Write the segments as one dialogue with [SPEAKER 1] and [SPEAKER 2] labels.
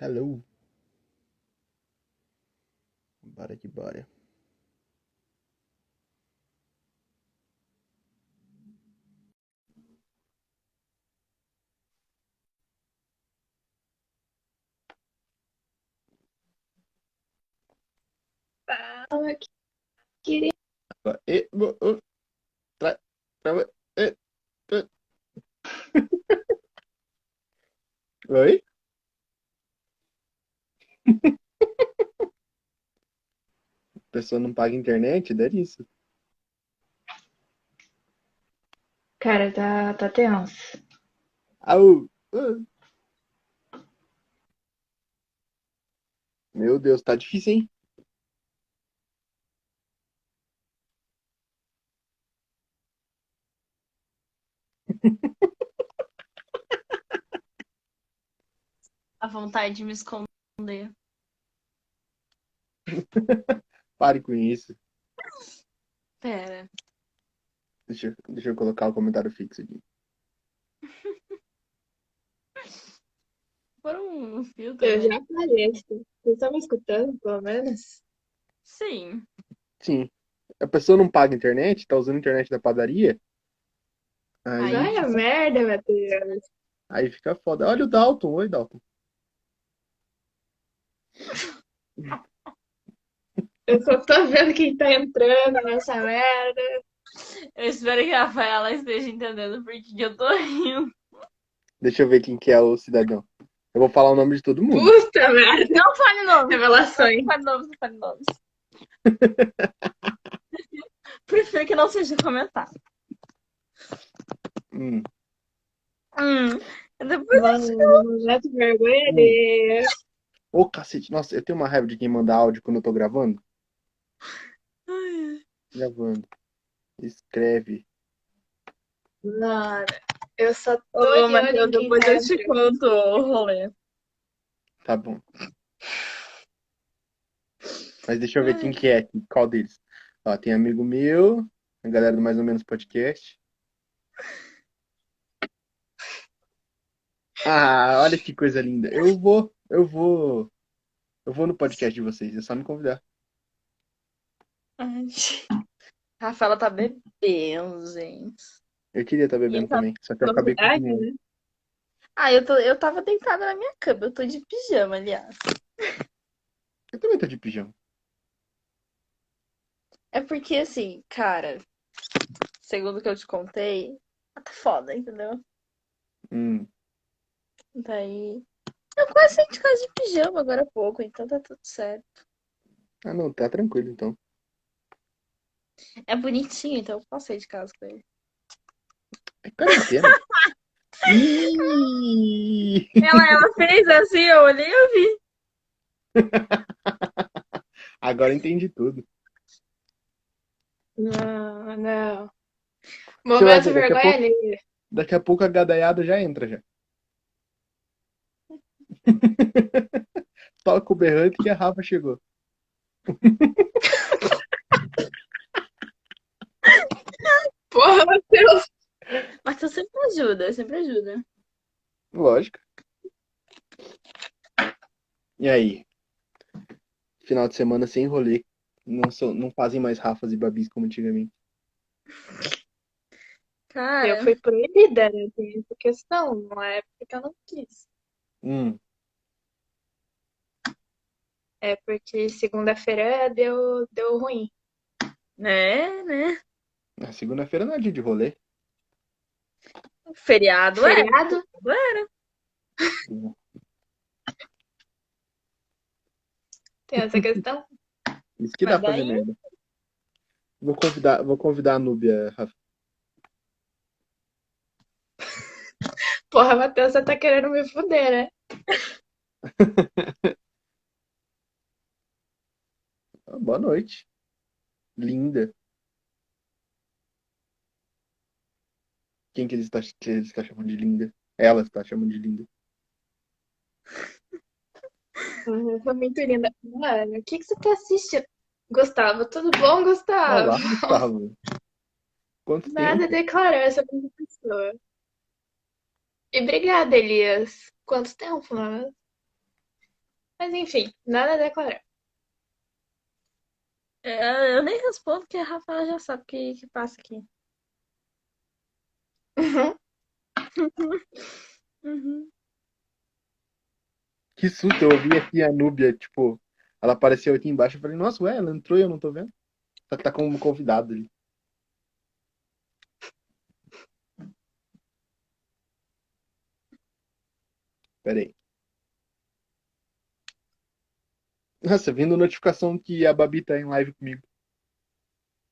[SPEAKER 1] Hello. Bora que bora.
[SPEAKER 2] Fala, querido.
[SPEAKER 1] E, bo- o, tra- tra- e, tu- Oi? A pessoa não paga internet? Delícia.
[SPEAKER 2] Cara, tá, tá tenso.
[SPEAKER 1] Au! Ah. Meu Deus, tá difícil, hein?
[SPEAKER 3] A vontade de me esconder.
[SPEAKER 1] Pare com isso.
[SPEAKER 3] Pera.
[SPEAKER 1] Deixa, eu- deixa eu colocar o comentário fixo aqui.
[SPEAKER 3] Por um filtro.
[SPEAKER 2] Eu
[SPEAKER 3] né?
[SPEAKER 2] já apareço. Vocês estão me escutando, pelo menos?
[SPEAKER 3] Sim.
[SPEAKER 1] Sim. A pessoa não paga internet? Tá usando a internet da padaria? Aí,
[SPEAKER 3] Ai.
[SPEAKER 2] Olha a merda, Matheus.
[SPEAKER 1] aí fica foda. Olha o Dalton. Oi, Dalton.
[SPEAKER 2] Eu só tô vendo quem tá entrando nessa merda.
[SPEAKER 3] Eu espero que a Rafaela esteja entendendo por que que eu tô rindo.
[SPEAKER 1] Deixa eu ver quem que é o cidadão. Eu vou falar o nome de todo mundo.
[SPEAKER 2] Puta merda.
[SPEAKER 3] Não fale nome.
[SPEAKER 2] Revelações.
[SPEAKER 3] Não fale nomes, não fale nomes. Prefiro que não seja comentado.
[SPEAKER 1] Hum.
[SPEAKER 3] Hum. Depois
[SPEAKER 2] Mano, já te vergonha de...
[SPEAKER 1] Ô, cacete. Nossa, eu tenho uma raiva de quem manda áudio quando eu tô gravando.
[SPEAKER 3] Ai,
[SPEAKER 1] Gravando. Escreve.
[SPEAKER 2] Mano, eu só tô
[SPEAKER 3] Ô,
[SPEAKER 2] olhando
[SPEAKER 3] Matheus,
[SPEAKER 2] quem
[SPEAKER 3] depois
[SPEAKER 2] tá
[SPEAKER 3] eu te
[SPEAKER 2] entrando.
[SPEAKER 3] conto o rolê.
[SPEAKER 1] Tá bom. Mas deixa eu ver quem que é. aqui, Qual deles? Ó, tem amigo meu. A galera do Mais ou Menos Podcast. Ah, olha que coisa linda. Eu vou, eu vou, eu vou no podcast de vocês. É só me convidar.
[SPEAKER 3] Ai. A Rafaela tá bebendo, gente.
[SPEAKER 1] Eu queria estar bebendo
[SPEAKER 3] Então,
[SPEAKER 1] também. Só que eu acabei com
[SPEAKER 2] Novidade,
[SPEAKER 1] o
[SPEAKER 2] né?
[SPEAKER 3] Ah, eu, tô, eu tava deitada na minha cama. Eu tô de pijama, aliás.
[SPEAKER 1] Eu também tô de pijama.
[SPEAKER 3] É porque, assim, cara, segundo o que eu te contei, tá foda, entendeu?
[SPEAKER 1] Hum.
[SPEAKER 3] Daí. Eu quase saí de casa de pijama agora há pouco, então tá tudo certo.
[SPEAKER 1] Ah, não, tá tranquilo então.
[SPEAKER 3] É bonitinho, então eu posso sair de casa com ele.
[SPEAKER 1] É quarentena. Ih!
[SPEAKER 3] Ela, ela fez assim, eu olhei e eu vi.
[SPEAKER 1] Agora entendi tudo.
[SPEAKER 2] Não, não.
[SPEAKER 1] Você vai ver,
[SPEAKER 2] Momento
[SPEAKER 1] daqui a
[SPEAKER 2] vergonha
[SPEAKER 1] pouco-
[SPEAKER 2] ali.
[SPEAKER 1] Daqui a pouco a gadaiada já entra já. Toca o berrante que a Rafa chegou.
[SPEAKER 2] Porra, Matheus.
[SPEAKER 3] Mas tu sempre ajuda, sempre ajuda.
[SPEAKER 1] Lógico. E aí? Final de semana sem rolê. Não, são, não fazem mais Rafas e Babis como antigamente.
[SPEAKER 3] Cara,
[SPEAKER 2] Eu fui proibida, né? Tem essa questão. Não é porque eu não quis.
[SPEAKER 1] Hum,
[SPEAKER 2] É porque segunda-feira deu, deu ruim.
[SPEAKER 3] né, né?
[SPEAKER 1] na segunda-feira não é dia de rolê.
[SPEAKER 3] Feriado, é.
[SPEAKER 2] Feriado? Tem essa questão?
[SPEAKER 1] Isso que
[SPEAKER 3] Mas
[SPEAKER 1] dá pra fazer
[SPEAKER 3] daí-
[SPEAKER 1] merda. Vou convidar, vou convidar a Núbia, Rafa.
[SPEAKER 2] Porra, Matheus, você tá querendo me fuder, né?
[SPEAKER 1] Ah, Boa noite. Linda. Quem que ele está, que ele está chamando de linda? Ela está chamando de linda.
[SPEAKER 2] Uhum, Foi muito linda. Mano, o que, que você tá assistindo? Gustavo, tudo bom, Gustavo?
[SPEAKER 1] Olá, Gustavo. Quanto
[SPEAKER 2] Ah, Nada a
[SPEAKER 1] tempo?
[SPEAKER 2] declarar sobre essa pessoa. E obrigada, Elias. Quanto tempo, mano? Mas enfim, nada a declarar.
[SPEAKER 3] É, Eu nem respondo, porque a Rafaela já sabe o que, que passa aqui. Uhum.
[SPEAKER 1] Que susto, eu ouvi aqui a Núbia, tipo, ela apareceu aqui embaixo. Eu falei, nossa, ué, ela entrou e eu não tô vendo. Ela tá como convidado ali. Pera aí. Nossa, vindo notificação que a Babi tá em live comigo.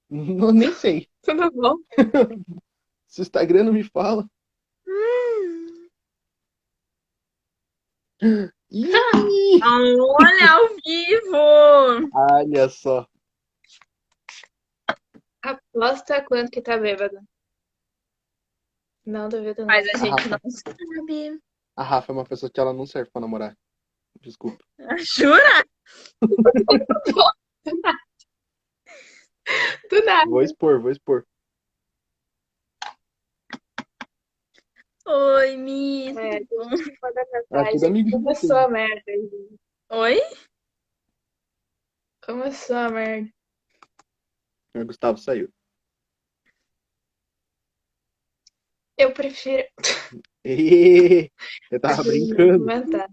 [SPEAKER 1] Não, nem sei.
[SPEAKER 2] Tudo bom?
[SPEAKER 1] Se o Instagram não me fala. Ih,
[SPEAKER 3] Olha ao vivo!
[SPEAKER 1] olha só.
[SPEAKER 2] Aposta quanto que tá bêbado. Não duvido não.
[SPEAKER 3] Mas a gente não sabe.
[SPEAKER 1] A Rafa é uma pessoa que ela não serve pra namorar. Desculpa.
[SPEAKER 3] Jura?
[SPEAKER 2] Do nada.
[SPEAKER 1] Vou expor, vou expor.
[SPEAKER 3] Oi, Miss.
[SPEAKER 1] Ela
[SPEAKER 2] É. Manda
[SPEAKER 1] é tudo
[SPEAKER 2] mensagem.
[SPEAKER 1] amiguinha.
[SPEAKER 2] Começou a merda, gente.
[SPEAKER 3] Oi?
[SPEAKER 2] Começou a merda.
[SPEAKER 1] O Gustavo saiu.
[SPEAKER 2] Eu prefiro.
[SPEAKER 1] Ê, Eu tava brincando.
[SPEAKER 2] Mas tá.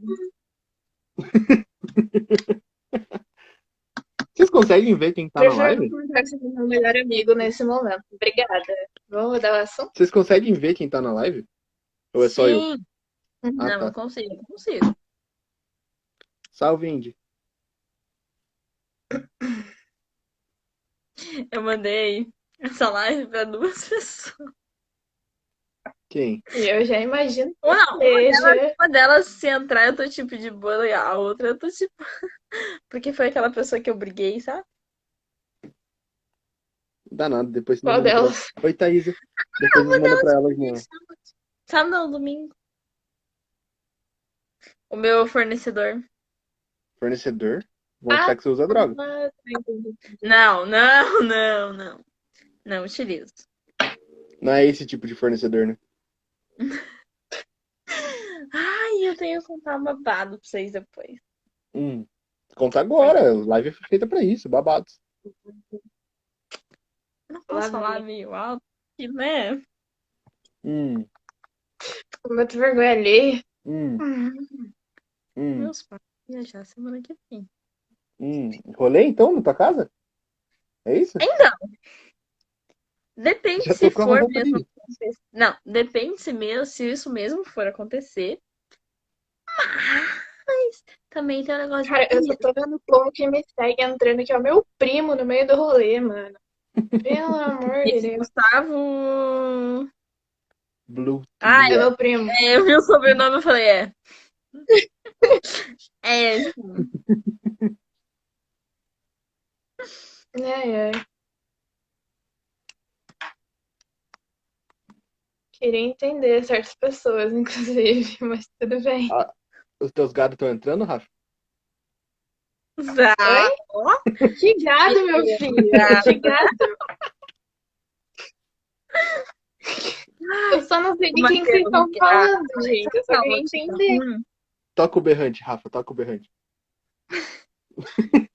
[SPEAKER 1] Vocês conseguem ver quem tá na
[SPEAKER 2] Prefiro
[SPEAKER 1] live?
[SPEAKER 2] conversar com meu melhor amigo nesse momento. Obrigada. Vamos mudar o assunto?
[SPEAKER 1] Vocês conseguem ver quem tá na live? Ou é só eu?
[SPEAKER 3] Sim. Não,
[SPEAKER 1] Ah,
[SPEAKER 3] não
[SPEAKER 1] tá.
[SPEAKER 3] consigo, não consigo.
[SPEAKER 1] Salve, Indy.
[SPEAKER 3] Eu mandei essa live pra duas pessoas.
[SPEAKER 1] Quem?
[SPEAKER 2] E eu já imagino
[SPEAKER 3] Ou não, uma delas,
[SPEAKER 2] Seja.
[SPEAKER 3] uma delas se entrar eu tô tipo de boa, e a outra eu tô tipo. Porque foi aquela pessoa que eu briguei, sabe?
[SPEAKER 1] Danado, depois você
[SPEAKER 2] qual
[SPEAKER 1] manda pra-
[SPEAKER 2] delas.
[SPEAKER 1] Oi, Thaísa. Depois você manda pra ela de novo.
[SPEAKER 3] Sabe, não, domingo. O meu fornecedor.
[SPEAKER 1] Fornecedor? Vão
[SPEAKER 2] Ah,
[SPEAKER 1] achar que você usa droga.
[SPEAKER 2] Ah, tá, entendi.
[SPEAKER 3] Não, não, não, não. Não utilizo.
[SPEAKER 1] Não é esse tipo de fornecedor, né?
[SPEAKER 3] Ai, eu tenho que contar um babado pra vocês depois.
[SPEAKER 1] Hum. Conta agora. Live é feita pra isso. Babados.
[SPEAKER 3] Não
[SPEAKER 2] Lá
[SPEAKER 3] posso falar
[SPEAKER 2] vem.
[SPEAKER 3] meio alto, que, né?
[SPEAKER 1] Hum.
[SPEAKER 2] Com muita vergonha ali.
[SPEAKER 1] Hum.
[SPEAKER 3] Hum,
[SPEAKER 1] Hum.
[SPEAKER 3] Meus pais vão viajar semana que vem.
[SPEAKER 1] Hum. Rolê, então, na tua casa? É isso?
[SPEAKER 3] Então, depende
[SPEAKER 1] Já
[SPEAKER 3] se
[SPEAKER 1] tocou a
[SPEAKER 3] for
[SPEAKER 1] roupa
[SPEAKER 3] mesmo
[SPEAKER 1] dele.
[SPEAKER 3] acontecer. Não, depende se, mesmo, se isso mesmo for acontecer. Mas também tem um negócio de
[SPEAKER 2] Cara, eu só
[SPEAKER 3] comida.
[SPEAKER 2] tô vendo o povo que me segue entrando, que é o meu primo no meio do rolê, mano. Pelo amor de
[SPEAKER 3] Esse
[SPEAKER 2] Deus.
[SPEAKER 3] Gustavo.
[SPEAKER 1] Blue.
[SPEAKER 3] Ah,
[SPEAKER 2] É meu primo.
[SPEAKER 3] É, eu vi o sobrenome e falei, é. É, esse.
[SPEAKER 2] Ai, ai. Queria entender certas pessoas, inclusive, mas tudo bem.
[SPEAKER 1] Os teus gados estão entrando, Rafa?
[SPEAKER 3] Zá.
[SPEAKER 2] Oi? Que gado, meu filho! Que gado! Eu só não sei de quem vocês estão falando, gente. Eu só queria entender.
[SPEAKER 3] Hum,
[SPEAKER 1] Toca o berrante, Rafa. Toca o berrante.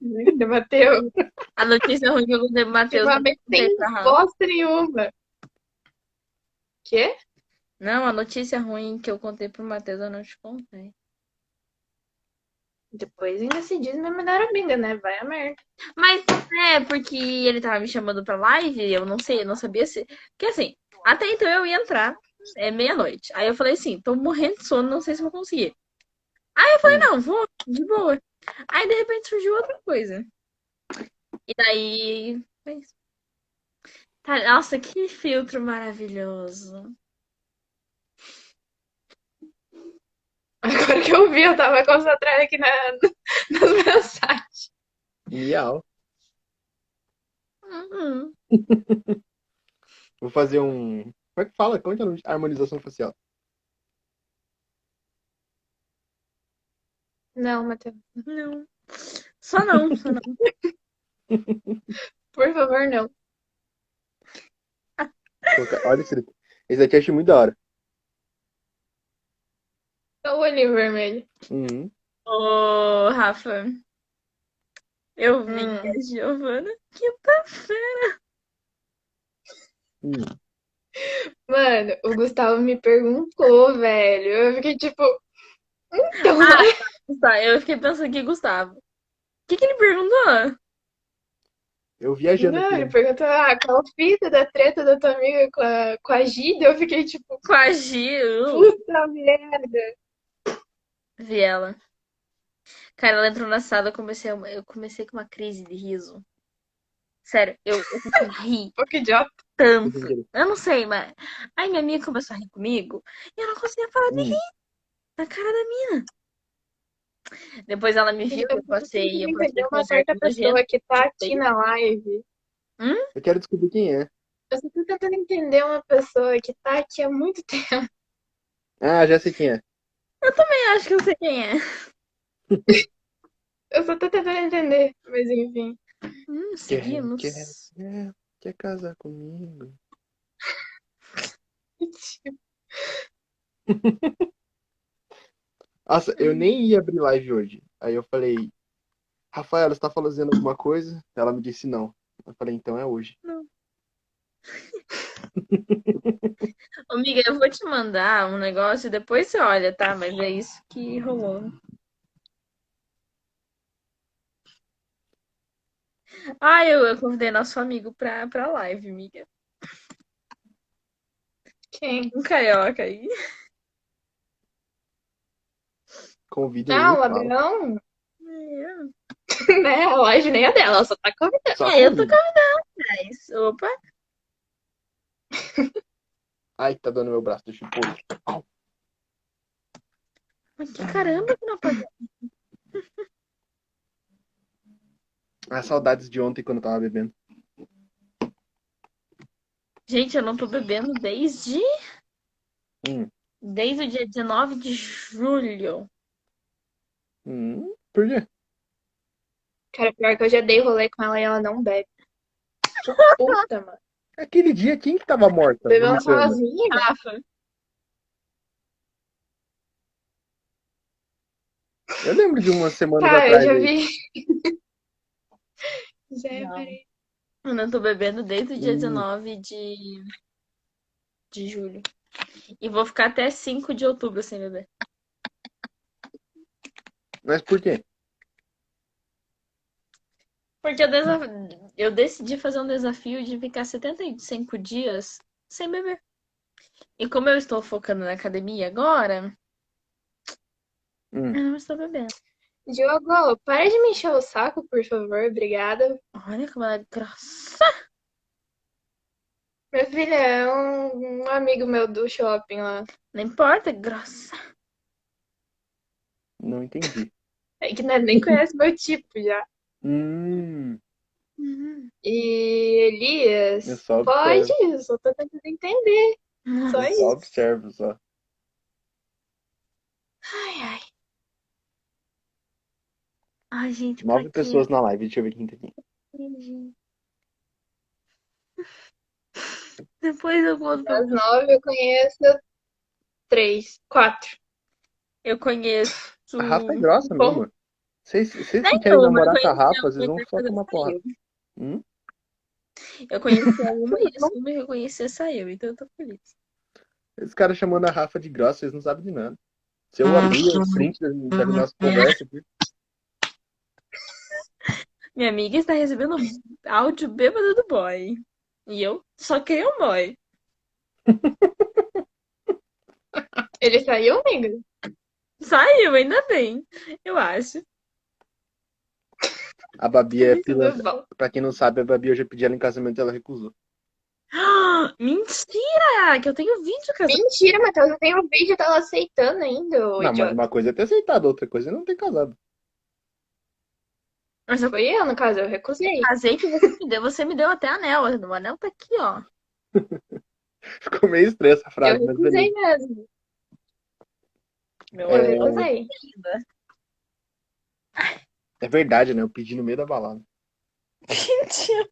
[SPEAKER 2] Ainda, Matheus.
[SPEAKER 3] A notícia ruim que eu contei pro Matheus.
[SPEAKER 2] Uma vez
[SPEAKER 3] não,
[SPEAKER 2] sem
[SPEAKER 3] contei pra Rafa.
[SPEAKER 2] bosta nenhuma. Quê?
[SPEAKER 3] Não, a notícia ruim que eu contei pro Matheus, eu não te contei.
[SPEAKER 2] Depois ainda se diz me mandaram binga, né? Vai a merda.
[SPEAKER 3] Mas é porque ele tava me chamando pra live, eu não sei, eu não sabia se. Porque assim, até então eu ia entrar, é meia-noite. Aí eu falei assim, tô morrendo de sono, não sei se vou conseguir. Aí eu falei, não, vou, de boa. Aí de repente surgiu outra coisa. E daí. foi isso. Tá, nossa, que filtro maravilhoso.
[SPEAKER 2] Agora que eu vi, eu tava concentrada aqui na, nas mensagens.
[SPEAKER 1] Miau.
[SPEAKER 3] Uhum.
[SPEAKER 1] Vou fazer um. Como é que fala? Como é que é o nome? Harmonização facial.
[SPEAKER 2] Não, Matheus.
[SPEAKER 3] hum, Não. Só não, só não.
[SPEAKER 2] Por favor, não.
[SPEAKER 1] Coloca- Olha esse daqui. Esse daqui eu achei muito da hora.
[SPEAKER 2] Só o olhinho vermelho.
[SPEAKER 1] Uhum.
[SPEAKER 3] Ô, Rafa, eu vi
[SPEAKER 2] Hum.
[SPEAKER 3] a Giovana quinta-feira.
[SPEAKER 1] Hum.
[SPEAKER 2] Mano, o Gustavo me perguntou, velho. Eu fiquei tipo. Então,
[SPEAKER 3] Ah, Tá, eu fiquei pensando aqui, Gustavo. O que, que ele perguntou?
[SPEAKER 1] Eu viajando
[SPEAKER 3] é
[SPEAKER 2] Não, ele
[SPEAKER 1] aqui. né?
[SPEAKER 2] perguntou, ah, qual fita da treta da tua amiga com a, com a Gida? Eu fiquei tipo,
[SPEAKER 3] Com a Gil.
[SPEAKER 2] puta merda.
[SPEAKER 3] Vi ela. Cara, ela entrou na sala, eu comecei, a- eu comecei com uma crise de riso. Sério, eu, eu ri
[SPEAKER 2] Pô, que Um idiota.
[SPEAKER 3] tanto. Eu não sei, mas. Aí minha amiga começou a rir comigo e eu não conseguia falar
[SPEAKER 1] Hum.
[SPEAKER 3] na cara da mina. Depois ela me viu, eu passei, eu passei
[SPEAKER 2] Entendeu
[SPEAKER 3] com
[SPEAKER 2] uma certa pessoa que tá aqui
[SPEAKER 3] Sei.
[SPEAKER 2] na live.
[SPEAKER 1] Eu quero descobrir quem é.
[SPEAKER 2] Eu só tô tentando entender uma pessoa que tá aqui há muito tempo.
[SPEAKER 1] Ah, já sei quem é.
[SPEAKER 3] Eu acho que eu sei quem é.
[SPEAKER 2] Eu só tô tentando entender, mas enfim.
[SPEAKER 3] Hum,
[SPEAKER 1] Quer,
[SPEAKER 3] seguimos.
[SPEAKER 1] quer, quer, quer casar comigo? Nossa, eu
[SPEAKER 2] Uhum.
[SPEAKER 1] nem ia abrir live hoje. Aí eu falei, Rafaela, você tá fazendo alguma coisa? Ela me disse não. Eu falei, então é hoje.
[SPEAKER 3] Ô, amiga, eu vou te mandar um negócio e depois você olha, tá? Mas é isso que rolou. Ah, eu, eu convidei nosso amigo pra, pra live, amiga.
[SPEAKER 2] Quem?
[SPEAKER 3] Um carioca aí.
[SPEAKER 1] Convido ele.
[SPEAKER 2] Ah, o
[SPEAKER 1] fala.
[SPEAKER 2] Abraão?
[SPEAKER 3] É,
[SPEAKER 2] Né? A live nem é dela, ela só tá convidando.
[SPEAKER 1] Só assim,
[SPEAKER 3] Ah, eu tô
[SPEAKER 1] convido.
[SPEAKER 3] mas- Opa,
[SPEAKER 1] Ai, tá dando meu braço, deixa eu pôr.
[SPEAKER 3] mas que caramba que não apagou.
[SPEAKER 1] As Ah, saudades de ontem quando eu tava bebendo.
[SPEAKER 3] Gente, eu não tô bebendo desde.
[SPEAKER 1] Hum.
[SPEAKER 3] Desde o dia 19 de julho.
[SPEAKER 1] Hum, por quê?
[SPEAKER 2] Cara, pior que eu já dei rolê com ela e ela não bebe. Puta, mano.
[SPEAKER 1] Aquele dia, quem que tava morta?
[SPEAKER 2] Bebeu
[SPEAKER 1] Luciana?
[SPEAKER 2] sozinha?
[SPEAKER 3] Rafa.
[SPEAKER 1] Eu lembro de uma semana
[SPEAKER 2] Tá, eu
[SPEAKER 1] atrás.
[SPEAKER 2] já
[SPEAKER 1] aí.
[SPEAKER 2] vi. Já
[SPEAKER 3] Não.
[SPEAKER 2] reparei.
[SPEAKER 3] Eu não tô bebendo desde o dia
[SPEAKER 1] Hum.
[SPEAKER 3] 19 de. de julho. E vou ficar até 5 de outubro sem beber.
[SPEAKER 1] Mas por quê?
[SPEAKER 3] Porque eu, desa- eu decidi fazer um desafio de ficar 75 dias sem beber. E como eu estou focando na academia agora,
[SPEAKER 1] Hum.
[SPEAKER 3] eu não estou bebendo.
[SPEAKER 2] Diogo, para de me encher o saco, por favor. Obrigada.
[SPEAKER 3] Olha como ela é grossa.
[SPEAKER 2] Minha filha é um, um amigo meu do shopping lá.
[SPEAKER 3] Não importa, é grossa.
[SPEAKER 1] Não entendi.
[SPEAKER 2] É que né, nem conhece meu tipo já.
[SPEAKER 1] Hum,
[SPEAKER 3] Uhum.
[SPEAKER 2] E Elias,
[SPEAKER 1] eu só
[SPEAKER 2] pode,
[SPEAKER 1] observo.
[SPEAKER 2] eu só tô tentando entender. Só
[SPEAKER 1] Eu
[SPEAKER 2] isso.
[SPEAKER 1] só observo, só.
[SPEAKER 3] Ai, ai. Ai, gente, pra
[SPEAKER 1] Nove
[SPEAKER 3] quê?
[SPEAKER 1] pessoas na live, deixa eu ver quem tá tem.
[SPEAKER 3] Depois eu conto pra
[SPEAKER 2] Das nove eu conheço três, quatro.
[SPEAKER 3] Eu conheço.
[SPEAKER 1] A Rafa é grossa
[SPEAKER 3] Bom.
[SPEAKER 1] mesmo. Vocês vocês
[SPEAKER 3] Nem
[SPEAKER 1] que querem
[SPEAKER 3] eu,
[SPEAKER 1] namorar
[SPEAKER 3] mas
[SPEAKER 1] com a
[SPEAKER 3] conheço
[SPEAKER 1] Rafa, vocês vão
[SPEAKER 3] alguma
[SPEAKER 1] só
[SPEAKER 3] coisa
[SPEAKER 1] tomar
[SPEAKER 3] que
[SPEAKER 1] porrada.
[SPEAKER 3] saiu.
[SPEAKER 1] Hum?
[SPEAKER 3] Eu conheci alguma e essa uma que eu conhecia saiu, então eu tô feliz.
[SPEAKER 1] Esse cara chamando a Rafa de grossa, vocês não sabem de nada. Se
[SPEAKER 3] Ah,
[SPEAKER 1] eu abrir o print da, da
[SPEAKER 3] é.
[SPEAKER 1] nossa conversa aqui,
[SPEAKER 3] Minha amiga está recebendo um áudio bêbado do boy. E eu só criei um boy.
[SPEAKER 2] Ele saiu, amiga?
[SPEAKER 3] Saiu, ainda bem, eu acho.
[SPEAKER 1] a Babi é
[SPEAKER 2] Tudo
[SPEAKER 1] pilantra.
[SPEAKER 2] bom.
[SPEAKER 1] Pra quem não sabe, a Babi eu já pedi ela em casamento e ela recusou.
[SPEAKER 3] Mentira! Que eu tenho vídeo, cara.
[SPEAKER 2] Mentira, Matheus, eu tenho um vídeo dela aceitando ainda, ô
[SPEAKER 1] não, mas
[SPEAKER 2] idiota.
[SPEAKER 1] uma coisa é ter aceitado, outra coisa é não ter casado.
[SPEAKER 3] Mas eu
[SPEAKER 2] Foi eu, no caso, eu recusei.
[SPEAKER 3] casei que você me deu. Você me deu até anel. O anel tá aqui, ó.
[SPEAKER 1] Ficou meio estranha essa frase,
[SPEAKER 2] Eu
[SPEAKER 1] mas beleza.
[SPEAKER 2] recusei mesmo.
[SPEAKER 3] Meu
[SPEAKER 2] Eu
[SPEAKER 1] É.
[SPEAKER 3] anel.
[SPEAKER 2] recusei.
[SPEAKER 1] É verdade, né? Eu pedi no meio da balada.
[SPEAKER 3] Mentira.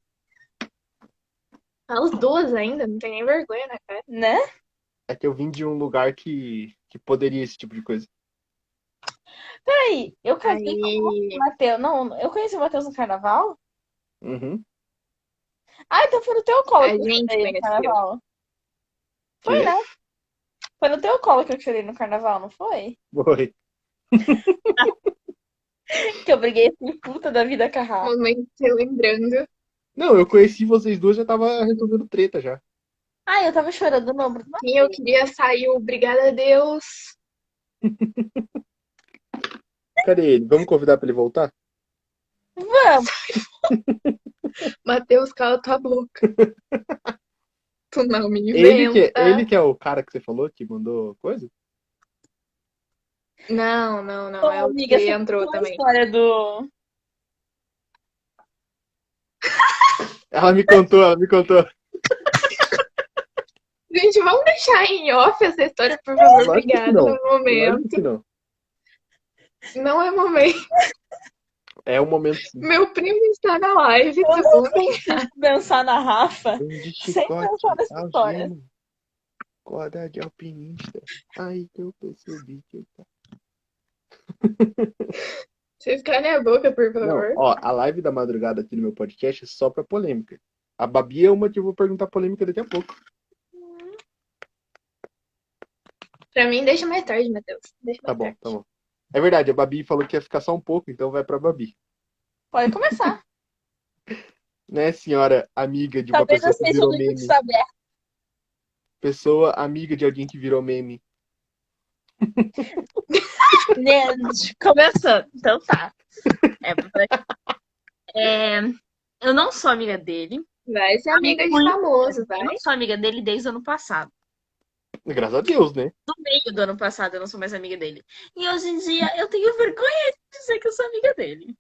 [SPEAKER 2] As Tá duas ainda, não tem nem vergonha na cara.
[SPEAKER 3] Né?
[SPEAKER 1] É que eu vim de um lugar que, que poderia esse tipo de coisa.
[SPEAKER 3] Peraí, eu casei com
[SPEAKER 2] Aí,
[SPEAKER 3] o Matheus. Não, eu conheci o Matheus no carnaval?
[SPEAKER 1] Uhum.
[SPEAKER 3] Ah, então foi no teu colo
[SPEAKER 2] A
[SPEAKER 3] que eu
[SPEAKER 2] gente
[SPEAKER 3] chorei no
[SPEAKER 2] conheceu.
[SPEAKER 3] carnaval. Foi,
[SPEAKER 1] Que
[SPEAKER 3] né? Foi no teu colo que eu chorei no carnaval, não foi?
[SPEAKER 1] Foi.
[SPEAKER 3] Que eu briguei assim, puta da vida com a Rafa.
[SPEAKER 2] momento relembrando.
[SPEAKER 1] Não, eu conheci vocês duas, já tava resolvendo treta já.
[SPEAKER 3] Ah, eu tava chorando no ombro.
[SPEAKER 2] E eu queria sair, o obrigada a Deus.
[SPEAKER 1] Cadê ele? Vamos convidar pra ele voltar?
[SPEAKER 3] Vamos!
[SPEAKER 2] Matheus, cala tua boca. tu não me
[SPEAKER 1] Ele
[SPEAKER 2] inventa.
[SPEAKER 1] que, ele que é o cara que você falou que mandou coisa?
[SPEAKER 2] Não, não, não.
[SPEAKER 3] Ô,
[SPEAKER 2] é o
[SPEAKER 3] amiga,
[SPEAKER 2] que
[SPEAKER 3] você
[SPEAKER 2] entrou
[SPEAKER 3] contou a
[SPEAKER 2] também.
[SPEAKER 3] história do.
[SPEAKER 1] Ela me contou, ela me contou.
[SPEAKER 2] Gente, vamos deixar em off essa história, por favor.
[SPEAKER 1] Lógico que
[SPEAKER 2] Obrigada,
[SPEAKER 1] não.
[SPEAKER 2] não é momento.
[SPEAKER 1] Lógico que não.
[SPEAKER 2] Não é momento.
[SPEAKER 1] É um momento sim.
[SPEAKER 2] Meu primo está na live, tá
[SPEAKER 3] Eu
[SPEAKER 2] bom?
[SPEAKER 3] não consigo pensar na Rafa.
[SPEAKER 1] De
[SPEAKER 3] Sem pensar
[SPEAKER 1] chicote,
[SPEAKER 3] nessa história.
[SPEAKER 1] algema, corda de alpinista. Aí que eu percebi que eu
[SPEAKER 2] Vocês calem a boca, por
[SPEAKER 1] Não,
[SPEAKER 2] favor.
[SPEAKER 1] ó, a live da madrugada aqui no meu podcast é só pra polêmica. A Babi é uma que eu vou perguntar polêmica daqui a pouco.
[SPEAKER 2] Pra mim, deixa mais tarde, Matheus. Deixa
[SPEAKER 1] Tá
[SPEAKER 2] mais
[SPEAKER 1] bom,
[SPEAKER 2] tarde.
[SPEAKER 1] tá bom. É verdade, a Babi falou que ia ficar só um pouco, então vai pra Babi.
[SPEAKER 3] Pode começar.
[SPEAKER 1] Né, senhora amiga de uma
[SPEAKER 3] Talvez eu
[SPEAKER 1] Tipo, pessoa que
[SPEAKER 3] seja o
[SPEAKER 1] virou
[SPEAKER 3] único que
[SPEAKER 1] meme?
[SPEAKER 3] está aberto.
[SPEAKER 1] Pessoa amiga de alguém que virou meme.
[SPEAKER 3] Gente, Começando. Então tá. É, pra- É, eu não sou amiga dele.
[SPEAKER 2] Vai ser amiga de
[SPEAKER 3] Muito.
[SPEAKER 2] famoso,
[SPEAKER 3] Eu
[SPEAKER 2] vai.
[SPEAKER 3] não sou amiga dele desde o ano passado.
[SPEAKER 1] Graças a Deus, né?
[SPEAKER 3] No meio do ano passado eu não sou mais amiga dele. E hoje em dia eu tenho vergonha de dizer que eu sou amiga dele.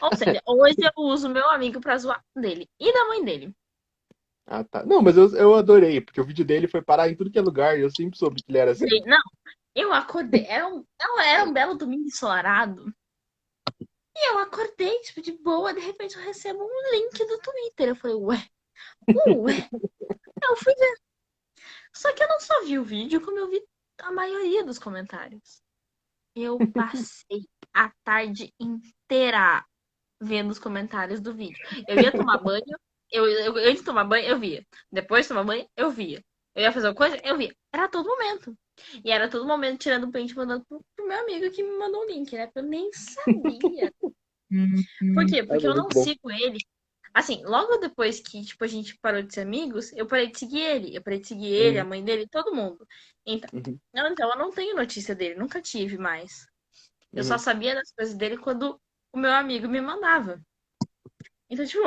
[SPEAKER 3] Ou seja, hoje eu uso meu amigo pra zoar dele e da mãe dele.
[SPEAKER 1] Ah, tá. Não, mas eu, eu adorei, porque o vídeo dele foi parar em tudo que é lugar e eu sempre soube que ele era assim.
[SPEAKER 3] Falei, Não, eu acordei. Era um, não, era um belo domingo ensolarado. E eu acordei, tipo, de boa. De repente eu recebo um link do Twitter. Eu falei, ué, ué. eu fui ver. Só que eu não só vi o vídeo, como eu vi a maioria dos comentários. Eu passei a tarde inteira vendo os comentários do vídeo. Eu ia tomar banho. Eu, eu, antes de tomar banho, eu via. Depois de tomar banho, eu via. Eu ia fazer uma coisa, eu via. Era a todo momento. E era a todo momento tirando um print e mandando pro, pro meu amigo que me mandou o link, né? Porque eu nem sabia. Por quê? Porque
[SPEAKER 1] Ah,
[SPEAKER 3] eu não
[SPEAKER 1] muito bom.
[SPEAKER 3] sigo ele. Assim, logo depois que, tipo, a gente parou de ser amigos, eu parei de seguir ele. Eu parei de seguir ele,
[SPEAKER 1] Uhum.
[SPEAKER 3] a mãe dele, todo mundo. Então,
[SPEAKER 1] Uhum.
[SPEAKER 3] não, então eu não tenho notícia dele, nunca tive mais. Eu
[SPEAKER 1] Uhum.
[SPEAKER 3] só sabia das coisas dele quando o meu amigo me mandava. Então, tipo.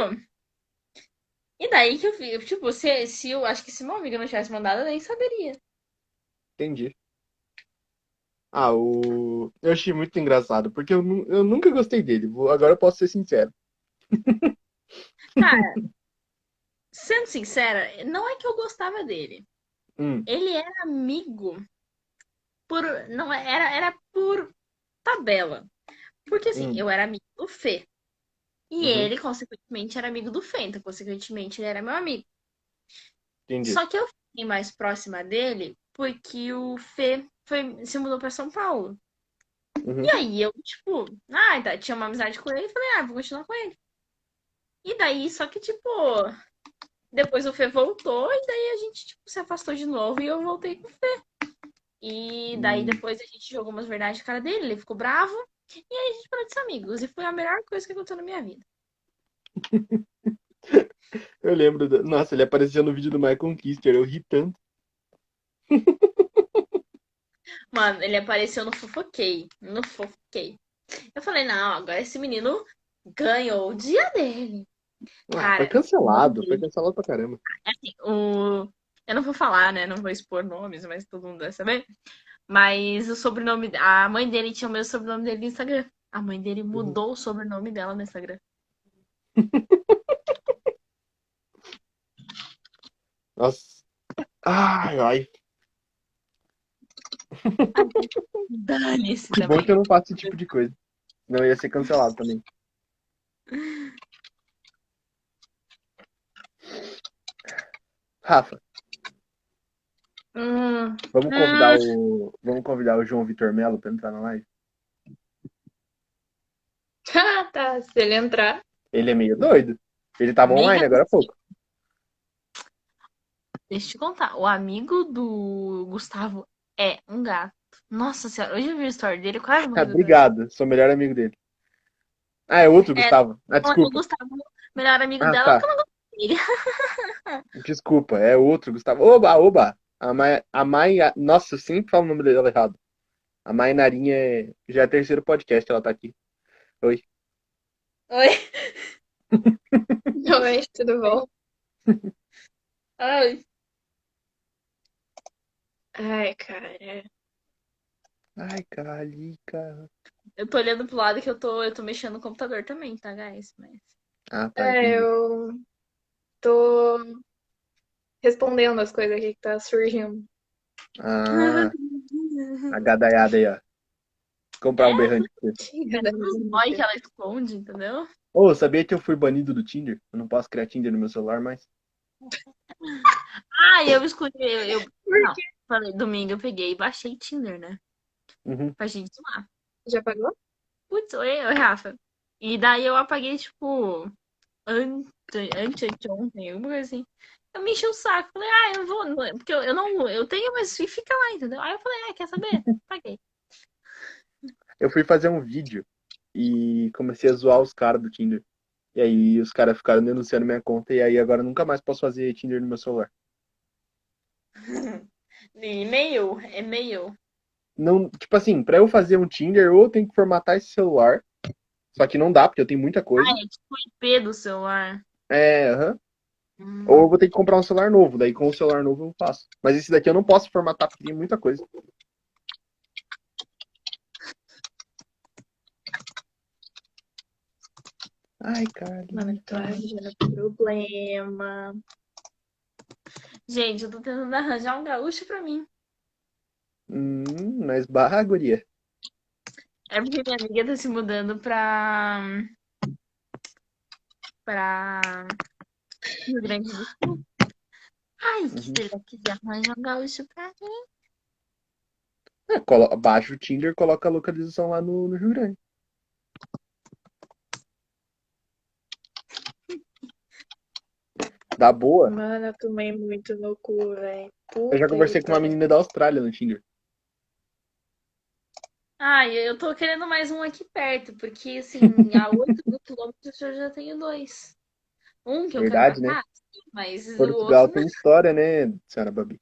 [SPEAKER 3] E daí que eu vi, tipo, se, se eu acho que se meu amigo não tivesse mandado, eu nem saberia.
[SPEAKER 1] Entendi. Ah, o. Eu achei muito engraçado, porque eu, nu- eu nunca gostei dele. Vou- Agora eu posso ser sincero.
[SPEAKER 3] Cara, sendo sincera, não é que eu gostava dele.
[SPEAKER 1] Hum,
[SPEAKER 3] Ele era amigo por. Não, era, era por tabela. Porque assim,
[SPEAKER 1] Hum.
[SPEAKER 3] eu era amigo do Fê. E
[SPEAKER 1] Uhum.
[SPEAKER 3] ele, consequentemente, era amigo do Fê. Então, consequentemente, ele era meu amigo.
[SPEAKER 1] entendi.
[SPEAKER 3] Só que eu fiquei mais próxima dele porque o Fê foi, se mudou pra São Paulo.
[SPEAKER 1] Uhum.
[SPEAKER 3] E aí eu, tipo, ah, tá, tinha uma amizade com ele e falei, ah, vou continuar com ele. E daí, só que, tipo, depois o Fê voltou e daí a gente, tipo, se afastou de novo e eu voltei com o Fê. E daí
[SPEAKER 1] Hum.
[SPEAKER 3] depois a gente jogou umas verdades na cara dele, ele ficou bravo. E aí a gente parou de ser amigos. E foi a melhor coisa que aconteceu na minha vida.
[SPEAKER 1] Eu lembro. do- Nossa, ele aparecia no vídeo do Michael Kister. Eu ri tanto.
[SPEAKER 3] Mano, ele apareceu no Fofoquei. No Fofoquei. Eu falei, não, agora esse menino ganhou o dia dele.
[SPEAKER 1] Ah,
[SPEAKER 3] Cara,
[SPEAKER 1] foi cancelado.
[SPEAKER 3] não vi.
[SPEAKER 1] Foi cancelado pra caramba.
[SPEAKER 3] É assim, o... Eu não vou falar, né? Não vou expor nomes, mas todo mundo deve saber. Mas o sobrenome. A mãe dele tinha o mesmo sobrenome dele no Instagram. A mãe dele
[SPEAKER 1] Uhum.
[SPEAKER 3] mudou o sobrenome dela no Instagram.
[SPEAKER 1] Nossa. Ai, ai.
[SPEAKER 3] Dane-se
[SPEAKER 1] Que bom
[SPEAKER 3] também.
[SPEAKER 1] que eu não faço esse tipo de coisa. Não ia ser cancelado também. Rafa,
[SPEAKER 3] Hum,
[SPEAKER 1] vamos convidar o. Vamos convidar o João Vitor Melo pra entrar na live?
[SPEAKER 2] tá, se ele entrar.
[SPEAKER 1] Ele é meio doido. Ele tava
[SPEAKER 3] Meio
[SPEAKER 1] online agora há pouco.
[SPEAKER 3] Deixa eu te contar. O amigo do Gustavo é um gato. Nossa senhora, hoje eu vi o story dele, quase morri
[SPEAKER 1] Ah,
[SPEAKER 3] do
[SPEAKER 1] obrigado. Sou o melhor amigo dele. Ah, é outro,
[SPEAKER 3] É,
[SPEAKER 1] Gustavo. Ah,
[SPEAKER 3] doido. Não, O
[SPEAKER 1] desculpa.
[SPEAKER 3] Gustavo, melhor amigo
[SPEAKER 1] Ah,
[SPEAKER 3] dela,
[SPEAKER 1] tá.
[SPEAKER 3] que eu não
[SPEAKER 1] Desculpa, é outro, Gustavo. Oba, oba. A Mai, a Mai, a- nossa, eu sempre falo o nome dela errado. A Mai Narinha é, já é o terceiro podcast, que ela tá aqui.
[SPEAKER 3] Oi.
[SPEAKER 2] Oi, é tudo bom?
[SPEAKER 3] Ai.
[SPEAKER 2] Ai, cara.
[SPEAKER 1] Ai, calica.
[SPEAKER 3] Eu tô olhando pro lado que eu tô, eu tô mexendo no computador também, tá, guys? Mas...
[SPEAKER 1] Ah, tá.
[SPEAKER 2] É,
[SPEAKER 1] entendi.
[SPEAKER 2] eu tô respondendo as coisas aqui que tá surgindo.
[SPEAKER 1] Ah, a gadaiada aí, ó. Comprar um berrante pra você.
[SPEAKER 3] É, Os boy que ela esconde, entendeu?
[SPEAKER 1] Ô, sabia que eu fui banido do Tinder? Eu não posso criar Tinder no meu celular mais.
[SPEAKER 3] Ah, eu escondi, eu, eu
[SPEAKER 2] Por
[SPEAKER 3] Não. falei, domingo eu peguei e baixei Tinder, né?
[SPEAKER 1] Uhum.
[SPEAKER 3] Pra gente zoar.
[SPEAKER 2] Já pagou?
[SPEAKER 3] Putz, oi, oi, Rafa. E daí eu apaguei, tipo, ante, anteontem, alguma coisa assim. Eu me enchi o saco, falei, ah, eu vou, não- porque eu, eu não, eu tenho, mas fica lá, entendeu? Aí eu falei, ah, quer saber? Paguei.
[SPEAKER 1] Eu fui fazer um vídeo e comecei a zoar os caras do Tinder. E aí os caras ficaram denunciando minha conta e aí agora eu nunca mais posso fazer Tinder no meu celular.
[SPEAKER 3] E-mail, e-mail.
[SPEAKER 1] Não, tipo assim, pra eu fazer um Tinder, ou eu tenho que formatar esse celular. Só que não dá, porque eu tenho muita coisa.
[SPEAKER 3] Ah, é tipo o IP do celular.
[SPEAKER 1] É, aham.
[SPEAKER 3] Hum.
[SPEAKER 1] Ou eu vou ter que comprar um celular novo, daí com o celular novo eu faço. Mas esse daqui eu não posso formatar porque tem muita coisa. Ai, cara.
[SPEAKER 2] Montagem é problema.
[SPEAKER 3] Gente, eu tô tentando arranjar um gaúcho pra mim.
[SPEAKER 1] Hum, mas barra, guria.
[SPEAKER 3] É porque minha amiga tá se mudando pra. pra. Rio Grande do Sul. Ai, que
[SPEAKER 1] Uhum.
[SPEAKER 3] será que já arranja um gaúcho pra mim?
[SPEAKER 1] É, colo- Baixa o Tinder, coloca a localização lá no, no Rio Grande. Dá boa.
[SPEAKER 2] Mano, eu tomei muito no cu, velho.
[SPEAKER 1] Eu já conversei com uma menina da Austrália no Tinder.
[SPEAKER 3] Ai, eu tô querendo mais um aqui perto, porque assim, a 8 mil quilômetros eu já tenho dois. Um que eu
[SPEAKER 1] Verdade,
[SPEAKER 3] quero
[SPEAKER 1] né?
[SPEAKER 3] matar, sim, mas o
[SPEAKER 1] Portugal
[SPEAKER 3] outro.
[SPEAKER 1] tem história, né, senhora Babi?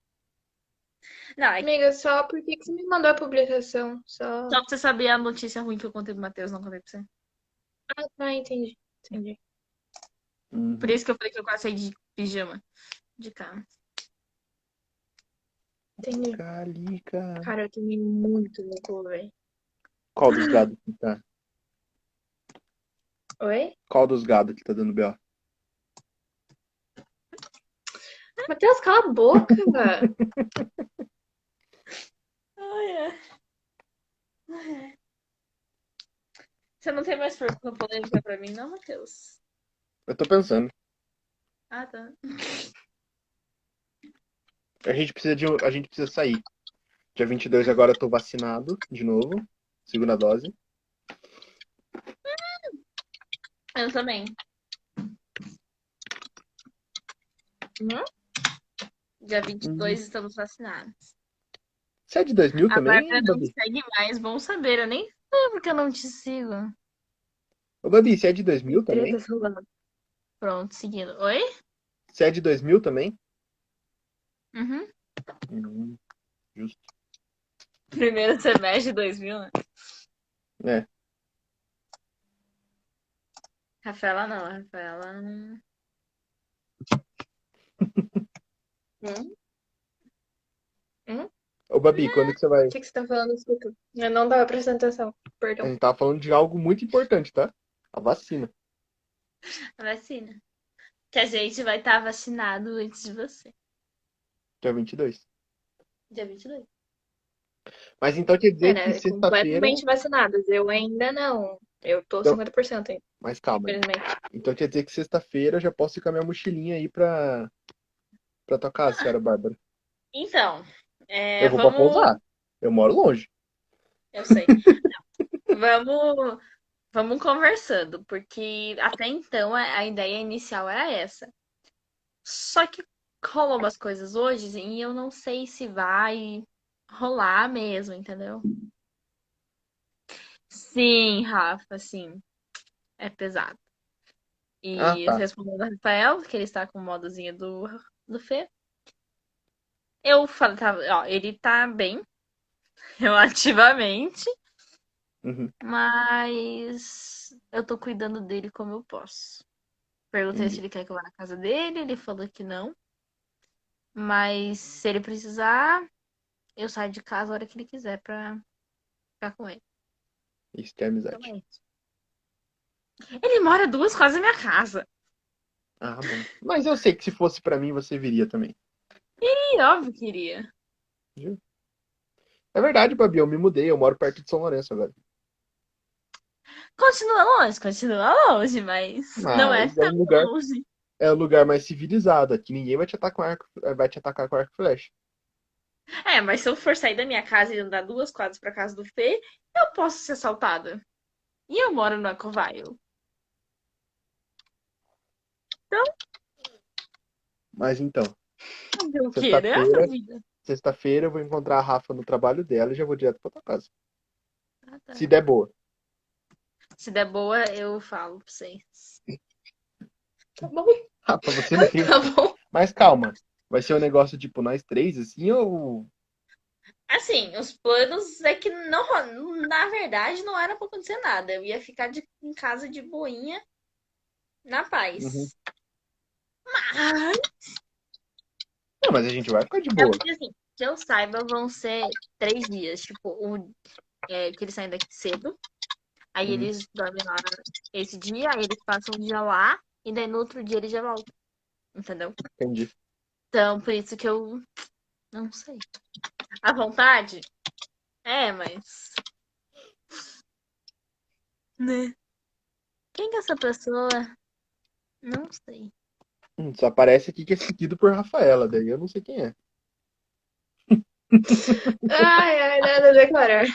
[SPEAKER 3] Não, é que
[SPEAKER 2] Amiga, só por que que você me mandou a publicação? Só.
[SPEAKER 3] só pra você saber a notícia ruim que eu contei pro Matheus, não contei pra você.
[SPEAKER 2] Ah, tá, entendi. Entendi.
[SPEAKER 1] Uhum.
[SPEAKER 3] Por isso que eu falei que eu quase saí de pijama de casa.
[SPEAKER 1] Tá.
[SPEAKER 2] Entendi.
[SPEAKER 1] Calica.
[SPEAKER 2] Cara, eu tomei muito no cu, velho.
[SPEAKER 1] Qual dos gados que tá?
[SPEAKER 2] Oi?
[SPEAKER 1] Qual dos gados que tá dando B.O.?
[SPEAKER 2] Ah, Matheus, cala a boca, velho.
[SPEAKER 3] Ai, é. Ai, é. Você não tem mais pergunta polêmica pra mim, não, Matheus?
[SPEAKER 1] Eu tô pensando.
[SPEAKER 3] Ah, tá.
[SPEAKER 1] A gente precisa de um- a gente precisa sair. Dia 22 agora eu tô vacinado de novo, segunda dose.
[SPEAKER 3] Eu também.
[SPEAKER 2] Hum?
[SPEAKER 3] Dia 22 estamos vacinados.
[SPEAKER 1] Você é de 2000
[SPEAKER 3] A
[SPEAKER 1] Hum. também,
[SPEAKER 3] Bárbara não me
[SPEAKER 1] Babi?
[SPEAKER 3] segue mais, bom saber. Eu nem lembro que eu não te sigo.
[SPEAKER 1] Ô, Babi, você é de 2000 também?
[SPEAKER 2] Tretas rolando.
[SPEAKER 3] Pronto, seguindo. Oi?
[SPEAKER 1] Você é de 2000 também?
[SPEAKER 3] Uhum.
[SPEAKER 1] Hum, justo.
[SPEAKER 3] Primeiro semestre de 2000, né?
[SPEAKER 1] É.
[SPEAKER 3] Rafaela não, Rafaela. não.
[SPEAKER 1] Ô,
[SPEAKER 2] É.
[SPEAKER 1] Babi, quando que você vai...
[SPEAKER 2] O que que você tá falando? Desculpa. Eu não tava prestando atenção.
[SPEAKER 1] A
[SPEAKER 2] Perdão.
[SPEAKER 1] gente tava Hum, tá falando de algo muito importante, tá? A vacina.
[SPEAKER 3] A é vacina. Que a gente vai estar vacinado antes de você.
[SPEAKER 1] Dia 22.
[SPEAKER 3] Dia 22.
[SPEAKER 1] Mas então quer dizer que
[SPEAKER 2] Era
[SPEAKER 1] sexta-feira...
[SPEAKER 2] É, né, completamente vacinadas. Eu ainda não. Eu tô
[SPEAKER 1] Então-
[SPEAKER 2] 50% ainda,
[SPEAKER 1] Mas calma,
[SPEAKER 2] infelizmente.
[SPEAKER 1] Então quer dizer que sexta-feira eu já posso ir com a minha mochilinha aí pra, pra tua casa, senhora Bárbara.
[SPEAKER 3] Então, é,
[SPEAKER 1] eu vou pra
[SPEAKER 3] vamos.
[SPEAKER 1] pousar. Eu moro longe.
[SPEAKER 3] Eu sei. Não. Vamos, Vamos conversando, porque até então a a ideia inicial era essa. Só que rolou umas coisas hoje e eu não sei se vai rolar mesmo, entendeu? Sim, Rafa, sim. É pesado. E
[SPEAKER 1] Ah, tá.
[SPEAKER 3] respondendo ao Rafael, que ele está com o modozinho do, do Fê. Eu falo, tá, ó, ele tá bem, relativamente,
[SPEAKER 1] Uhum.
[SPEAKER 3] mas eu tô cuidando dele como eu posso. Perguntei
[SPEAKER 1] Uhum.
[SPEAKER 3] se ele quer que eu vá na casa dele, ele falou que não.
[SPEAKER 1] Uhum.
[SPEAKER 3] Mas se ele precisar, eu saio de casa a hora que ele quiser pra ficar com ele.
[SPEAKER 1] Isso que é amizade.
[SPEAKER 3] Então é isso. Ele mora duas quase da minha casa.
[SPEAKER 1] Ah, bom. Mas eu sei que se fosse pra mim, você viria também.
[SPEAKER 3] E óbvio que iria.
[SPEAKER 1] É verdade, Babi, eu me mudei, eu moro perto de São Lourenço agora.
[SPEAKER 3] Continua longe, continua longe, mas não é
[SPEAKER 1] Mas é um
[SPEAKER 3] tão
[SPEAKER 1] lugar-
[SPEAKER 3] longe.
[SPEAKER 1] É o lugar mais civilizado, aqui ninguém vai te atacar com arco, eh, vai te atacar com arco e flecha.
[SPEAKER 3] É, mas se eu for sair da minha casa e andar duas quadras pra casa do Fê, eu posso ser assaltada. E eu moro no Acovaio.
[SPEAKER 1] Mas então,
[SPEAKER 3] Eu
[SPEAKER 1] Você
[SPEAKER 3] queira
[SPEAKER 1] tá
[SPEAKER 3] essa
[SPEAKER 1] feia?
[SPEAKER 3] né? vida.
[SPEAKER 1] sexta-feira eu vou encontrar a Rafa no trabalho dela e já vou direto pra tua casa.
[SPEAKER 3] Ah, tá.
[SPEAKER 1] Se der boa.
[SPEAKER 3] Se der boa, eu falo pra vocês.
[SPEAKER 2] Tá bom?
[SPEAKER 1] Rafa, você não tem.
[SPEAKER 3] Tá bom?
[SPEAKER 1] Mas calma, vai ser um negócio tipo nós três, assim, ou.
[SPEAKER 3] Assim, os planos é que não, ro- na verdade, não era pra acontecer nada. Eu ia ficar de- em casa de boinha, na paz.
[SPEAKER 1] Uhum.
[SPEAKER 3] Mas,
[SPEAKER 1] Não, mas a gente vai ficar de
[SPEAKER 3] é
[SPEAKER 1] boa.
[SPEAKER 3] porque, assim, que eu saiba, vão ser três dias. Tipo, o, é, que eles saem daqui cedo. Aí
[SPEAKER 1] Uhum.
[SPEAKER 3] eles dormem lá esse dia, aí eles passam o dia lá, e daí no outro dia eles já voltam. Entendeu?
[SPEAKER 1] Entendi.
[SPEAKER 3] Então, por isso que eu não sei. A vontade? É, mas. Né? Quem que é essa pessoa? Não sei.
[SPEAKER 1] Hum, Só aparece aqui que é seguido por Rafaela, daí eu não sei quem é.
[SPEAKER 2] Ai, ai, nada a declarar.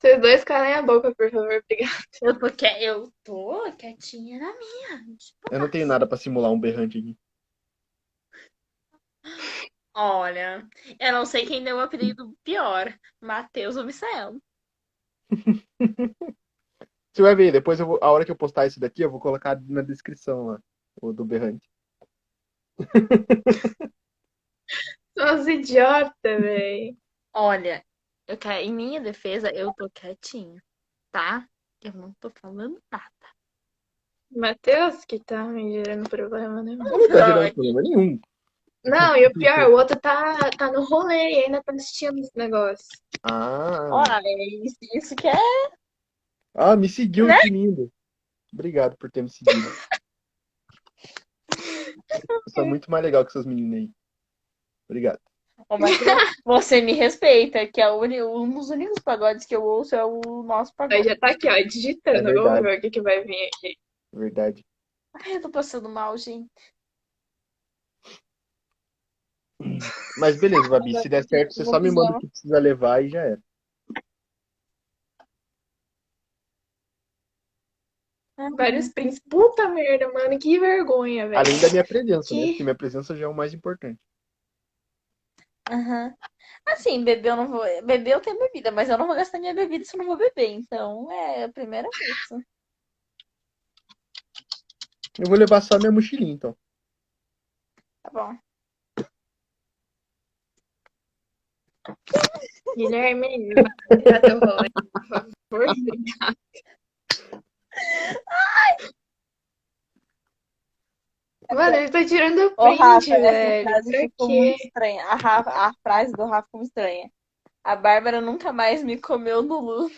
[SPEAKER 2] Vocês dois calem a boca, por favor. Obrigada.
[SPEAKER 3] Eu tô, que... eu tô quietinha na minha.
[SPEAKER 1] Eu não tenho nada pra simular um berrante aqui.
[SPEAKER 3] Olha, eu não sei quem deu o apelido pior: Matheus ou Misael.
[SPEAKER 1] Você vai ver, depois eu vou- a hora que eu postar isso daqui, eu vou colocar na descrição lá, o do berrante.
[SPEAKER 2] São os idiotas, véi.
[SPEAKER 3] Olha, eu que- em minha defesa, eu tô quietinha, tá? Eu não tô falando nada.
[SPEAKER 2] Matheus, que tá me gerando problema, né?
[SPEAKER 1] Não tá gerando problema nenhum.
[SPEAKER 2] Não, e o pior, o outro tá, tá no rolê e ainda tá assistindo esse negócio.
[SPEAKER 1] Ah,
[SPEAKER 3] Olha, é isso, isso que é.
[SPEAKER 1] ah me seguiu, que lindo. Obrigado por ter me seguido. Eu sou muito mais legal que essas meninas aí. Obrigado.
[SPEAKER 3] Ô, Matheus, você me respeita, que é o uni- um dos únicos pagodes que eu ouço é o nosso
[SPEAKER 2] Aí
[SPEAKER 3] pagode.
[SPEAKER 2] já tá aqui, ó, digitando.
[SPEAKER 1] É
[SPEAKER 2] Vamos
[SPEAKER 1] verdade.
[SPEAKER 2] ver o que, que vai vir aqui.
[SPEAKER 1] Verdade.
[SPEAKER 3] Ai, eu tô passando mal, gente.
[SPEAKER 1] Mas beleza, Babi, se der certo, você só me manda o que precisa levar e já era.
[SPEAKER 2] Vários prints. Puta merda, mano, que vergonha, velho.
[SPEAKER 1] Além da minha presença, né?
[SPEAKER 2] Que-
[SPEAKER 1] Porque minha presença já é o mais importante.
[SPEAKER 3] Aham. Assim, beber eu não vou. Beber eu tenho bebida, mas eu não vou gastar minha bebida se eu não vou beber. Então, é a primeira vez.
[SPEAKER 1] Eu vou levar só minha mochilinha, então.
[SPEAKER 3] Tá bom.
[SPEAKER 2] Guilherme, tá vai tirar teu rolê, por favor. Mano, ele tá tirando o
[SPEAKER 3] Ô, Rafa,
[SPEAKER 2] print,
[SPEAKER 3] essa
[SPEAKER 2] velho.
[SPEAKER 3] frase
[SPEAKER 2] Pra
[SPEAKER 3] ficou
[SPEAKER 2] quê?
[SPEAKER 3] muito estranha. A, Rafa- a frase do Rafa ficou estranha. A Bárbara nunca mais me comeu no Lu.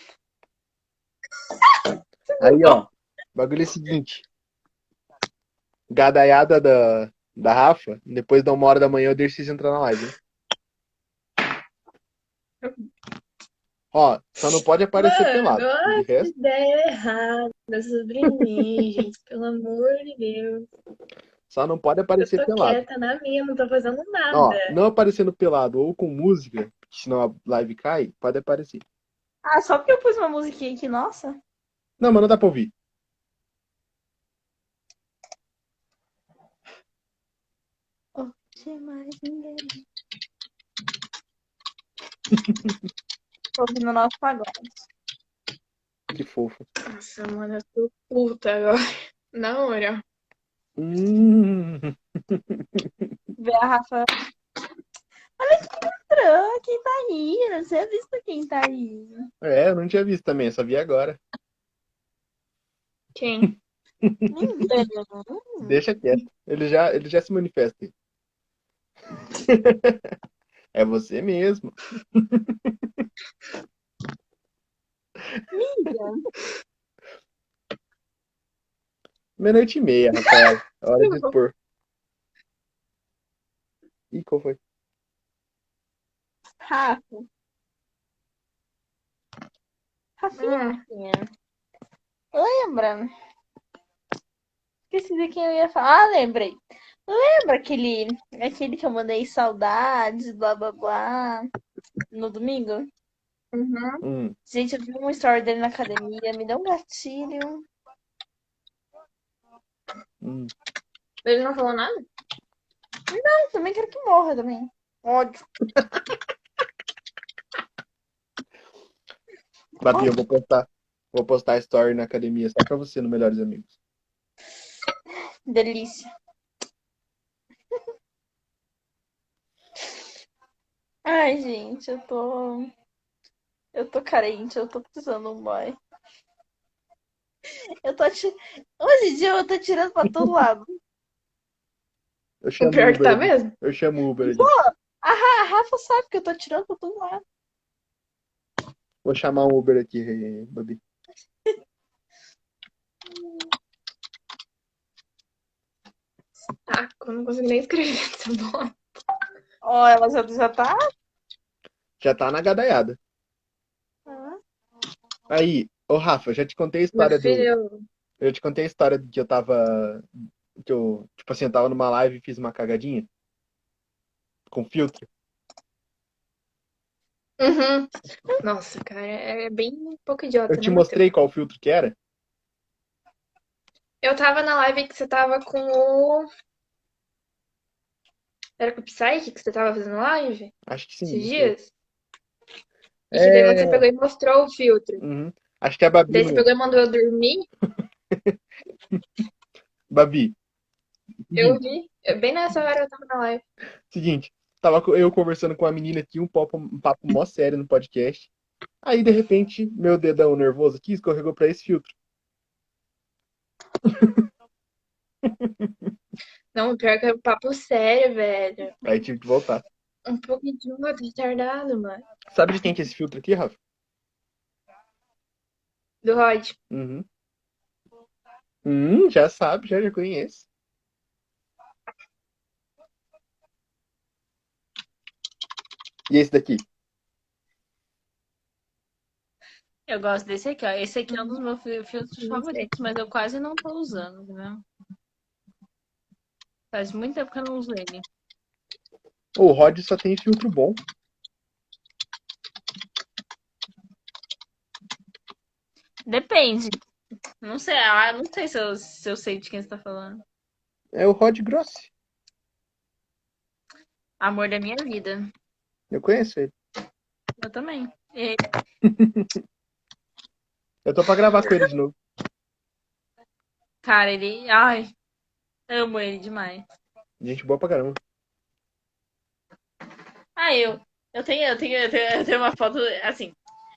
[SPEAKER 1] Aí, ó. O bagulho é o seguinte. Gadaiada da, da Rafa, depois da uma hora da manhã eu deixo vocês entrar na live. hein? Ó, só não pode aparecer
[SPEAKER 2] Mano,
[SPEAKER 1] pelado. De resto,
[SPEAKER 2] Ideia é errada sobre mim, gente. Pelo amor de Deus.
[SPEAKER 1] só não pode aparecer pelado.
[SPEAKER 2] quieta na minha, não tô fazendo
[SPEAKER 1] Ó, não aparecendo pelado ou com música, que senão a live cai, pode aparecer.
[SPEAKER 3] Ah, só porque eu pus uma musiquinha aqui, nossa.
[SPEAKER 1] Não, mas não dá pra ouvir.
[SPEAKER 3] O que mais ninguém? Tô ouvindo o nosso pagode.
[SPEAKER 1] Que fofo.
[SPEAKER 2] Nossa, mano, eu tô puta agora. Na hora.
[SPEAKER 1] Hum.
[SPEAKER 3] Ver a Rafa. Olha quem entrou, quem tá aí. Eu Não tinha visto quem tá aí.
[SPEAKER 1] É, eu não tinha visto também, eu só vi agora.
[SPEAKER 2] Quem?
[SPEAKER 3] Ninguém.
[SPEAKER 1] Deixa quieto. Ele já, ele já se manifesta. aí. é você mesmo. Meia-noite e meia, rapaz. Hora de expor. Ih, qual foi?
[SPEAKER 3] Rafa. Rafinha.
[SPEAKER 2] Ah,
[SPEAKER 3] Lembra? Esqueci de quem eu ia falar. Ah, lembrei. Lembra aquele, aquele que eu mandei saudades, blá blá blá, no domingo?
[SPEAKER 2] uhum.
[SPEAKER 1] Hum.
[SPEAKER 3] Gente, eu vi uma story dele na academia, me deu um gatilho.
[SPEAKER 1] hum.
[SPEAKER 2] Ele não falou nada?
[SPEAKER 3] Ah, Eu também quero que morra também. Ódio.
[SPEAKER 1] Babi, eu vou postar. Vou postar a story na academia só pra você, no Melhores Amigos.
[SPEAKER 3] Delícia. Ai, gente, eu tô. Eu tô carente, eu tô precisando de um boy. Eu tô. Ti... Hoje em dia eu tô tirando pra todo lado.
[SPEAKER 1] Eu chamo
[SPEAKER 2] O pior
[SPEAKER 1] Uber,
[SPEAKER 2] que tá
[SPEAKER 1] aqui.
[SPEAKER 2] mesmo.
[SPEAKER 1] Eu chamo Uber aqui.
[SPEAKER 3] A, Ra- Ah, a Rafa sabe que eu tô tirando pra todo lado.
[SPEAKER 1] Vou chamar um Uber aqui, eh, Babi.
[SPEAKER 2] Taco, Ah, não consigo nem escrever essa bola.
[SPEAKER 3] Ó, ela já, já tá.
[SPEAKER 1] Já tá na gadaiada. Aí, ô Rafa, já te contei a história
[SPEAKER 2] Meu
[SPEAKER 1] do.
[SPEAKER 2] filho,
[SPEAKER 1] Eu já te contei a história de que eu tava. Que eu, tipo assim, eu tava numa live e fiz uma cagadinha. Com filtro.
[SPEAKER 2] Uhum. Nossa, cara, é bem pouco idiota.
[SPEAKER 1] Eu te
[SPEAKER 2] né,
[SPEAKER 1] mostrei qual filtro que era.
[SPEAKER 2] Matheus? Eu tava na live que você tava com o. Era com o Psyche que você tava fazendo live
[SPEAKER 1] Acho que sim.
[SPEAKER 2] esses
[SPEAKER 1] não sei.
[SPEAKER 2] dias? E
[SPEAKER 1] É.
[SPEAKER 2] que daí você pegou e mostrou o filtro.
[SPEAKER 1] Uhum. Acho que é a Babi.
[SPEAKER 2] Daí você
[SPEAKER 1] mesmo.
[SPEAKER 2] pegou e mandou eu dormir.
[SPEAKER 1] Babi. Uhum.
[SPEAKER 2] Eu vi. Eu- Bem nessa hora eu tava na live.
[SPEAKER 1] Seguinte, tava co- eu conversando com uma menina aqui, um papo, um papo mó sério no podcast. Aí, de repente, meu dedão nervoso aqui escorregou pra esse filtro.
[SPEAKER 2] Não, pior que é um papo sério, velho.
[SPEAKER 1] Aí tive que voltar.
[SPEAKER 2] Um pouco idiota, retardado, mano.
[SPEAKER 1] Sabe de quem que é esse filtro aqui, Rafa?
[SPEAKER 2] Do Rod.
[SPEAKER 1] Uhum. Hum, já sabe, já, já conhece. E esse daqui?
[SPEAKER 4] Eu gosto desse aqui, ó. Esse aqui é um dos meus fil- filtros favoritos, mas eu quase não tô usando, né? Faz muito tempo que eu não uso ele.
[SPEAKER 1] Ô, O Rod só tem filtro bom.
[SPEAKER 4] Depende. Não sei, ah, eu não sei se eu, se eu sei de quem você tá falando.
[SPEAKER 1] É o Rod Grossi.
[SPEAKER 4] Amor da minha vida.
[SPEAKER 1] Eu conheço ele.
[SPEAKER 4] Eu também. E-
[SPEAKER 1] Eu tô pra gravar com ele de novo.
[SPEAKER 4] cara, ele. Ai, amo ele demais.
[SPEAKER 1] Gente boa pra caramba.
[SPEAKER 4] Ah, eu. Eu tenho, eu tenho, eu tenho, eu tenho uma foto, assim.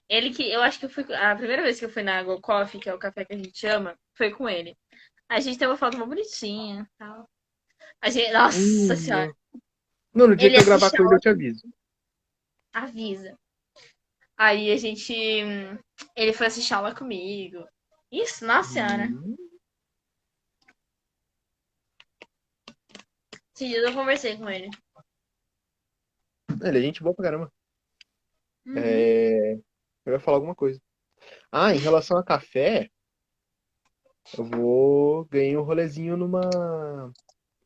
[SPEAKER 4] Ele que. Eu acho que eu fui. A primeira vez que eu fui na Go Coffee, que é o café que a gente ama, foi com ele. A gente tem uma foto muito bonitinha e tal. A gente. Nossa
[SPEAKER 1] Hum,
[SPEAKER 4] senhora,
[SPEAKER 1] Não, no dia
[SPEAKER 4] Ele
[SPEAKER 1] que eu gravar
[SPEAKER 4] assiste
[SPEAKER 1] com ele, eu te aviso.
[SPEAKER 4] avisa. Aí a gente. hum, Ele foi assistir aula comigo. Isso, nossa senhora.
[SPEAKER 1] Hum.
[SPEAKER 4] Esses dias eu conversei com ele.
[SPEAKER 1] Ele é gente boa pra caramba. É, Eu ia falar alguma coisa. Ah, em relação a café, eu vou ganhar um rolezinho numa.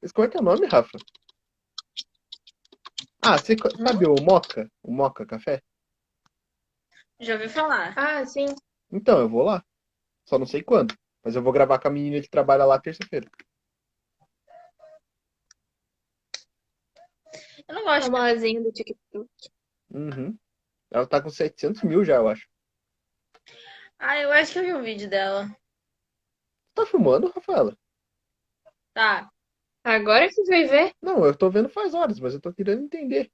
[SPEAKER 1] Mas como é que é o nome, Rafa? Ah, você co- sabe o Moca? O Moca Café?
[SPEAKER 3] Já ouvi falar.
[SPEAKER 2] Ah, sim.
[SPEAKER 1] Então, eu vou lá. Só não sei quando. Mas eu vou gravar com a menina que trabalha lá terça-feira.
[SPEAKER 3] Eu não gosto.
[SPEAKER 2] Famosinho do TikTok.
[SPEAKER 1] Uhum. Ela tá com 700 mil já, eu acho.
[SPEAKER 3] Ah, eu acho que eu vi um vídeo dela.
[SPEAKER 1] Tá filmando, Rafaela?
[SPEAKER 3] Tá.
[SPEAKER 2] Agora que vai ver.
[SPEAKER 1] Não, eu tô vendo faz horas, mas eu tô querendo entender.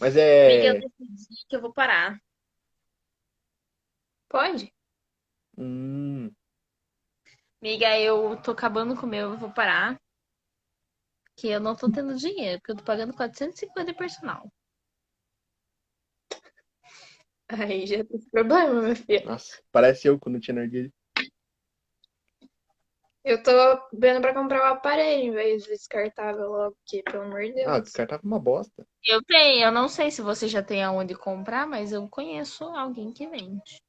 [SPEAKER 1] Mas
[SPEAKER 3] Miguel,
[SPEAKER 1] é.
[SPEAKER 3] eu decidi que eu vou parar.
[SPEAKER 2] Pode?
[SPEAKER 1] Hum,
[SPEAKER 3] Miga, eu tô acabando com o meu, eu vou parar. Que eu não tô tendo dinheiro, porque eu tô pagando 450 em personal.
[SPEAKER 2] Aí já tá tem problema, meu filho.
[SPEAKER 1] nossa, parece eu quando tinha narguilha.
[SPEAKER 2] Eu tô vendo pra comprar o aparelho em vez do descartável logo, que pelo amor de Deus.
[SPEAKER 1] Ah, descartava uma bosta.
[SPEAKER 3] Eu tenho, eu não sei se você já tem aonde comprar, mas eu conheço alguém que vende.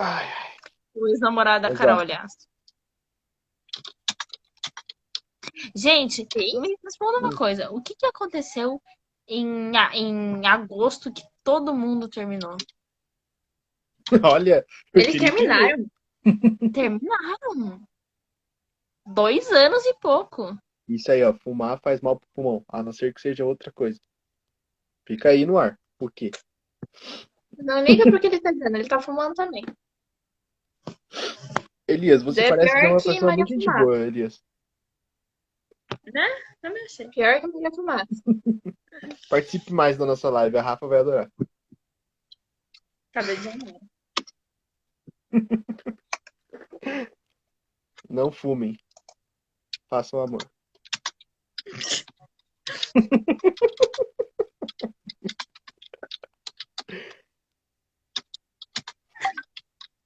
[SPEAKER 1] Ai,
[SPEAKER 3] O ex-namorado da
[SPEAKER 1] Mas,
[SPEAKER 3] Carol,
[SPEAKER 1] ó.
[SPEAKER 3] aliás. Gente, me responda uma coisa. O que, que aconteceu em, a- em agosto que todo mundo terminou?
[SPEAKER 1] olha. eu
[SPEAKER 3] Eles
[SPEAKER 1] queria entender.
[SPEAKER 3] terminaram. Terminaram. Dois anos e pouco.
[SPEAKER 1] Isso aí, ó. Fumar faz mal pro pulmão, a não ser que seja outra coisa. Fica aí no ar. Por quê?
[SPEAKER 2] Não liga pro que ele tá dizendo, ele tá fumando também.
[SPEAKER 1] Elias, você
[SPEAKER 2] É
[SPEAKER 1] parece que é
[SPEAKER 2] pior
[SPEAKER 1] uma
[SPEAKER 2] que
[SPEAKER 1] pessoa
[SPEAKER 2] Maria
[SPEAKER 1] muito gente
[SPEAKER 2] Fumaça.
[SPEAKER 1] boa, Elias.
[SPEAKER 3] Não me achei.
[SPEAKER 2] Pior que a mulher fumada.
[SPEAKER 1] Participe mais da nossa live, a Rafa vai adorar.
[SPEAKER 3] Acabei de amar.
[SPEAKER 1] Não fumem. Façam amor.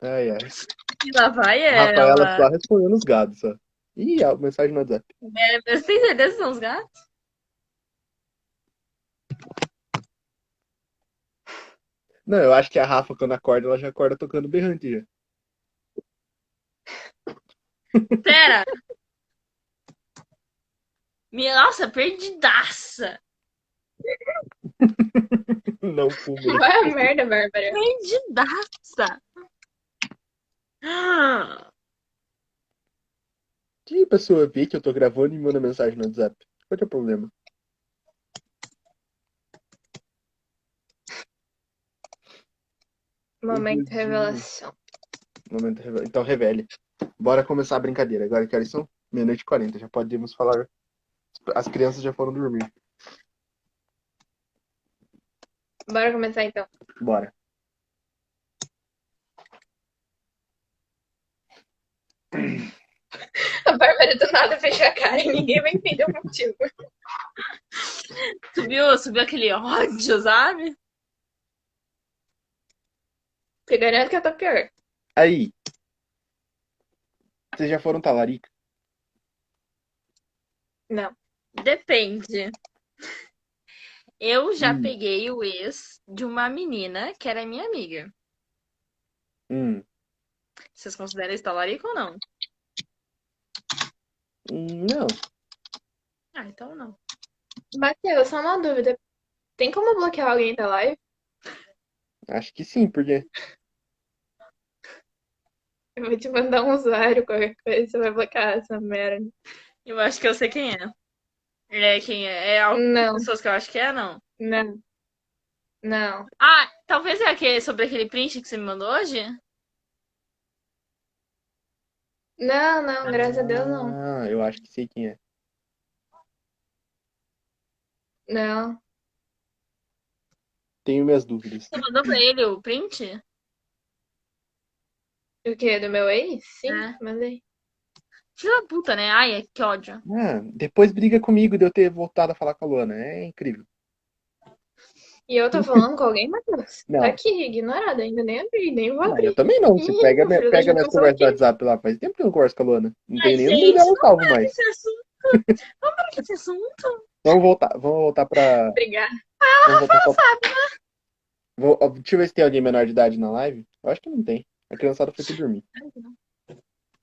[SPEAKER 1] Ai, ai.
[SPEAKER 3] E lá vai
[SPEAKER 1] Rafaela
[SPEAKER 3] ela.
[SPEAKER 1] só respondendo os gados, só. Ih, a mensagem no WhatsApp.
[SPEAKER 3] É, Você tem certeza que são os gatos?
[SPEAKER 1] Não, eu acho que a Rafa, quando acorda, ela já acorda tocando berrante já.
[SPEAKER 3] Pera. Minha, nossa, perdidaça.
[SPEAKER 1] Não fumem.
[SPEAKER 2] Vai a merda, Bárbara.
[SPEAKER 3] Perdidaça. Ah.
[SPEAKER 1] Se a pessoa vê que eu tô gravando e manda mensagem no WhatsApp, qual que é o problema?
[SPEAKER 2] Momento
[SPEAKER 1] Deus.
[SPEAKER 2] revelação.
[SPEAKER 1] Momento reve- Então, revele. Bora começar a brincadeira. Agora que horas são? Meia-noite e 40. Já podemos falar. As crianças já foram dormir.
[SPEAKER 2] Bora começar então.
[SPEAKER 1] Bora.
[SPEAKER 2] A Bárbara do nada fechou a cara e ninguém vai entender o motivo.
[SPEAKER 3] Subiu, subiu aquele ódio, sabe?
[SPEAKER 2] Te garanto que eu tô pior.
[SPEAKER 1] Aí. Vocês já foram talarica?
[SPEAKER 2] Não.
[SPEAKER 3] Depende. Eu já
[SPEAKER 1] Hum.
[SPEAKER 3] peguei o ex de uma menina que era minha amiga.
[SPEAKER 1] Hum.
[SPEAKER 3] Vocês consideram isso talarico ou não?
[SPEAKER 1] Hum, Não.
[SPEAKER 3] Ah, então não.
[SPEAKER 2] Matheus, só uma dúvida. Tem como bloquear alguém da live?
[SPEAKER 1] Acho que sim, porque.
[SPEAKER 2] Eu vou te mandar um usuário, qualquer coisa, você vai bloquear essa merda.
[SPEAKER 3] Eu acho que eu sei quem é. É quem é? É algumas
[SPEAKER 2] Não,
[SPEAKER 3] pessoas que eu acho que é, não.
[SPEAKER 2] não. Não.
[SPEAKER 3] Ah, talvez é aquele sobre aquele print que você me mandou hoje?
[SPEAKER 2] Não, não, graças a Deus não.
[SPEAKER 1] Ah, eu acho que sei quem é.
[SPEAKER 2] Não.
[SPEAKER 1] Tenho minhas dúvidas.
[SPEAKER 3] Você mandou pra ele o print?
[SPEAKER 2] O quê? Do meu ex? Sim,
[SPEAKER 3] É.
[SPEAKER 2] mandei.
[SPEAKER 3] Filha da puta, né? Ai, que ódio.
[SPEAKER 1] Ah, depois briga comigo de eu ter voltado a falar com a Luana. É incrível.
[SPEAKER 2] E eu tô falando com alguém, Matheus?
[SPEAKER 1] Não.
[SPEAKER 2] Tá aqui, ignorado, ainda nem abri, nem vou
[SPEAKER 1] Ah, eu
[SPEAKER 2] abrir.
[SPEAKER 1] também não. Você
[SPEAKER 2] Ih,
[SPEAKER 1] pega,
[SPEAKER 2] meu
[SPEAKER 1] pega
[SPEAKER 2] filho, deixa
[SPEAKER 1] minha
[SPEAKER 2] eu pensar
[SPEAKER 1] conversa do
[SPEAKER 2] aqui.
[SPEAKER 1] WhatsApp lá. Faz tempo que eu não converso com a Luana. Não
[SPEAKER 3] Ai,
[SPEAKER 1] tem nenhum
[SPEAKER 3] gente,
[SPEAKER 1] dela salvo mais.
[SPEAKER 3] Esse assunto. Vamos para esse assunto.
[SPEAKER 1] Vamos voltar, vamos voltar pra.
[SPEAKER 2] Obrigada.
[SPEAKER 1] Vamos voltar pra... Vou- ó, deixa eu ver se tem alguém menor de idade na live. Eu acho que não tem. A criançada foi tudo dormir.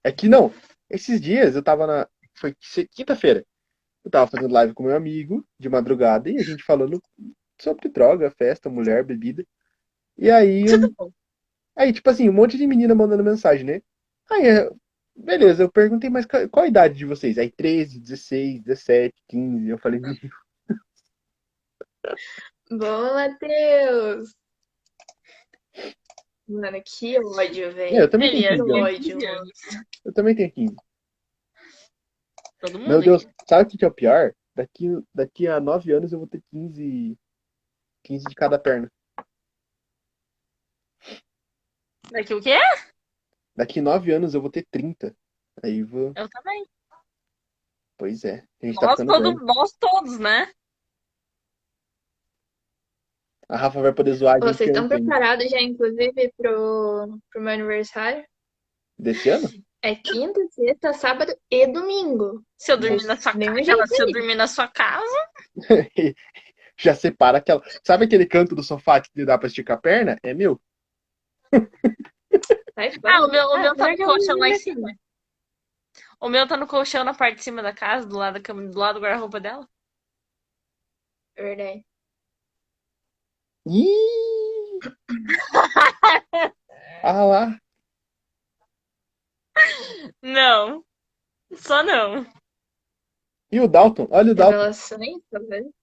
[SPEAKER 1] É que não. Esses dias eu tava na. Foi se- quinta-feira. Eu tava fazendo live com meu amigo de madrugada e a gente falando sobre droga, festa, mulher, bebida. E aí. eu- Aí, tipo assim, um monte de menina mandando mensagem, né? Aí, eu- beleza, eu perguntei, mas ca- qual a idade de vocês? Aí, 13, 16, 17, 15. Eu falei,
[SPEAKER 2] Bom, Matheus! Mano, que ódio, velho.
[SPEAKER 1] É, eu também tenho
[SPEAKER 2] Que
[SPEAKER 1] 15 anos.
[SPEAKER 2] ódio. mano.
[SPEAKER 1] Eu também tenho 15.
[SPEAKER 3] Todo
[SPEAKER 2] Hum,
[SPEAKER 3] mundo.
[SPEAKER 1] Meu
[SPEAKER 3] aqui.
[SPEAKER 1] Deus, sabe o que que é o pior? Daqui, daqui a 9 anos eu vou ter 15. 15 de cada perna.
[SPEAKER 3] Daqui o quê?
[SPEAKER 1] Daqui 9 anos eu vou ter 30. Aí eu vou.
[SPEAKER 3] Eu também.
[SPEAKER 1] Pois é. A gente tá
[SPEAKER 3] Nós,
[SPEAKER 1] ficando
[SPEAKER 3] todo,
[SPEAKER 1] velho.
[SPEAKER 3] nós todos, né?
[SPEAKER 1] A Rafa vai poder zoar a gente
[SPEAKER 2] Vocês estão
[SPEAKER 1] antes ainda.
[SPEAKER 2] preparados já, inclusive, pro, pro meu aniversário?
[SPEAKER 1] desse ano?
[SPEAKER 2] É quinta, sexta, sábado e domingo.
[SPEAKER 3] Se eu dormir
[SPEAKER 1] Nossa,
[SPEAKER 3] na sua
[SPEAKER 2] nenhum
[SPEAKER 3] casa,
[SPEAKER 2] jeito
[SPEAKER 3] se eu
[SPEAKER 2] aí.
[SPEAKER 3] dormir na sua casa.
[SPEAKER 1] Já separa aquela. Sabe aquele canto do sofá que dá pra esticar a perna? É meu.
[SPEAKER 2] Sai fora.
[SPEAKER 3] Ah, o meu, o meu tá no
[SPEAKER 2] larga a
[SPEAKER 3] colchão lá em
[SPEAKER 2] menina
[SPEAKER 3] cima. O meu tá no colchão na parte de cima da casa, do lado da cama, do lado do guarda-roupa dela.
[SPEAKER 2] É Verdade.
[SPEAKER 1] Ih! Ah lá.
[SPEAKER 3] Não. Só não.
[SPEAKER 1] E o Dalton? Olha o Dalton.
[SPEAKER 2] Revelações, tá vendo?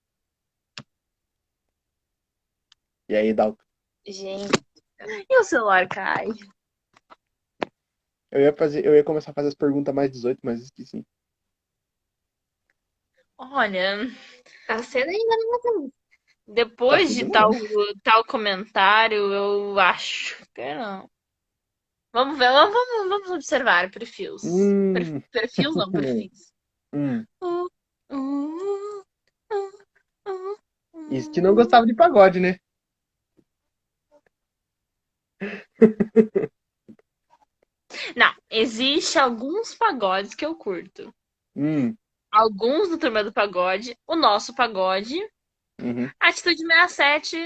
[SPEAKER 1] E aí, Dalton?
[SPEAKER 2] Gente,
[SPEAKER 3] E o celular cai.
[SPEAKER 1] Eu ia fazer, eu ia começar a fazer as perguntas mais 18, mas esqueci.
[SPEAKER 3] Olha,
[SPEAKER 2] a cena tá ainda não acabou.
[SPEAKER 3] depois
[SPEAKER 1] Tá
[SPEAKER 3] de
[SPEAKER 1] tudo
[SPEAKER 3] tal, tal comentário, eu acho que não. Vamos ver, vamos, vamos- vamos observar perfis.
[SPEAKER 1] Hum.
[SPEAKER 3] Perfis, perfis não, perfis.
[SPEAKER 1] Hum.
[SPEAKER 3] Hum, hum, hum, hum.
[SPEAKER 1] Isso que não gostava de pagode, né?
[SPEAKER 3] Não, existe alguns pagodes que eu curto.
[SPEAKER 1] Hum.
[SPEAKER 3] Alguns do Turma do Pagode, o nosso pagode,
[SPEAKER 1] Uhum.
[SPEAKER 3] a Atitude 67,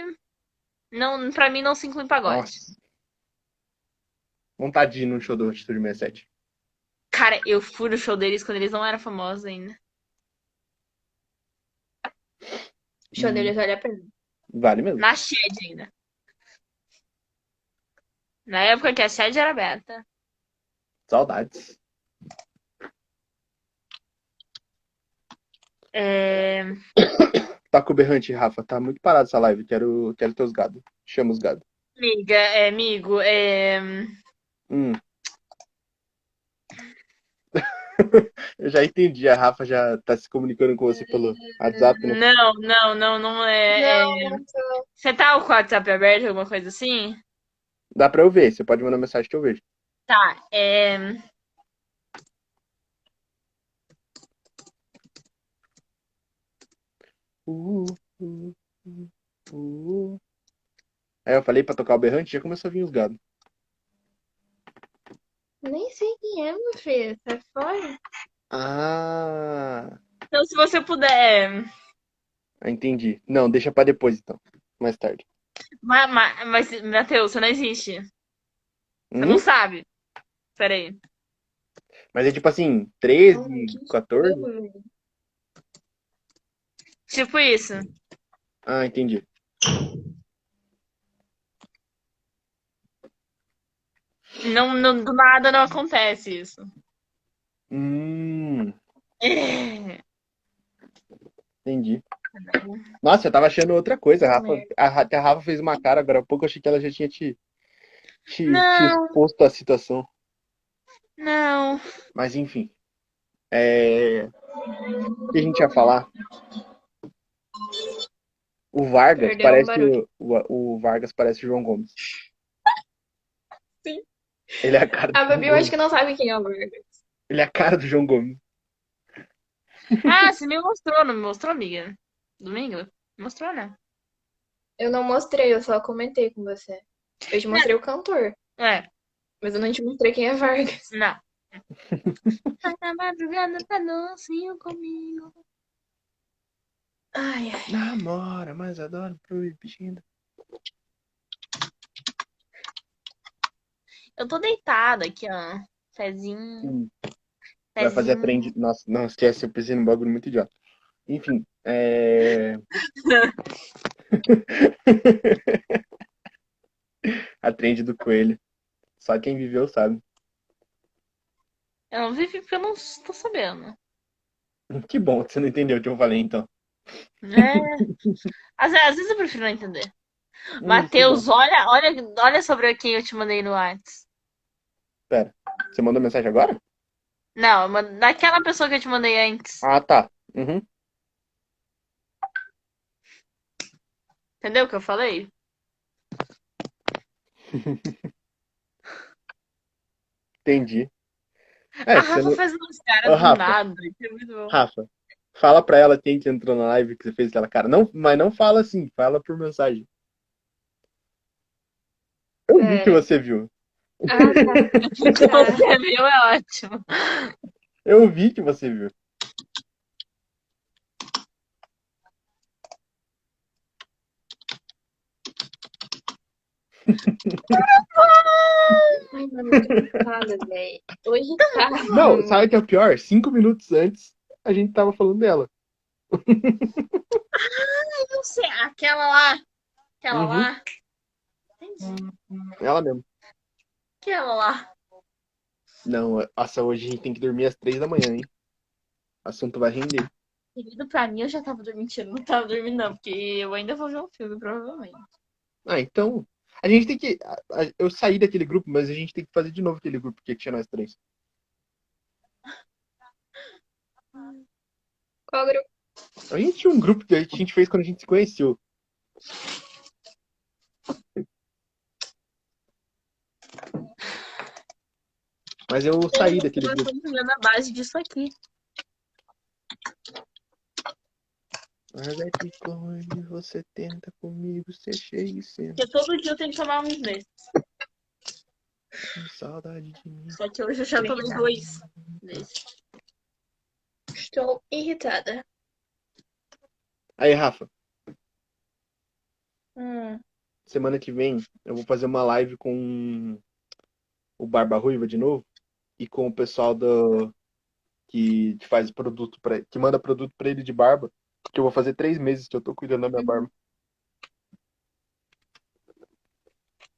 [SPEAKER 3] não, pra mim não se inclui em pagode.
[SPEAKER 1] Nossa. Vontade de ir num show do Atitude 67.
[SPEAKER 3] Cara, eu fui no show deles quando eles não eram famosos ainda.
[SPEAKER 2] Deixa
[SPEAKER 1] Hum.
[SPEAKER 2] eu deles olhar pra mim.
[SPEAKER 1] Vale mesmo.
[SPEAKER 3] Na Shed ainda. Na época que a Shed era aberta.
[SPEAKER 1] Saudades.
[SPEAKER 3] É,
[SPEAKER 1] Tá com o berrante, Rafa. Tá muito parado essa live. Quero, quero teus gado. Chama os gado.
[SPEAKER 3] Amiga, é, amigo, é,
[SPEAKER 1] Hum. Eu já entendi. A Rafa já tá se comunicando com você pelo WhatsApp. Né?
[SPEAKER 3] Não, não, não, não é. é-
[SPEAKER 2] Não,
[SPEAKER 3] Você tá com o WhatsApp aberto, alguma coisa assim?
[SPEAKER 1] Dá pra eu ver. Você pode mandar mensagem que eu vejo.
[SPEAKER 3] Tá, é.
[SPEAKER 1] Uh, uh, uh, uh. Aí eu falei pra tocar o berrante já começou a vir os gado.
[SPEAKER 2] nem sei quem é, meu filho. Sai fora.
[SPEAKER 1] Ah.
[SPEAKER 3] Então, se você puder.
[SPEAKER 1] Ah, Entendi. Não, deixa pra depois então. Mais tarde.
[SPEAKER 3] Mas, mas, mas Matheus, você não existe. Você
[SPEAKER 1] Hum?
[SPEAKER 3] não sabe. Peraí.
[SPEAKER 1] Mas é tipo assim, 13,
[SPEAKER 2] Ai, que
[SPEAKER 1] 14?
[SPEAKER 3] Tipo isso.
[SPEAKER 1] Ah, entendi.
[SPEAKER 3] Não, não- do nada não acontece isso.
[SPEAKER 1] Hum, entendi. Nossa, eu tava achando outra coisa. A Rafa, a, Ra- que a Rafa fez uma cara agora há pouco, eu achei que ela já tinha te, te, te
[SPEAKER 3] Não.
[SPEAKER 1] exposto à situação.
[SPEAKER 3] Não.
[SPEAKER 1] Mas enfim. É... O que a gente ia falar? O Vargas
[SPEAKER 2] Perdeu o
[SPEAKER 1] parece
[SPEAKER 2] barulho.
[SPEAKER 1] o, o, o Vargas parece o João Gomes.
[SPEAKER 2] Sim.
[SPEAKER 1] Ele é a cara do
[SPEAKER 2] A
[SPEAKER 1] João
[SPEAKER 2] Ah, Babi eu acho
[SPEAKER 1] Gomes.
[SPEAKER 2] que não sabe quem é o Burger.
[SPEAKER 1] Ele é a cara do João Gomes.
[SPEAKER 3] Ah, você me mostrou, não me mostrou, amiga? Domingo? Mostrou, né?
[SPEAKER 2] Eu não mostrei, eu só comentei com você. Eu te mostrei o cantor,
[SPEAKER 3] É,
[SPEAKER 2] mas eu não te mostrei quem é Vargas.
[SPEAKER 3] não. Na madrugada tá docinho comigo. Ai, ai.
[SPEAKER 1] Namora, mas adoro proibindo.
[SPEAKER 3] Eu tô deitada aqui, ó. Pezinho.
[SPEAKER 1] Vai fazer a
[SPEAKER 3] pezinho.
[SPEAKER 1] trend. Nossa, não esquece, eu pensei num bagulho muito idiota. Enfim, é... a trend do coelho. Só quem viveu sabe.
[SPEAKER 3] Eu não vivi porque eu não tô sabendo.
[SPEAKER 1] Que bom que você não entendeu o que eu falei, então.
[SPEAKER 3] É. Às, às vezes eu prefiro não entender. Matheus, olha, olha, olha sobre quem eu te mandei no WhatsApp.
[SPEAKER 1] Pera, você mandou mensagem agora?
[SPEAKER 3] Não, eu mand- daquela pessoa que eu te mandei antes.
[SPEAKER 1] Ah, tá. Uhum.
[SPEAKER 3] Entendeu o que eu falei?
[SPEAKER 1] Entendi. É,
[SPEAKER 3] a
[SPEAKER 1] você
[SPEAKER 3] Rafa
[SPEAKER 1] não-
[SPEAKER 3] faz Ah, uns
[SPEAKER 1] Ô,
[SPEAKER 3] caras do
[SPEAKER 1] Rafa.
[SPEAKER 3] nada. Isso é muito bom.
[SPEAKER 1] Rafa, fala pra ela quem que entrou na live que você fez aquela cara. Não, mas não fala assim, fala por mensagem. Eu vi
[SPEAKER 2] É.
[SPEAKER 1] que você viu.
[SPEAKER 2] Ah,
[SPEAKER 3] Que você viu é ótimo.
[SPEAKER 1] Eu vi que você viu.
[SPEAKER 2] tá. Ai, mano, eu tô cansada, velho. Hoje tá.
[SPEAKER 1] Não, sabe o que é o pior? Cinco minutos antes a gente tava falando dela.
[SPEAKER 3] Não sei, aquela lá. Aquela
[SPEAKER 1] Uhum.
[SPEAKER 3] lá. Entendi.
[SPEAKER 1] Ela mesmo.
[SPEAKER 3] Aquela lá.
[SPEAKER 1] Não, nossa, hoje a gente tem que dormir às três da manhã, hein? O assunto vai render.
[SPEAKER 3] Querido, pra mim eu já tava dormindo. Mentira, eu não tava dormindo, não, porque eu ainda vou ver um filme, provavelmente.
[SPEAKER 1] Ah, então. A gente tem que. a- a- Eu saí daquele grupo, mas a gente tem que fazer de novo aquele grupo que tinha nós três.
[SPEAKER 2] Qual grupo?
[SPEAKER 1] A gente tinha um grupo que a gente fez quando a gente se conheceu. Mas eu saí daquele
[SPEAKER 3] Eu
[SPEAKER 1] grupo.
[SPEAKER 3] tô vivendo a base disso aqui.
[SPEAKER 1] Mas é que quando você tenta comigo, você chega e sente
[SPEAKER 3] Porque todo dia eu tenho que tomar uns desses.
[SPEAKER 1] saudade de mim.
[SPEAKER 3] Só que hoje eu já tomei dois desses.
[SPEAKER 2] Estou irritada.
[SPEAKER 1] Aí, Rafa.
[SPEAKER 3] Hum.
[SPEAKER 1] semana que vem eu vou fazer uma live com o Barba Ruiva de novo e com o pessoal do que que faz produto para que manda produto pra ele de barba, que eu vou fazer três meses que eu tô cuidando da
[SPEAKER 3] Uhum.
[SPEAKER 1] minha barba.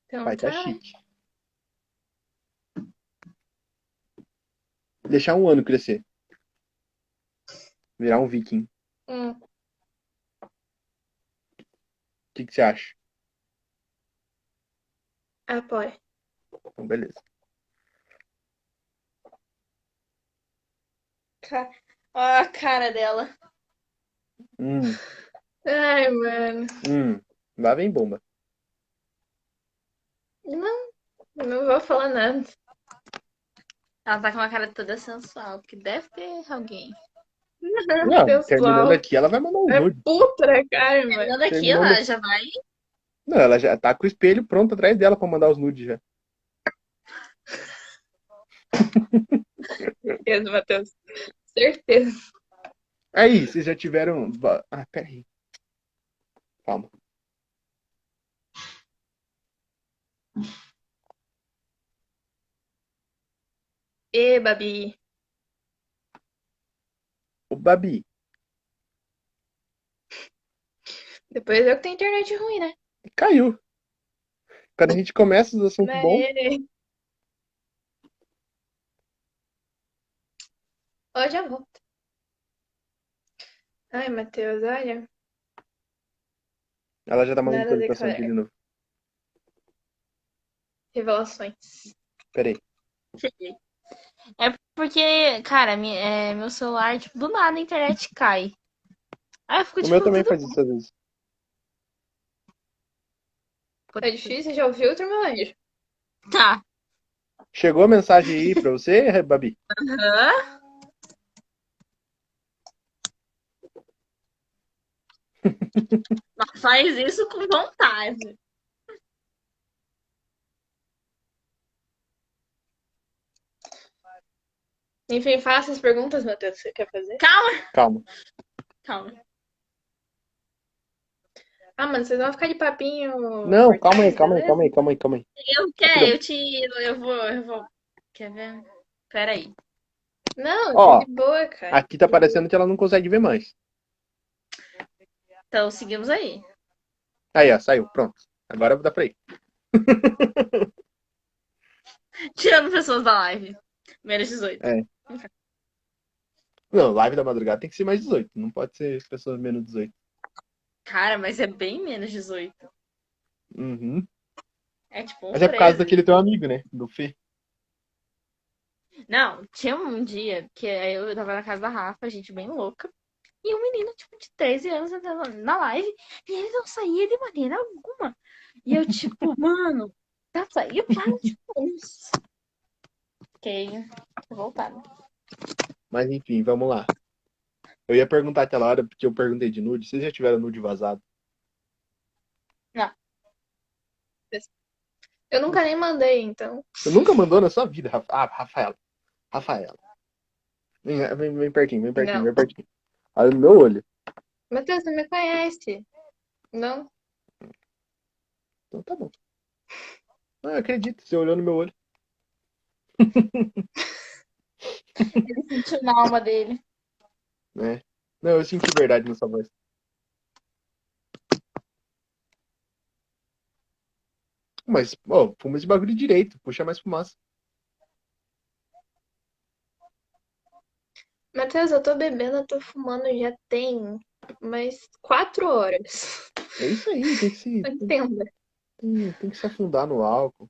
[SPEAKER 3] Então
[SPEAKER 1] Vai
[SPEAKER 3] tá.
[SPEAKER 1] tá chique. Deixar um ano crescer. Virar um viking. O
[SPEAKER 2] Hum,
[SPEAKER 1] que, que você acha?
[SPEAKER 2] apoio.
[SPEAKER 1] Então, beleza.
[SPEAKER 3] Ca- Ó a cara dela.
[SPEAKER 1] Hum,
[SPEAKER 2] Ai, mano.
[SPEAKER 1] hum. Lá vem bomba.
[SPEAKER 2] Não, não vou falar nada.
[SPEAKER 3] Ela tá com uma cara toda sensual, porque deve ter alguém.
[SPEAKER 1] Não,
[SPEAKER 2] Pessoal.
[SPEAKER 1] terminando aqui, ela vai mandar um
[SPEAKER 2] É
[SPEAKER 1] nude.
[SPEAKER 2] puta na cara, mano.
[SPEAKER 3] Olhando aqui,
[SPEAKER 1] Terminou
[SPEAKER 3] ela já vai.
[SPEAKER 1] Não, ela já tá com o espelho pronto atrás dela pra mandar os nudes já.
[SPEAKER 2] Certeza, Matheus. Certeza.
[SPEAKER 1] Aí, vocês já tiveram. va- Ah, peraí. Calma.
[SPEAKER 2] Ê, Babi.
[SPEAKER 1] Ô, Babi,
[SPEAKER 2] Depois eu que tenho internet ruim, né?
[SPEAKER 1] caiu. Quando a gente começa os assuntos
[SPEAKER 2] Mas-
[SPEAKER 1] bons.
[SPEAKER 2] Hoje eu volto. Ai, Matheus, olha.
[SPEAKER 1] Ela já tá mandando
[SPEAKER 2] Nada a ver
[SPEAKER 1] solicitação
[SPEAKER 2] com
[SPEAKER 1] aqui de novo.
[SPEAKER 2] Revelações.
[SPEAKER 1] Peraí.
[SPEAKER 2] Tipo,
[SPEAKER 3] É porque, cara, mi- é, meu celular, tipo, do nada a internet cai. Aí eu fico
[SPEAKER 1] O
[SPEAKER 3] tipo.
[SPEAKER 1] meu também
[SPEAKER 3] tudo-
[SPEAKER 1] faz isso às vezes.
[SPEAKER 2] É difícil, já ouviu outro meu anjo?
[SPEAKER 3] Tá.
[SPEAKER 1] Chegou a mensagem aí pra você, Babi?
[SPEAKER 3] Hã? Mas faz isso com vontade.
[SPEAKER 2] Enfim, faça as perguntas, Matheus, que você quer fazer.
[SPEAKER 3] Calma,
[SPEAKER 1] Calma.
[SPEAKER 3] calma.
[SPEAKER 2] Ah, mano, vocês vão ficar de papinho.
[SPEAKER 1] Não,
[SPEAKER 2] por
[SPEAKER 1] calma aí,
[SPEAKER 2] trás,
[SPEAKER 1] calma aí,
[SPEAKER 2] né?
[SPEAKER 1] calma aí, calma aí, calma aí.
[SPEAKER 3] Eu quero, eu te. Eu vou, eu vou. Quer ver? Peraí.
[SPEAKER 2] Não,
[SPEAKER 1] Ó,
[SPEAKER 2] de boa, cara.
[SPEAKER 1] Aqui tá parecendo que ela não consegue ver mais.
[SPEAKER 3] Então seguimos aí.
[SPEAKER 1] Aí, ó, saiu. Pronto. Agora dá pra ir.
[SPEAKER 3] Tirando pessoas da live. Menos 18.
[SPEAKER 1] É. Não, live da madrugada tem que ser mais 18. Não pode ser pessoas menos 18.
[SPEAKER 3] Cara, mas é bem menos 18.
[SPEAKER 1] Uhum.
[SPEAKER 3] É tipo um
[SPEAKER 1] Mas é por causa
[SPEAKER 3] 13.
[SPEAKER 1] daquele teu amigo, né? Do Fê.
[SPEAKER 3] Não, tinha um dia que eu tava na casa da Rafa, gente bem louca. E um menino, tipo, de 13 anos entrando na live. E ele não saía de maneira alguma. E eu, tipo, mano, tá saindo para de luz. Ok, voltaram.
[SPEAKER 1] Mas enfim, vamos lá. Eu ia perguntar aquela hora, porque eu perguntei de nude. Vocês já tiveram nude vazado?
[SPEAKER 2] Eu nunca nem mandei, então.
[SPEAKER 1] Você nunca mandou na sua vida, Rafa... ah, Rafaela. Rafaela. Vem, vem, vem pertinho, vem pertinho,
[SPEAKER 2] Não.
[SPEAKER 1] vem pertinho. Olha no meu olho.
[SPEAKER 2] Matheus, não me conhece. Não?
[SPEAKER 1] Então tá bom. Não, eu acredito, você olhou no meu olho.
[SPEAKER 3] Ele sentiu na alma dele.
[SPEAKER 1] Né? Não, eu senti verdade na sua voz. Mas, ó, fuma esse bagulho direito, puxa mais fumaça.
[SPEAKER 2] Matheus, eu tô bebendo, eu tô fumando já tem mais quatro horas.
[SPEAKER 1] É isso aí, tem que se,
[SPEAKER 2] Entenda.
[SPEAKER 1] tem, tem que se afundar no álcool.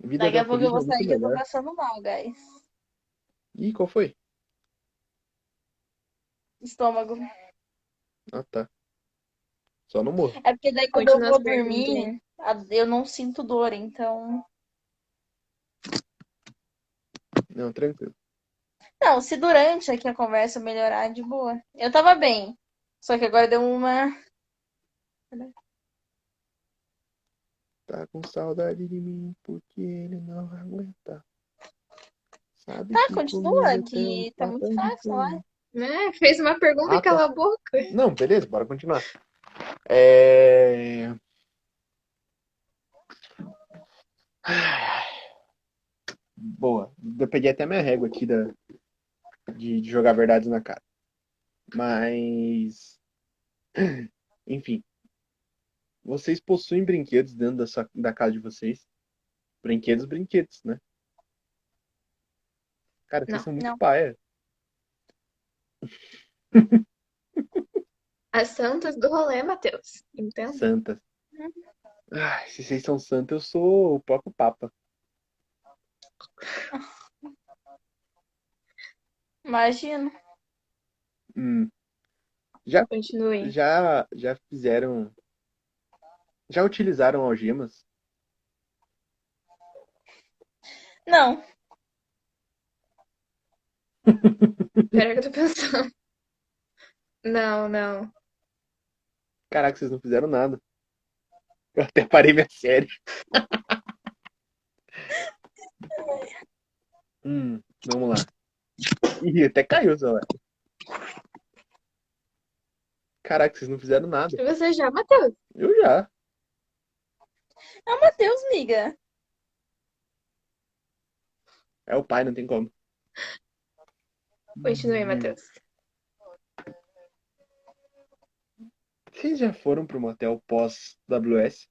[SPEAKER 1] Vida
[SPEAKER 3] Daqui a
[SPEAKER 1] de
[SPEAKER 3] pouco eu vou
[SPEAKER 1] alcoolismo é
[SPEAKER 3] sair que
[SPEAKER 1] muito
[SPEAKER 3] eu tô
[SPEAKER 1] melhor.
[SPEAKER 3] passando mal, guys.
[SPEAKER 1] Ih, qual foi?
[SPEAKER 3] Estômago.
[SPEAKER 1] Ah, tá. Só não morro.
[SPEAKER 3] É porque daí quando
[SPEAKER 2] Continua
[SPEAKER 3] eu vou
[SPEAKER 2] as perguntas.
[SPEAKER 3] dormir, a- eu não sinto dor, então.
[SPEAKER 1] Não, tranquilo.
[SPEAKER 3] Não, se durante aqui a conversa melhorar, de boa. Eu tava bem. Só que agora deu uma.
[SPEAKER 1] Tá com saudade de mim porque ele não aguenta. Sabe
[SPEAKER 3] Tá,
[SPEAKER 1] que
[SPEAKER 3] continua,
[SPEAKER 1] comigo
[SPEAKER 3] que
[SPEAKER 1] tem
[SPEAKER 3] tá
[SPEAKER 1] um
[SPEAKER 3] muito
[SPEAKER 1] papel de
[SPEAKER 3] fácil, lá.
[SPEAKER 2] Né? Fez uma pergunta
[SPEAKER 1] Ah,
[SPEAKER 2] e
[SPEAKER 1] tá.
[SPEAKER 2] cala a boca.
[SPEAKER 1] Não, beleza, bora continuar. É... Ai, Boa. Eu peguei até minha régua aqui da... de, de jogar verdades na cara. Mas. Enfim. Vocês possuem brinquedos dentro da, sua- da casa de vocês? Brinquedos, brinquedos, né? Cara, vocês
[SPEAKER 2] Não,
[SPEAKER 1] são muito
[SPEAKER 3] não.
[SPEAKER 1] paia.
[SPEAKER 2] As santas do rolê, Matheus. Entenda.
[SPEAKER 1] Santas.
[SPEAKER 2] Uhum.
[SPEAKER 1] Ai, se vocês são santos, eu sou o próprio Papa.
[SPEAKER 3] Imagina.
[SPEAKER 1] Hum.
[SPEAKER 2] Continue.
[SPEAKER 1] Já, já fizeram. Já utilizaram algemas?
[SPEAKER 3] Não,
[SPEAKER 2] Pera que eu tô pensando. Não, não.
[SPEAKER 1] Caraca, vocês não fizeram nada. Eu até parei minha série. Hum, vamos lá. Ih, até caiu, Zé. Caraca, vocês não fizeram nada.
[SPEAKER 2] Você já, Matheus?
[SPEAKER 1] Eu já.
[SPEAKER 3] é o Matheus, miga.
[SPEAKER 1] É o pai, não tem como. Hum.
[SPEAKER 2] Continue, Matheus.
[SPEAKER 1] Vocês já foram um pro motel pós-WS?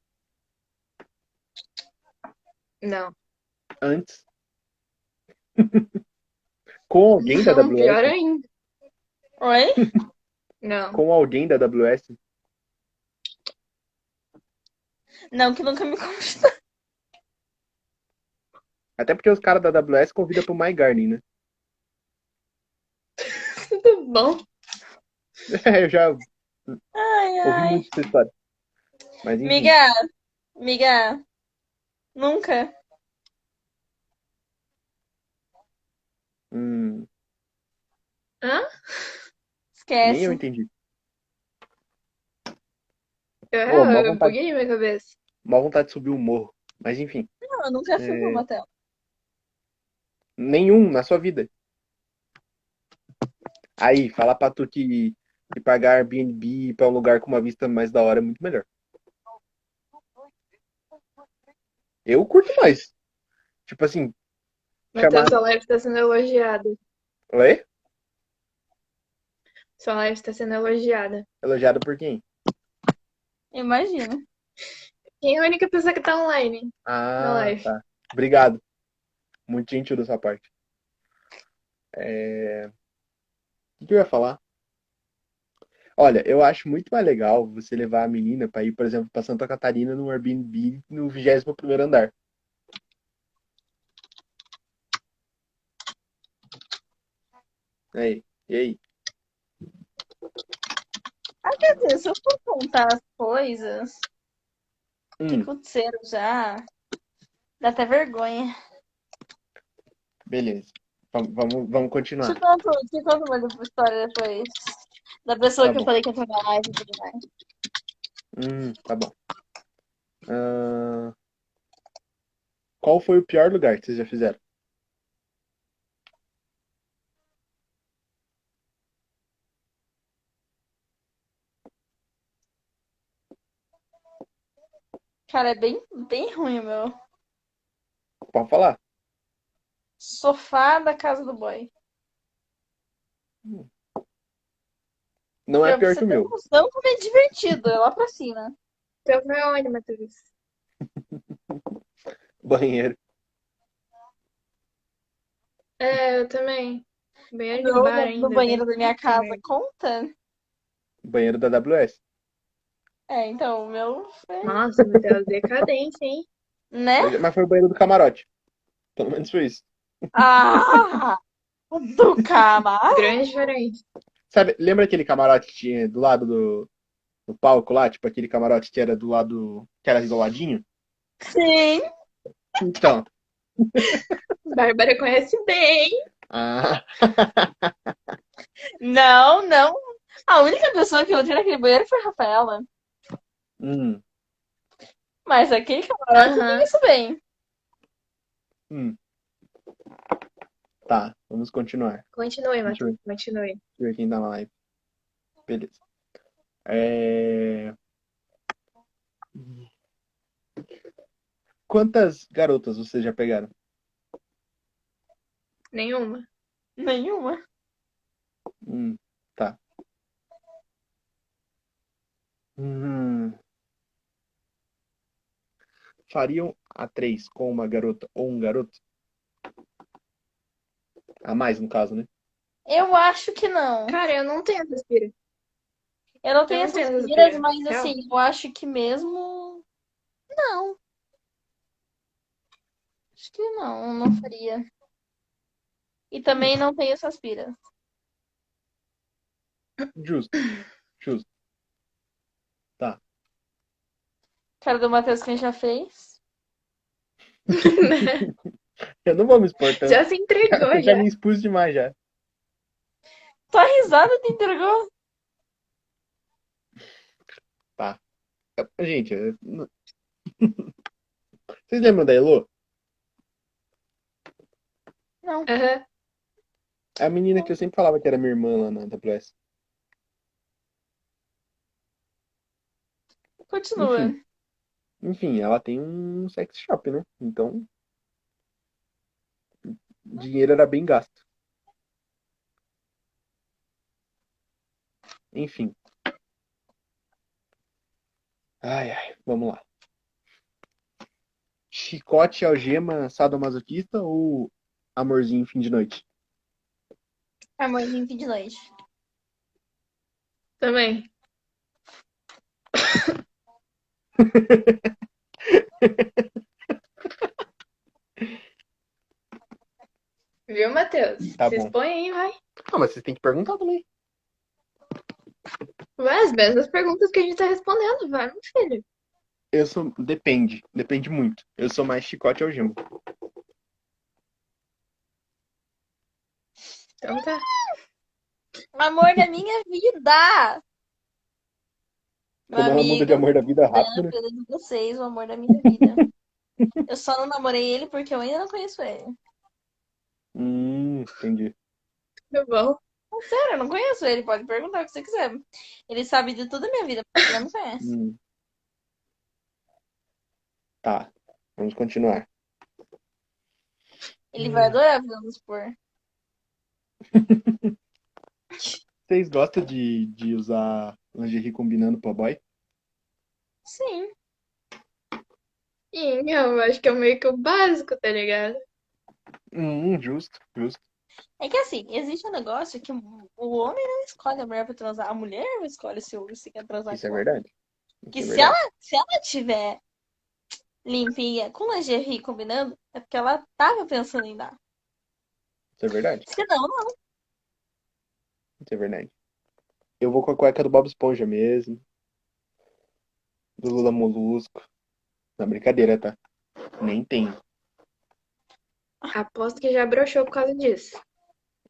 [SPEAKER 2] Não.
[SPEAKER 1] Antes? Com alguém da
[SPEAKER 2] Não, pior
[SPEAKER 1] WS?
[SPEAKER 2] ainda.
[SPEAKER 3] Oi?
[SPEAKER 2] Não.
[SPEAKER 1] Com alguém da WS?
[SPEAKER 3] Não, que nunca me convidou.
[SPEAKER 1] Até porque os caras da AWS convidam pro My Garden, né?
[SPEAKER 2] Tudo bom.
[SPEAKER 1] Eu já ouvi
[SPEAKER 3] Ai, ai.
[SPEAKER 1] muito essa história. Mas enfim,
[SPEAKER 3] Miga, miga. Nunca.
[SPEAKER 1] hum, nem eu
[SPEAKER 3] Esquece.
[SPEAKER 1] entendi.
[SPEAKER 2] Eu,
[SPEAKER 1] Pô, mó
[SPEAKER 2] eu
[SPEAKER 1] vontade.
[SPEAKER 2] buguei minha cabeça.
[SPEAKER 1] Má vontade de subir o morro. Mas enfim,
[SPEAKER 3] Não, eu nunca fui pro
[SPEAKER 1] É.
[SPEAKER 3] motel.
[SPEAKER 1] nenhum na sua vida. Aí, falar pra tu que, que pagar Airbnb e ir pra um lugar com uma vista mais da hora é muito melhor. Eu curto mais. Tipo assim,
[SPEAKER 2] Matheus,
[SPEAKER 1] Chamada. é
[SPEAKER 2] a live tá sendo elogiada.
[SPEAKER 1] oi?
[SPEAKER 2] Sua live está sendo elogiada.
[SPEAKER 1] Elogiado por quem?
[SPEAKER 3] Imagina.
[SPEAKER 2] Quem é a única pessoa que tá online? Na
[SPEAKER 1] Ah,
[SPEAKER 2] live.
[SPEAKER 1] tá. Obrigado. Muito gentil da sua parte. É, O que eu ia falar? Olha, eu acho muito mais legal você levar a menina pra ir, por exemplo, pra Santa Catarina num Airbnb no 21º andar. Aí, e aí?
[SPEAKER 3] Quer dizer, se eu for contar as coisas que
[SPEAKER 1] Hum,
[SPEAKER 3] aconteceram já, dá até vergonha.
[SPEAKER 1] beleza. Vamos, vamos, vamos
[SPEAKER 3] Te
[SPEAKER 1] continuar.
[SPEAKER 3] conto, te conto mais uma história depois. Da pessoa
[SPEAKER 1] Tá
[SPEAKER 3] que eu
[SPEAKER 1] bom.
[SPEAKER 3] falei que entrou na live e tudo mais.
[SPEAKER 1] Hum, tá bom. Ah, Qual foi o pior lugar que vocês já fizeram?
[SPEAKER 3] Cara, é bem, bem ruim o meu.
[SPEAKER 1] Pode falar.
[SPEAKER 3] Sofá da casa do boy.
[SPEAKER 1] Não é
[SPEAKER 3] Pra
[SPEAKER 1] pior
[SPEAKER 3] você
[SPEAKER 1] que o
[SPEAKER 3] ter
[SPEAKER 1] meu.
[SPEAKER 3] noção como é divertido, é lá pra cima.
[SPEAKER 2] Então vai onde, Matheus?
[SPEAKER 1] Banheiro.
[SPEAKER 2] É, eu também. Banheiro de
[SPEAKER 3] Eu,
[SPEAKER 2] É bar
[SPEAKER 3] no,
[SPEAKER 2] ainda. né?
[SPEAKER 3] no banheiro da minha casa,
[SPEAKER 2] Merda.
[SPEAKER 3] conta?
[SPEAKER 1] Banheiro da AWS.
[SPEAKER 3] É, então, o meu foi.
[SPEAKER 2] Nossa, Matheus, decadente, hein?
[SPEAKER 3] Né?
[SPEAKER 1] Mas foi o banheiro do camarote. Pelo menos foi isso.
[SPEAKER 3] Ah! o do cama.
[SPEAKER 2] Grande diferença.
[SPEAKER 1] Sabe, lembra aquele camarote que tinha do lado do, do palco lá? Tipo aquele camarote que era do lado. que era isoladinho?
[SPEAKER 3] Sim!
[SPEAKER 1] Então.
[SPEAKER 2] Bárbara conhece bem.
[SPEAKER 1] Ah,
[SPEAKER 3] Não, não. A única pessoa que eu entrei naquele banheiro foi a Rafaela.
[SPEAKER 1] hum,
[SPEAKER 3] Mas aquele camarote eu
[SPEAKER 2] Aham.
[SPEAKER 3] conheço bem.
[SPEAKER 1] tá. Vamos continuar. Deixa
[SPEAKER 2] Continue, Matheus,
[SPEAKER 1] eu ver,
[SPEAKER 2] continue.
[SPEAKER 1] deixa eu ver quem tá na live. Beleza. É... Quantas garotas vocês já pegaram?
[SPEAKER 2] Nenhuma.
[SPEAKER 3] Nenhuma.
[SPEAKER 1] Hum, tá. Hum. Fariam a três com uma garota ou um garoto? A mais, no caso, né?
[SPEAKER 3] Eu acho que não.
[SPEAKER 2] Cara, eu não tenho essa aspira.
[SPEAKER 3] Eu não tenho
[SPEAKER 2] não
[SPEAKER 3] essas
[SPEAKER 2] tenho essas
[SPEAKER 3] piras,
[SPEAKER 2] piras,
[SPEAKER 3] mas
[SPEAKER 2] não.
[SPEAKER 3] assim, eu acho que mesmo. Não. Acho que não, não faria. E também não tenho essas piras.
[SPEAKER 1] Justo, justo.
[SPEAKER 3] Cara do Matheus quem já fez.
[SPEAKER 1] Eu não vou me expor tanto.
[SPEAKER 2] Já se entregou,
[SPEAKER 1] Então. Eu já
[SPEAKER 2] já.
[SPEAKER 1] me expus demais já.
[SPEAKER 3] Tua risada te entregou.
[SPEAKER 1] Gente, eu- não- vocês lembram da Elô?
[SPEAKER 2] Aham.
[SPEAKER 1] É A menina que eu sempre falava que era minha irmã lá na AWS.
[SPEAKER 3] Continua.
[SPEAKER 1] Enfim. Enfim, ela tem um sex shop, né? Então. Dinheiro era bem gasto. Enfim. Ai, ai, vamos lá. Chicote, algema, sadomasoquista ou amorzinho fim de noite?
[SPEAKER 3] Amorzinho fim de noite.
[SPEAKER 2] Também. Viu, Matheus?
[SPEAKER 1] Tá
[SPEAKER 2] se
[SPEAKER 1] bom.
[SPEAKER 2] expõe aí, vai.
[SPEAKER 1] Ah, mas vocês têm que perguntar também.
[SPEAKER 2] Vai, as mesmas perguntas que a gente tá respondendo, vai, meu filho.
[SPEAKER 1] Eu sou. Depende. Depende muito. Eu sou mais chicote e algema.
[SPEAKER 2] Então tá.
[SPEAKER 3] Amor da minha vida! Meu
[SPEAKER 1] Como ela muda de
[SPEAKER 3] amigo,
[SPEAKER 1] amor da vida rápido, né?
[SPEAKER 3] eu de vocês, o amor da minha vida. eu só não namorei ele porque eu ainda não conheço ele. É.
[SPEAKER 1] Hum, entendi.
[SPEAKER 2] Tudo bom.
[SPEAKER 3] Sério, eu não conheço ele, pode perguntar o que você quiser. Ele sabe de toda a minha vida, mas ele não me conhece.
[SPEAKER 1] Hum. Tá, vamos continuar.
[SPEAKER 3] Ele vai adorar, vamos supor.
[SPEAKER 1] Vocês gostam de, de usar lingerie combinando pro boy?
[SPEAKER 3] Sim.
[SPEAKER 2] Sim, eu acho que é meio que o básico, tá ligado?
[SPEAKER 1] Hum, justo, justo.
[SPEAKER 3] É que assim, existe um negócio que o homem não escolhe a mulher pra transar, a mulher escolhe se, se quer transar
[SPEAKER 1] Isso é
[SPEAKER 3] com
[SPEAKER 1] verdade. Isso
[SPEAKER 3] Que
[SPEAKER 1] é
[SPEAKER 3] se
[SPEAKER 1] verdade.
[SPEAKER 3] ela, se ela tiver limpinha com lingerie combinando, é porque ela tava pensando em dar.
[SPEAKER 1] Isso é verdade.
[SPEAKER 3] Se não, não.
[SPEAKER 1] Isso é verdade. Eu vou com a cueca do Bob Esponja mesmo. Do Lula Molusco. Na brincadeira, tá? Nem tem.
[SPEAKER 2] Aposto que já broxou por causa disso.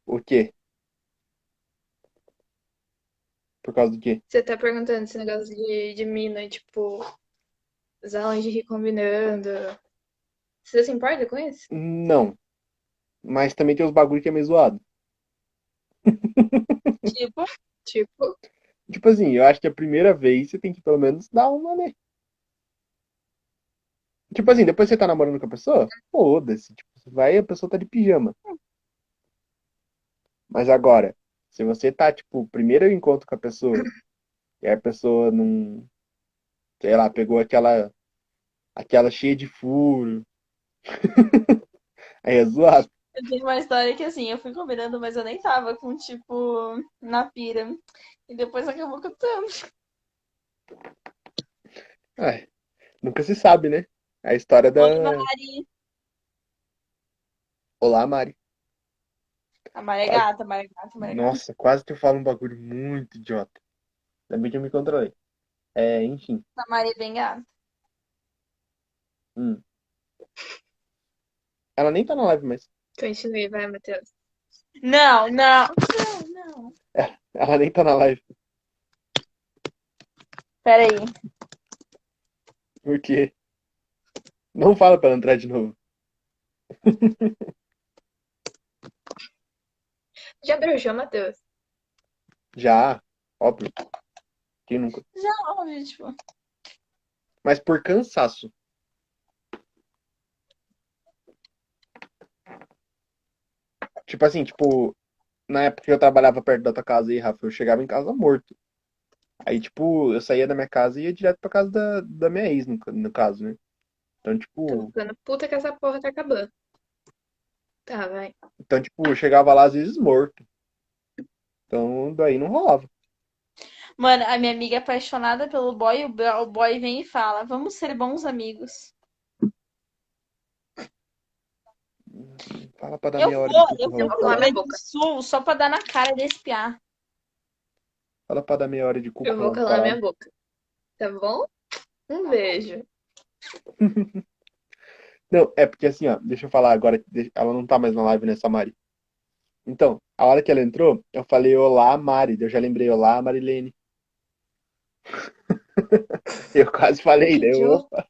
[SPEAKER 1] O quê? Por causa do quê?
[SPEAKER 2] Você tá perguntando esse negócio de, de mina, tipo, usar lingerie combinando. Você se importa com isso?
[SPEAKER 1] Não. Mas também tem os bagulho que é meio zoado.
[SPEAKER 3] Tipo,
[SPEAKER 2] Tipo,
[SPEAKER 1] Tipo assim, eu acho que a primeira vez você tem que pelo menos dar uma, né? Tipo assim, depois você tá namorando com a pessoa, foda-se. Tipo, você vai e a pessoa tá de pijama. Mas agora, se você tá, tipo, primeiro encontro com a pessoa, e aí a pessoa não. Sei lá, pegou aquela. Aquela cheia de furo. Aí é zoado.
[SPEAKER 3] eu tenho uma história que assim, eu fui combinando, mas eu nem tava com, tipo, na pira. E depois acabou que eu tava.
[SPEAKER 1] Ai, nunca se sabe, né? A história da.
[SPEAKER 3] Olha, Mari.
[SPEAKER 1] Olá, Mari.
[SPEAKER 3] A Mari é gata, a Mari é gata, a Mari é gata.
[SPEAKER 1] Nossa, quase que eu falo um bagulho muito idiota. Ainda bem que eu me controlei. É, enfim.
[SPEAKER 3] A Mari é bem gata.
[SPEAKER 1] Hum. Ela nem tá na live, mas.
[SPEAKER 2] continue, vai, Matheus.
[SPEAKER 3] Não, não. Não, não.
[SPEAKER 1] Ela nem tá na live.
[SPEAKER 3] Peraí.
[SPEAKER 1] Por quê? Não fala pra ela entrar de novo.
[SPEAKER 2] Já broxou, Matheus?
[SPEAKER 1] Já, óbvio. Quem nunca?
[SPEAKER 3] Óbvio, tipo.
[SPEAKER 1] Mas por cansaço. Tipo assim, tipo, na época que eu trabalhava perto da tua casa aí, Rafa, eu chegava em casa morto. Aí, tipo, eu saía da minha casa e ia direto pra casa da, da minha ex, no, ca- no caso, né? Então,
[SPEAKER 2] Tô
[SPEAKER 1] tipo,
[SPEAKER 2] ficando puta que essa porra tá acabando. Tá, vai.
[SPEAKER 1] então, tipo, eu chegava lá às vezes morto. Então, daí não rolava.
[SPEAKER 3] Mano, a minha amiga é apaixonada pelo boy, o bo- o boy vem e fala: Vamos ser bons amigos.
[SPEAKER 1] Fala pra dar
[SPEAKER 3] Eu
[SPEAKER 1] minha Tá hora
[SPEAKER 3] vou,
[SPEAKER 1] de
[SPEAKER 3] eu
[SPEAKER 1] curso,
[SPEAKER 3] vou
[SPEAKER 1] Rafa.
[SPEAKER 3] pro
[SPEAKER 2] Cala
[SPEAKER 3] Rio
[SPEAKER 2] a
[SPEAKER 3] Grande
[SPEAKER 2] boca.
[SPEAKER 3] do Sul só pra dar na cara desse piá.
[SPEAKER 1] Fala pra dar meia hora de culpa.
[SPEAKER 2] Eu vou calar minha boca. Tá bom? Um beijo.
[SPEAKER 1] Não, é porque assim, ó, deixa eu falar agora, de- ela não tá mais na live, né, Samari? Então, a hora que ela entrou, eu falei olá, Mari, daí eu já lembrei olá, Marilene. Eu quase falei, né? Eu,
[SPEAKER 2] Idiota.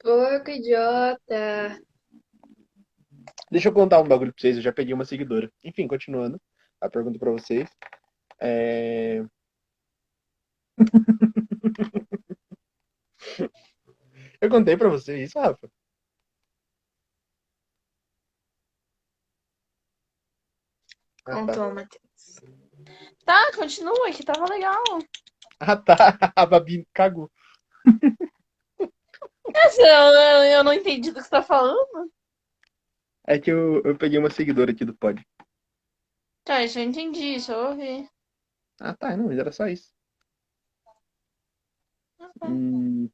[SPEAKER 2] Porco idiota.
[SPEAKER 1] Deixa eu contar um bagulho pra vocês, eu já peguei uma seguidora. Enfim, continuando a pergunta pra vocês. É... Eu contei pra vocês isso, Rafa? Ah, tá.
[SPEAKER 2] Contou, Matheus.
[SPEAKER 3] Tá, continua, que tava legal.
[SPEAKER 1] Ah, tá. A Babi cagou.
[SPEAKER 3] Mas eu, eu, eu não entendi do que você tá falando.
[SPEAKER 1] É que eu, eu peguei uma seguidora aqui do pod.
[SPEAKER 3] Tá, isso eu entendi, isso eu ouvi.
[SPEAKER 1] Ah, tá, não, mas era só isso. Hum,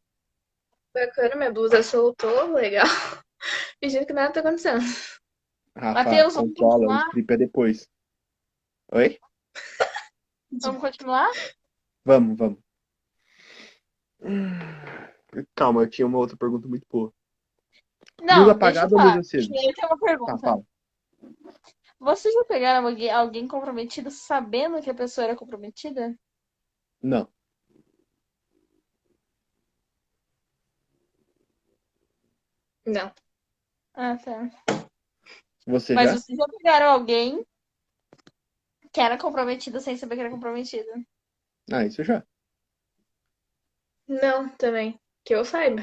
[SPEAKER 2] Bacana, minha blusa soltou, legal. Fingindo que nada tá acontecendo.
[SPEAKER 1] Rafa,
[SPEAKER 3] Matheus, vamos
[SPEAKER 1] controla, o
[SPEAKER 3] continuar?
[SPEAKER 1] strip é depois. Oi?
[SPEAKER 3] Vamos continuar?
[SPEAKER 1] Vamos, vamos. Hum, Calma, eu tinha uma outra pergunta muito boa.
[SPEAKER 3] Não,
[SPEAKER 1] Luz
[SPEAKER 3] deixa eu
[SPEAKER 1] apagada ou
[SPEAKER 3] falar.
[SPEAKER 1] luz acesa?
[SPEAKER 3] Eu tenho uma
[SPEAKER 1] Tá,
[SPEAKER 3] pergunta.
[SPEAKER 1] fala.
[SPEAKER 3] Vocês já pegaram alguém, alguém comprometido sabendo que a pessoa era comprometida?
[SPEAKER 1] Não.
[SPEAKER 2] Não.
[SPEAKER 3] Ah, tá.
[SPEAKER 1] Você
[SPEAKER 3] Mas
[SPEAKER 1] já?
[SPEAKER 3] vocês já pegaram alguém que era comprometida sem saber que era comprometida?
[SPEAKER 1] Ah, isso já.
[SPEAKER 2] Não, também. Que eu saiba.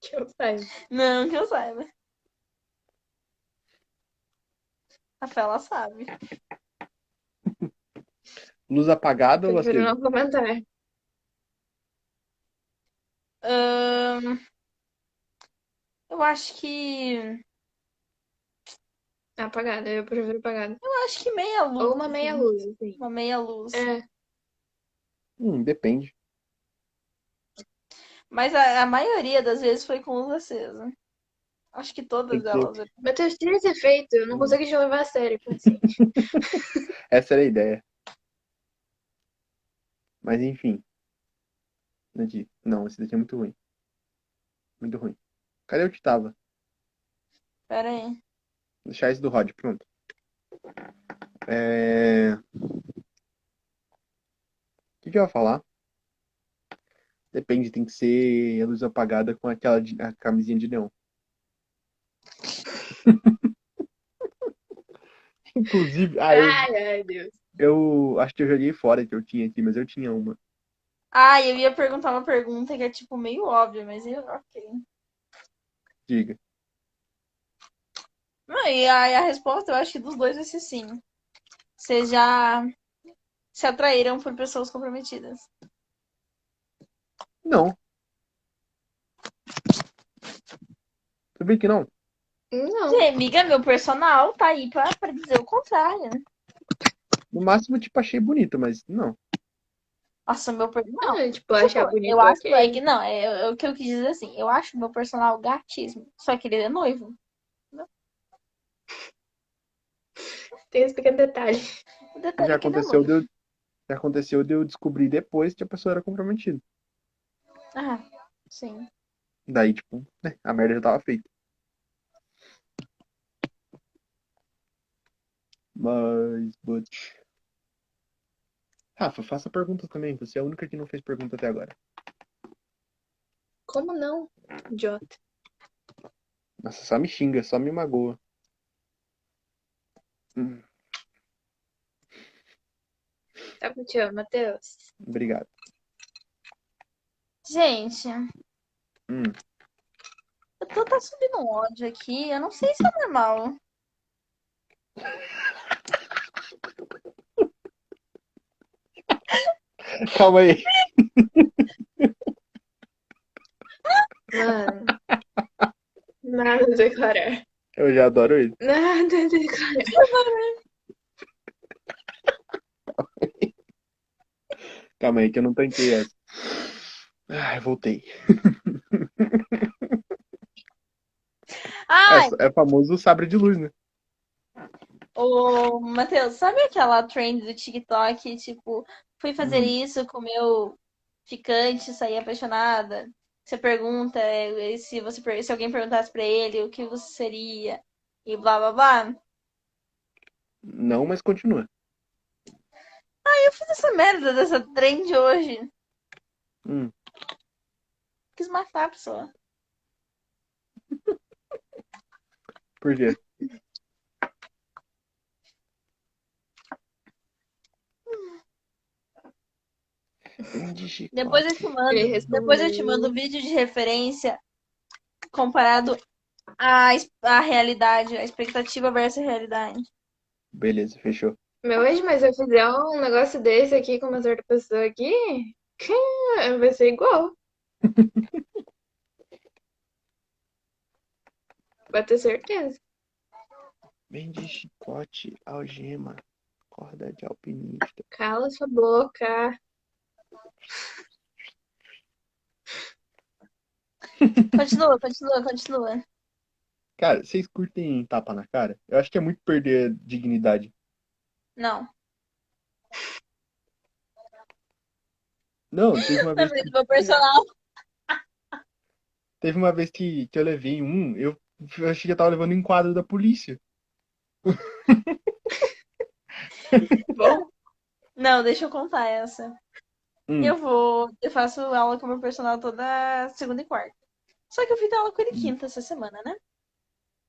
[SPEAKER 2] Que eu saiba.
[SPEAKER 3] Não, que eu saiba. Rafael, ela sabe.
[SPEAKER 1] Luz apagada ou
[SPEAKER 2] Prefiro
[SPEAKER 1] acesa?
[SPEAKER 2] não comentar.
[SPEAKER 3] Ahn, eu acho que. Eu
[SPEAKER 2] Apagada, eu prefiro apagada.
[SPEAKER 3] acho que meia luz.
[SPEAKER 2] Ou uma meia
[SPEAKER 3] assim.
[SPEAKER 2] luz, assim.
[SPEAKER 3] Uma meia luz.
[SPEAKER 2] É,
[SPEAKER 1] Hum, depende.
[SPEAKER 3] Mas a, a maioria das vezes foi com luz acesa. Acho que
[SPEAKER 1] Tem
[SPEAKER 3] todas
[SPEAKER 1] que-
[SPEAKER 3] elas.
[SPEAKER 2] mas eu tinha esse efeito, eu não consegui te levar a sério. foi Assim.
[SPEAKER 1] Essa era a ideia. Mas enfim. Entendi. Não, esse daqui é muito ruim. Muito ruim. Cadê o que tava? Vou
[SPEAKER 3] Pera aí.
[SPEAKER 1] deixar esse do Rod, pronto. É... O que, que eu ia falar? Depende, tem que ser a luz apagada com aquela de- a camisinha de neon. Inclusive, ah, eu,
[SPEAKER 2] Ai, ai, Deus.
[SPEAKER 1] eu acho que eu joguei fora que eu tinha aqui, mas eu tinha uma.
[SPEAKER 3] Ah, eu ia perguntar uma pergunta que é tipo meio óbvia, mas eu, ok.
[SPEAKER 1] Diga.
[SPEAKER 3] Não, e a, e a resposta eu acho que dos dois vai ser sim. Vocês já se atraíram por pessoas comprometidas.
[SPEAKER 1] Não. Sabia que não?
[SPEAKER 2] Não,
[SPEAKER 3] Sim, amiga, meu personal tá aí pra, pra dizer o contrário. né?
[SPEAKER 1] No máximo, tipo, achei bonito, mas não.
[SPEAKER 3] Nossa, meu personal.
[SPEAKER 2] não, tipo, achar
[SPEAKER 3] Tipo,
[SPEAKER 2] bonito.
[SPEAKER 3] Eu acho
[SPEAKER 2] ok.
[SPEAKER 3] é que não, é, é o que eu quis dizer assim. Eu acho meu personal gatíssimo. Só que ele é noivo. é.
[SPEAKER 2] Tem esse pequeno detalhe.
[SPEAKER 3] O detalhe
[SPEAKER 1] Já
[SPEAKER 3] é que ele é
[SPEAKER 1] aconteceu,
[SPEAKER 3] noivo.
[SPEAKER 1] de eu, já aconteceu de eu descobrir depois que a pessoa era comprometida.
[SPEAKER 3] Ah, sim.
[SPEAKER 1] Daí, tipo, né, a merda já tava feita. Mas, but... Rafa, faça pergunta também. Você é a única que não fez pergunta até agora.
[SPEAKER 2] Como não, idiota?
[SPEAKER 1] Nossa, só me xinga, só me magoa. Hum,
[SPEAKER 2] Tá com o tio, Matheus.
[SPEAKER 1] obrigado.
[SPEAKER 3] Gente,
[SPEAKER 1] Hum,
[SPEAKER 3] eu tô tá subindo um ódio aqui. Eu não sei se é normal.
[SPEAKER 1] Calma aí.
[SPEAKER 2] Mano. Nada a declarar.
[SPEAKER 1] Eu já adoro ele.
[SPEAKER 2] Nada a declarar.
[SPEAKER 1] Calma aí, que eu não tanquei essa. Ai, voltei.
[SPEAKER 3] Ai,
[SPEAKER 1] É, é famoso sabre de luz, né?
[SPEAKER 3] Ô, Matheus, sabe aquela trend do TikTok, tipo, fui fazer
[SPEAKER 1] Hum.
[SPEAKER 3] isso com meu ficante, saí apaixonada? Você pergunta eh, se você per- se alguém perguntasse pra ele o que você seria e blá blá blá.
[SPEAKER 1] Não, mas continua.
[SPEAKER 3] Eu fiz essa merda dessa trend hoje.
[SPEAKER 1] Hum.
[SPEAKER 3] Quis matar a pessoa.
[SPEAKER 1] Por quê? Grande chiclete.
[SPEAKER 3] Depois eu te mando,
[SPEAKER 2] Ele respondeu.
[SPEAKER 3] depois eu te mando o vídeo de referência comparado à, es- à realidade, a expectativa versus a realidade.
[SPEAKER 1] Beleza, fechou.
[SPEAKER 2] Meu ex, mas se eu fizer um negócio desse aqui com uma certa pessoa aqui, vai ser igual. Vai ter certeza.
[SPEAKER 1] Vende chicote, algema, corda de alpinista.
[SPEAKER 2] Cala sua boca.
[SPEAKER 3] Continua, continua, continua.
[SPEAKER 1] Cara, vocês curtem tapa na cara? Eu acho que é muito perder a dignidade.
[SPEAKER 3] Não.
[SPEAKER 1] Não, teve uma vez,
[SPEAKER 3] Também do meu personal.
[SPEAKER 1] teve uma vez que, que eu levei um, eu, eu achei que eu tava levando um quadro da polícia.
[SPEAKER 2] Bom,
[SPEAKER 3] Não, deixa eu contar essa.
[SPEAKER 1] Hum.
[SPEAKER 3] Eu vou, eu faço aula com o meu personal toda segunda e quarta. Só que eu fui dar aula com ele quinta essa semana, né?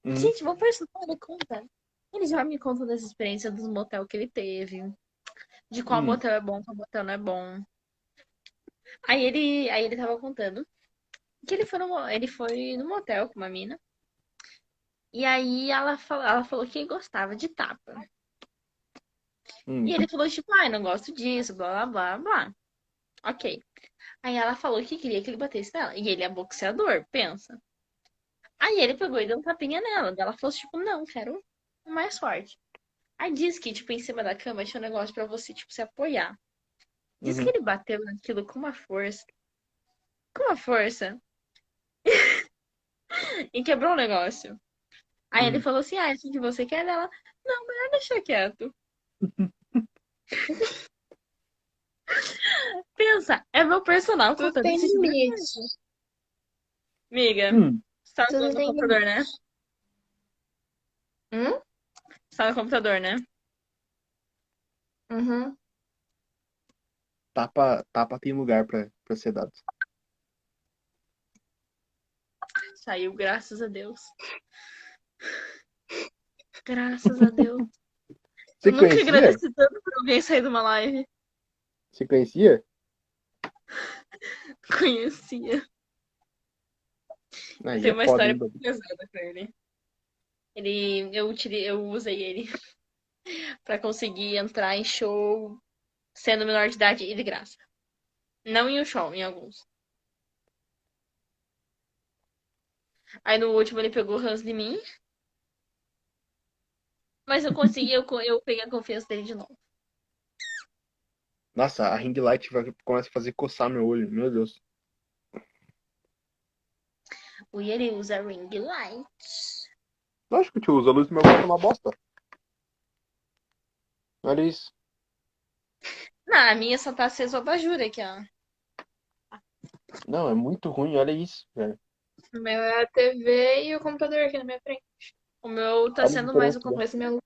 [SPEAKER 1] Hum.
[SPEAKER 3] Gente, meu personal ele conta.
[SPEAKER 4] Ele já me conta dessa experiência dos motel que ele teve. De qual
[SPEAKER 1] Hum.
[SPEAKER 4] motel é bom, qual motel não é bom. Aí ele, aí ele tava contando que ele foi no, mo- ele foi no motel com uma mina.
[SPEAKER 3] E aí ela, fala, ela falou que gostava de tapa.
[SPEAKER 1] Hum.
[SPEAKER 3] E ele falou, tipo, ai, não gosto disso, blá, blá, blá, blá. Ok. Aí ela falou que queria que ele batesse nela. E ele é boxeador, pensa. Aí ele pegou e deu um tapinha nela. Daí Ela falou, tipo, não, quero mais forte. Aí diz que, tipo, em cima da cama tinha um negócio pra você, tipo, se apoiar. Diz
[SPEAKER 1] Uhum.
[SPEAKER 3] que ele bateu naquilo com uma força. Com uma força. e quebrou o negócio. Aí ele
[SPEAKER 2] Hum.
[SPEAKER 1] Uhum.
[SPEAKER 3] falou assim, ah, isso que você quer dela. Não, melhor deixar quieto. Pensa, é meu personal
[SPEAKER 2] Tudo
[SPEAKER 3] contando
[SPEAKER 2] tem
[SPEAKER 3] esse
[SPEAKER 2] limite.
[SPEAKER 3] Amiga,
[SPEAKER 1] Hum.
[SPEAKER 3] você tá
[SPEAKER 2] Tudo
[SPEAKER 3] usando o
[SPEAKER 2] tem
[SPEAKER 3] computador, né?
[SPEAKER 2] Hum?
[SPEAKER 3] Você tá no computador, né?
[SPEAKER 2] Uhum.
[SPEAKER 1] Tapa, tapa tem lugar pra, pra ser dado.
[SPEAKER 3] Saiu, graças a Deus. Graças a Deus.
[SPEAKER 1] Você
[SPEAKER 3] Nunca
[SPEAKER 1] conhecia?
[SPEAKER 3] agradeci tanto por alguém sair de uma live.
[SPEAKER 1] Você conhecia?
[SPEAKER 3] Conhecia.
[SPEAKER 1] Aí
[SPEAKER 3] Tem
[SPEAKER 1] é foda,
[SPEAKER 3] uma história
[SPEAKER 1] hein, Babi?
[SPEAKER 3] pesada com ele. Ele, eu, utilizei, eu usei ele pra conseguir entrar em show sendo menor de idade e de graça. Não em um show, em alguns. Aí no último ele pegou o Hans de mim. Mas eu consegui, eu, co- eu peguei a confiança dele de novo.
[SPEAKER 1] Nossa, a ring light vai- começa a fazer coçar meu olho. Meu Deus.
[SPEAKER 3] E ele usa ring light.
[SPEAKER 1] Lógico que eu uso a luz do meu quarto é uma bosta. Olha isso.
[SPEAKER 3] Não, a minha só tá acesa o abajur aqui, ó.
[SPEAKER 1] Não, é muito ruim, olha isso, velho.
[SPEAKER 2] O meu é a TV e o computador aqui na minha frente.
[SPEAKER 3] O meu tá
[SPEAKER 1] Olha a
[SPEAKER 3] sendo mais
[SPEAKER 1] diferença,
[SPEAKER 3] o
[SPEAKER 1] né?
[SPEAKER 3] computador.
[SPEAKER 2] Mas o meu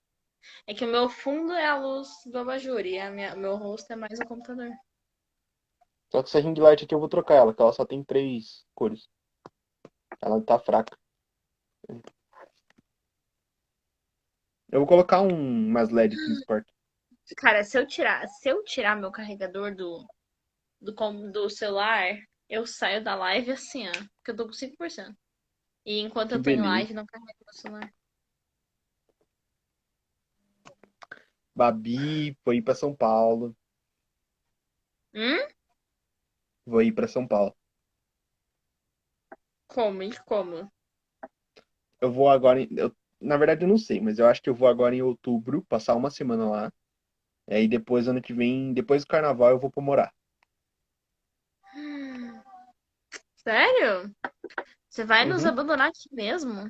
[SPEAKER 3] É que o meu fundo é a luz do abajur e a minha, meu rosto é mais o computador.
[SPEAKER 1] Só que essa ring light aqui eu vou trocar ela, que ela só tem três cores. Ela tá fraca. Eu vou colocar um, umas LED aqui nesse quarto.
[SPEAKER 3] Cara, se eu tirar, se eu tirar meu carregador do, do, com- do celular, eu saio da live assim, ó. Porque eu tô com 5%. E enquanto eu
[SPEAKER 1] Que
[SPEAKER 3] tenho
[SPEAKER 1] beleza.
[SPEAKER 3] live, não carrego meu celular.
[SPEAKER 1] Babi, vou ir pra São Paulo.
[SPEAKER 3] Hum?
[SPEAKER 1] Vou ir pra São Paulo.
[SPEAKER 3] Como? E como?
[SPEAKER 1] Eu vou agora. em- eu- na verdade, eu não sei, mas eu acho que eu vou agora em outubro, passar uma semana lá. E aí depois, ano que vem, depois do carnaval, eu vou pra morar.
[SPEAKER 3] Sério? Você vai nos
[SPEAKER 1] Uhum.
[SPEAKER 3] abandonar aqui mesmo?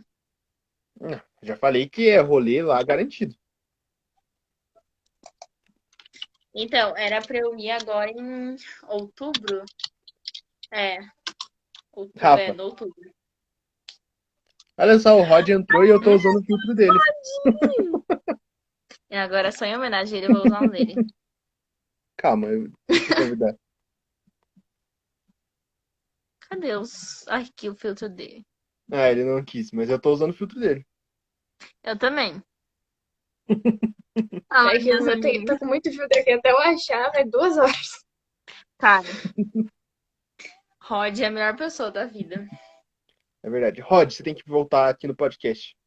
[SPEAKER 1] Já falei que é rolê lá garantido.
[SPEAKER 3] Então, era pra eu ir agora em outubro. É. Outubro,
[SPEAKER 1] Rafa.
[SPEAKER 3] é, no outubro.
[SPEAKER 1] Olha só, o Rod entrou e eu tô usando o filtro dele.
[SPEAKER 3] E agora só em homenagem a ele, eu vou usar um dele.
[SPEAKER 1] Calma, eu deixa eu convidar.
[SPEAKER 3] Cadê os... Ai, que o filtro dele.
[SPEAKER 1] Ah, ele não quis, mas eu tô usando o filtro dele.
[SPEAKER 3] Eu também. Ah,
[SPEAKER 2] é que
[SPEAKER 3] meus
[SPEAKER 2] eu tenho,
[SPEAKER 3] amigos.
[SPEAKER 2] tô com muito filtro aqui até eu achar, vai duas horas.
[SPEAKER 3] Cara. Rod é a melhor pessoa da vida.
[SPEAKER 1] É verdade. Rod, você tem que voltar aqui no podcast.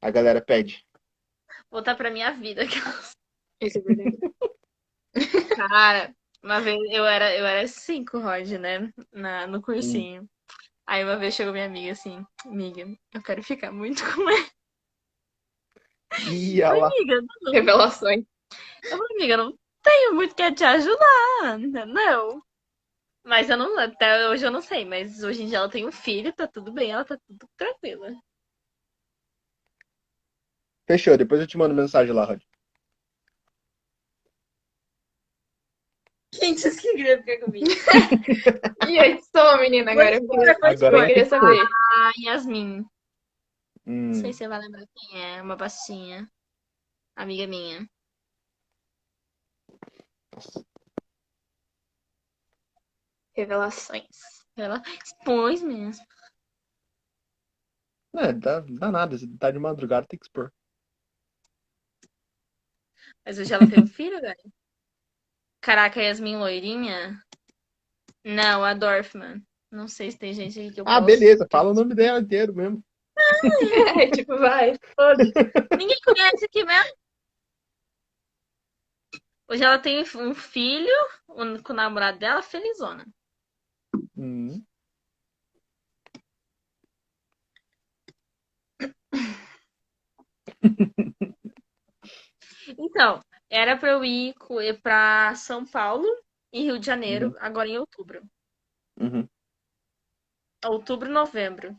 [SPEAKER 1] A galera pede.
[SPEAKER 3] Voltar pra minha vida. um
[SPEAKER 2] Esse é verdade.
[SPEAKER 3] Cara, uma vez eu era, eu era cinco, Rod, né? Na, no cursinho. Aí uma vez chegou minha amiga assim, amiga, eu quero ficar muito com ele.
[SPEAKER 1] Ih, olha lá.
[SPEAKER 3] Amiga, não,
[SPEAKER 2] Revelações.
[SPEAKER 3] Eu falei, amiga, eu não tenho muito que te ajudar, não. Mas eu não, até hoje eu não sei, mas hoje em dia ela tem um filho, tá tudo bem, ela tá tudo tranquila.
[SPEAKER 1] Fechou, depois eu te mando mensagem lá, Rod.
[SPEAKER 3] Quem disse que queria ficar comigo?
[SPEAKER 2] E aí, sou menina agora. Eu queria, eu
[SPEAKER 1] Agora
[SPEAKER 2] queria saber.
[SPEAKER 3] A Yasmin.
[SPEAKER 1] Hum,
[SPEAKER 3] Não sei se você vai lembrar quem é, uma baixinha. Amiga minha.
[SPEAKER 2] Revelações.
[SPEAKER 3] Ela expôs mesmo.
[SPEAKER 1] é, dá, dá nada. Se tá de madrugada, tem que expor.
[SPEAKER 3] Mas hoje ela tem um filho, velho. Caraca, a Yasmin loirinha? Não, a Dorfman. Não sei se tem gente aqui que eu
[SPEAKER 1] Ah,
[SPEAKER 3] posso.
[SPEAKER 1] beleza. Fala o nome dela inteiro mesmo.
[SPEAKER 2] É, tipo, vai. foda-se.
[SPEAKER 3] Ninguém conhece aqui mesmo. Hoje ela tem um filho um- com o namorado dela, felizona.
[SPEAKER 1] Hum.
[SPEAKER 3] Então, era pra eu ir co- ir pra São Paulo e Rio de Janeiro, agora em outubro.
[SPEAKER 1] Uhum.
[SPEAKER 3] Outubro, novembro.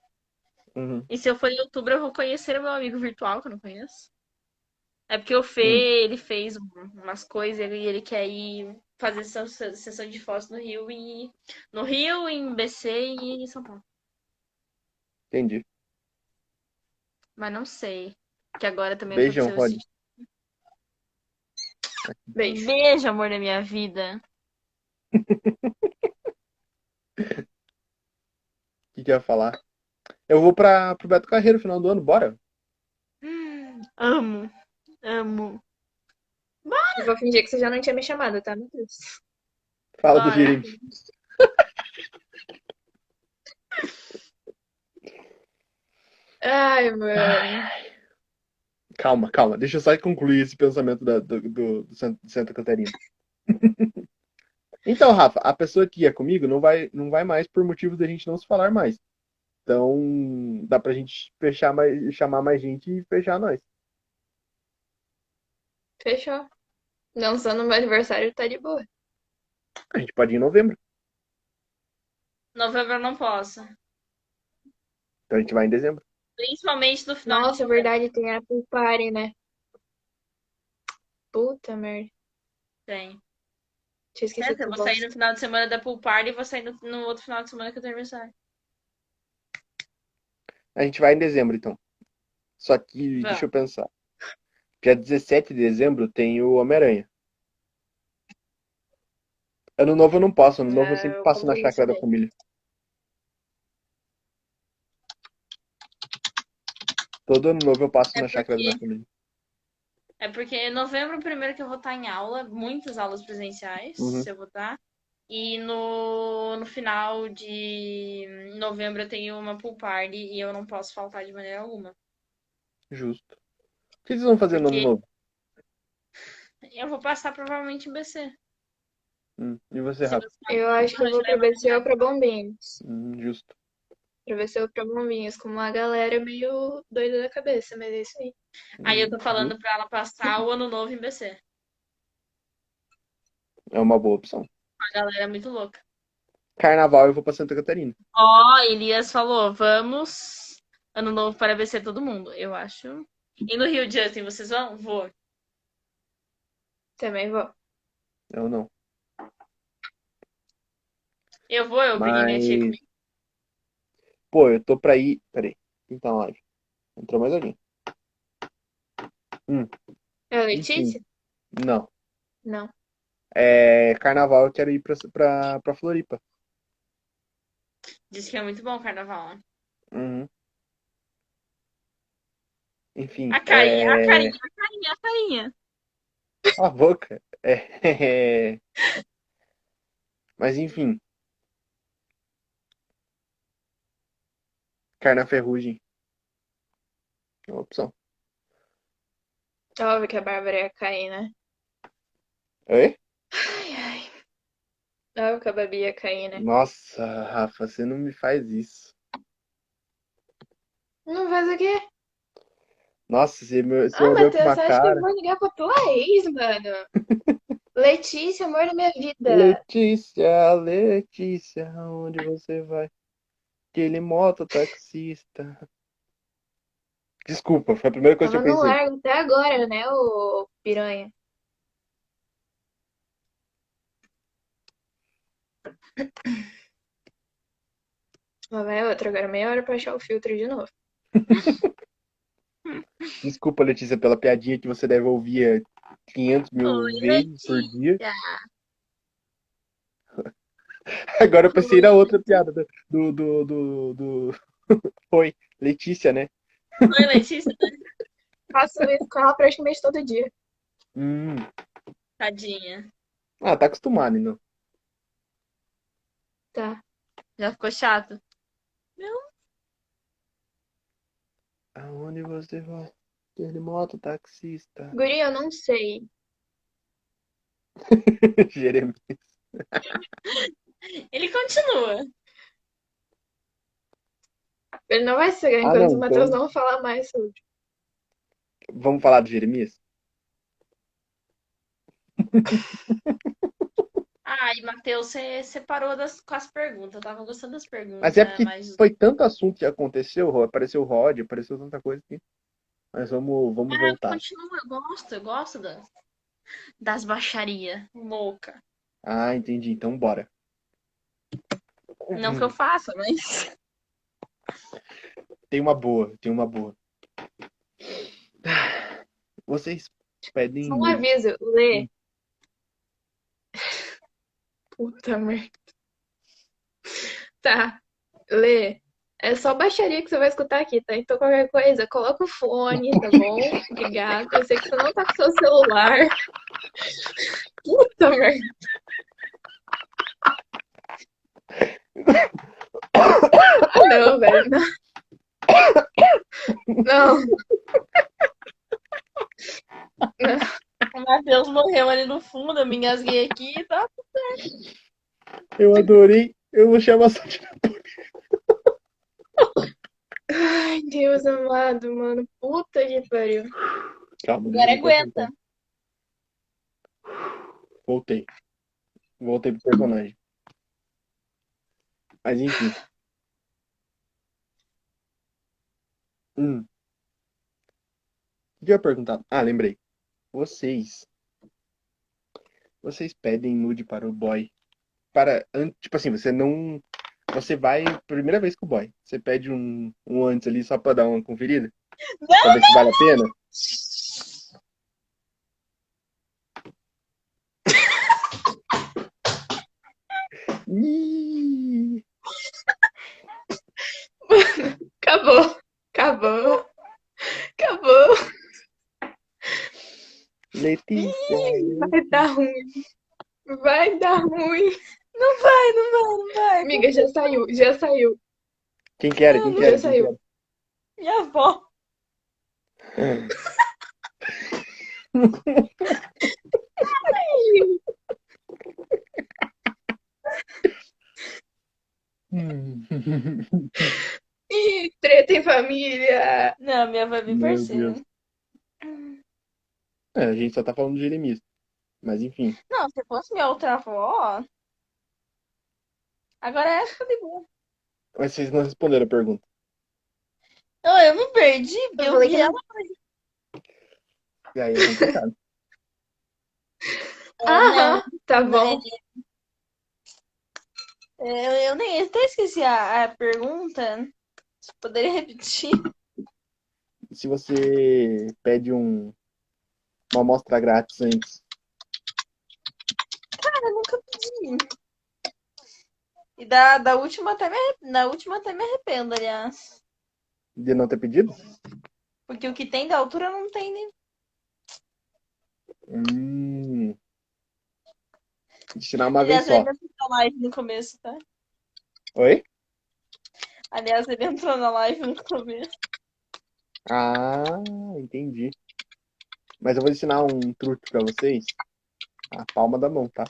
[SPEAKER 1] Uhum.
[SPEAKER 3] E se eu for em outubro, eu vou conhecer o meu amigo virtual, que eu não conheço. É porque o Fê, ele fez um- umas coisas, ele, ele quer ir fazer sessão- sessão de fotos no Rio e no Rio, em BC e em São Paulo.
[SPEAKER 1] Entendi.
[SPEAKER 3] Mas não sei. Que agora também
[SPEAKER 1] Beijão,
[SPEAKER 3] aconteceu esse-
[SPEAKER 2] Beijo.
[SPEAKER 3] Beijo, amor da minha vida.
[SPEAKER 1] O que, que eu ia falar? Eu vou pra, pro Beto Carreiro final do ano, bora?
[SPEAKER 3] Amo. Amo.
[SPEAKER 2] Eu vou fingir que você já não tinha me chamado, tá, Matheus?
[SPEAKER 1] Fala do
[SPEAKER 3] Bora.
[SPEAKER 1] gerente.
[SPEAKER 2] Ai, mano.
[SPEAKER 1] Calma, calma. Deixa eu só concluir esse pensamento da- do, do- do San- de Santa Catarina. então, Rafa, a pessoa que ia comigo não vai, não vai mais por motivo da gente não se falar mais. Então, dá pra gente fechar mais, chamar mais gente e fechar nós.
[SPEAKER 2] Fechou. Não só no meu aniversário, tá de boa.
[SPEAKER 1] A gente pode ir em novembro.
[SPEAKER 3] Novembro eu não posso.
[SPEAKER 1] Então a gente vai em dezembro.
[SPEAKER 3] Principalmente no final.
[SPEAKER 2] Nossa, é verdade, tem a pool party, né? Puta merda.
[SPEAKER 3] Tem.
[SPEAKER 2] Tinha esquecido.
[SPEAKER 3] Certo, eu
[SPEAKER 2] que
[SPEAKER 3] vou
[SPEAKER 2] eu
[SPEAKER 3] sair no final de semana da pool party e vou sair no, no outro final de semana que eu tenho aniversário.
[SPEAKER 1] A gente vai em dezembro, então. Só que,
[SPEAKER 3] Tá.
[SPEAKER 1] deixa eu pensar. Dia 17 de dezembro tem o Homem-Aranha. Ano novo eu não posso, ano novo eu
[SPEAKER 2] É,
[SPEAKER 1] sempre
[SPEAKER 2] eu
[SPEAKER 1] passo na
[SPEAKER 2] combino
[SPEAKER 1] chácara da
[SPEAKER 2] isso
[SPEAKER 1] família. Todo ano novo eu passo
[SPEAKER 3] É
[SPEAKER 1] na chácara
[SPEAKER 3] porque-
[SPEAKER 1] da família.
[SPEAKER 3] É porque em novembro, primeiro que eu vou estar em aula, muitas aulas presenciais,
[SPEAKER 1] Uhum.
[SPEAKER 3] se eu vou estar. E no, no final de novembro eu tenho uma pool party e eu não posso faltar de maneira alguma.
[SPEAKER 1] Justo. O que vocês vão fazer no ano
[SPEAKER 3] Porque-
[SPEAKER 1] novo?
[SPEAKER 3] Eu vou passar provavelmente em BC.
[SPEAKER 1] Hum, e você,
[SPEAKER 3] Se
[SPEAKER 1] Rafa?
[SPEAKER 3] você-
[SPEAKER 2] Eu acho que eu vou pra BCO pra Bombinhos.
[SPEAKER 1] Hum, justo.
[SPEAKER 2] Pra BCO pra Bombinhos, com uma galera meio doida da cabeça, mas é isso aí.
[SPEAKER 3] Aí eu tô
[SPEAKER 1] Hum,
[SPEAKER 3] falando pra ela passar o ano novo em BC.
[SPEAKER 1] É uma boa opção.
[SPEAKER 3] A galera é muito louca.
[SPEAKER 1] Carnaval eu vou pra Santa Catarina.
[SPEAKER 3] Ó, Elias falou, vamos. Ano novo para BC todo mundo, eu acho. E no Rio, Justin, vocês vão? Vou.
[SPEAKER 2] Também vou.
[SPEAKER 1] Eu É não.
[SPEAKER 3] Eu vou, eu né, peguei minha tia
[SPEAKER 1] Mas-
[SPEAKER 3] comigo.
[SPEAKER 1] Pô, eu tô pra ir. Peraí, quem tá na live? Entrou mais alguém?
[SPEAKER 2] É a Letícia?
[SPEAKER 1] Não.
[SPEAKER 2] Não.
[SPEAKER 1] É, carnaval eu quero ir pra, pra, pra Floripa.
[SPEAKER 3] Diz que é muito bom o carnaval, né?
[SPEAKER 1] Uhum. Enfim.
[SPEAKER 3] A carinha,
[SPEAKER 1] é...
[SPEAKER 3] a carinha, a carinha, a carinha.
[SPEAKER 1] Cala a boca. É. Mas enfim. Carna ferrugem. É uma opção.
[SPEAKER 2] Óbvio que a Bárbara ia cair, né?
[SPEAKER 1] Oi?
[SPEAKER 2] Óbvio que a Babi ia cair,
[SPEAKER 3] É.
[SPEAKER 2] né?
[SPEAKER 1] Nossa, Rafa, você não me faz isso.
[SPEAKER 2] Não faz o quê?
[SPEAKER 1] Nossa, você me, você
[SPEAKER 2] Ah,
[SPEAKER 1] olhou com
[SPEAKER 2] Matheus,
[SPEAKER 1] uma
[SPEAKER 2] você acha que
[SPEAKER 1] cara.
[SPEAKER 2] eu vou ligar pra tua ex, mano? Letícia, amor da minha vida.
[SPEAKER 1] Letícia, Letícia, onde você vai? é Aquele mototaxista. Desculpa, foi a primeira coisa
[SPEAKER 2] Tava
[SPEAKER 1] que eu
[SPEAKER 2] no
[SPEAKER 1] pensei.
[SPEAKER 2] largo até agora, né, ô piranha? Lá vai outra, agora meia hora pra achar o filtro de novo.
[SPEAKER 1] Desculpa, Letícia, pela piadinha que você deve ouvir 500 mil
[SPEAKER 3] Oi,
[SPEAKER 1] vezes por dia.
[SPEAKER 3] Letícia.
[SPEAKER 1] Agora eu pensei na outra piada do. do, do, do, do- Oi, Letícia, né?
[SPEAKER 3] Oi, Letícia,
[SPEAKER 2] Faço isso com ela praticamente todo dia.
[SPEAKER 1] Hum.
[SPEAKER 3] tadinha.
[SPEAKER 1] Ah, tá acostumado, então.
[SPEAKER 2] Tá.
[SPEAKER 3] Já ficou chato?
[SPEAKER 1] Aonde você vai? Ele é um moto, taxista.
[SPEAKER 2] Guri, eu não sei.
[SPEAKER 1] Jeremias.
[SPEAKER 3] Ele continua.
[SPEAKER 2] Ele não vai ser
[SPEAKER 1] Ah,
[SPEAKER 2] enquanto
[SPEAKER 1] não,
[SPEAKER 2] o Matheus não falar mais sobre.
[SPEAKER 1] Vamos falar do Jeremias?
[SPEAKER 3] Ai, Matheus, você separou das, com as perguntas. Eu tava gostando das perguntas. né?
[SPEAKER 1] Mas é porque
[SPEAKER 3] mas-
[SPEAKER 1] Foi tanto assunto que aconteceu, Rô, apareceu o Rod, apareceu tanta coisa que. Mas vamos, vamos
[SPEAKER 3] Ah,
[SPEAKER 1] voltar.
[SPEAKER 3] continua, eu gosto, eu gosto das, das baixaria louca.
[SPEAKER 1] Ah, entendi. Então bora. Uhum.
[SPEAKER 3] Não que eu faça, mas.
[SPEAKER 1] Tem uma boa, tem uma boa. Ah, Vocês pedem.
[SPEAKER 2] Só um aviso, Lê. Puta merda. Tá, Lê. É só baixaria que você vai escutar aqui, tá? Então qualquer coisa, coloca o fone, tá bom? Obrigada. Eu sei que você não tá com seu celular. Puta merda. Não, velho. Não. Não.
[SPEAKER 3] O Matheus morreu ali no fundo, eu me engasguei aqui e tá.
[SPEAKER 1] Eu adorei. Eu vou chamar só de.
[SPEAKER 2] Ai, Deus amado, mano. Puta que pariu.
[SPEAKER 1] Calma.
[SPEAKER 3] Agora
[SPEAKER 1] eu vou tentar.
[SPEAKER 3] aguenta.
[SPEAKER 1] Voltei. Voltei pro personagem. Mas enfim. Hum. O que eu ia perguntar? Ah, lembrei. Vocês. Vocês pedem nude para o boy. Para. an- Tipo assim, você não. Você vai. Primeira vez com o boy. Você pede um, um antes ali só pra dar uma conferida? Pra ver se vale a pena? Ih!
[SPEAKER 2] Acabou. Acabou. Acabou.
[SPEAKER 1] Letícia!
[SPEAKER 2] Vai dar ruim. Vai dar ruim.
[SPEAKER 3] Vai, não vai, não vai.
[SPEAKER 2] Amiga, já saiu, já saiu.
[SPEAKER 1] Quem que era? Quem que
[SPEAKER 2] Já
[SPEAKER 1] era? Quem
[SPEAKER 2] saiu.
[SPEAKER 1] que era?
[SPEAKER 3] Minha avó.
[SPEAKER 1] Hum.
[SPEAKER 2] Ih, treta em família.
[SPEAKER 3] Não, minha avó é minha
[SPEAKER 1] Meu
[SPEAKER 3] parceira.
[SPEAKER 1] Deus. É, a gente só tá falando de Jeremias. Mas enfim.
[SPEAKER 3] Não, se fosse minha outra avó. Agora é essa de boa.
[SPEAKER 1] Mas vocês não responderam a pergunta.
[SPEAKER 3] Não, eu me perdi,
[SPEAKER 2] Eu
[SPEAKER 3] eu
[SPEAKER 2] falei que
[SPEAKER 3] vi ela.
[SPEAKER 1] E aí é complicado.
[SPEAKER 3] né?
[SPEAKER 2] Aham, tá bom.
[SPEAKER 3] É, Eu, eu nem eu até esqueci a, a pergunta. Você poderia repetir?
[SPEAKER 1] Se você pede um, uma amostra grátis antes.
[SPEAKER 3] Eu nunca pedi. E da, da última até me, arre- na última até me arrependo, aliás.
[SPEAKER 1] De não ter pedido?
[SPEAKER 3] Porque o que tem da altura não tem nem.
[SPEAKER 1] Hum. De tirar uma vez
[SPEAKER 3] Aliás,
[SPEAKER 1] Tá só.
[SPEAKER 3] ele entrou na live no começo, tá?
[SPEAKER 1] Oi?
[SPEAKER 3] Aliás, ele entrou na live no começo.
[SPEAKER 1] Ah, entendi. Mas eu vou ensinar um truque pra vocês. A palma da mão, tá?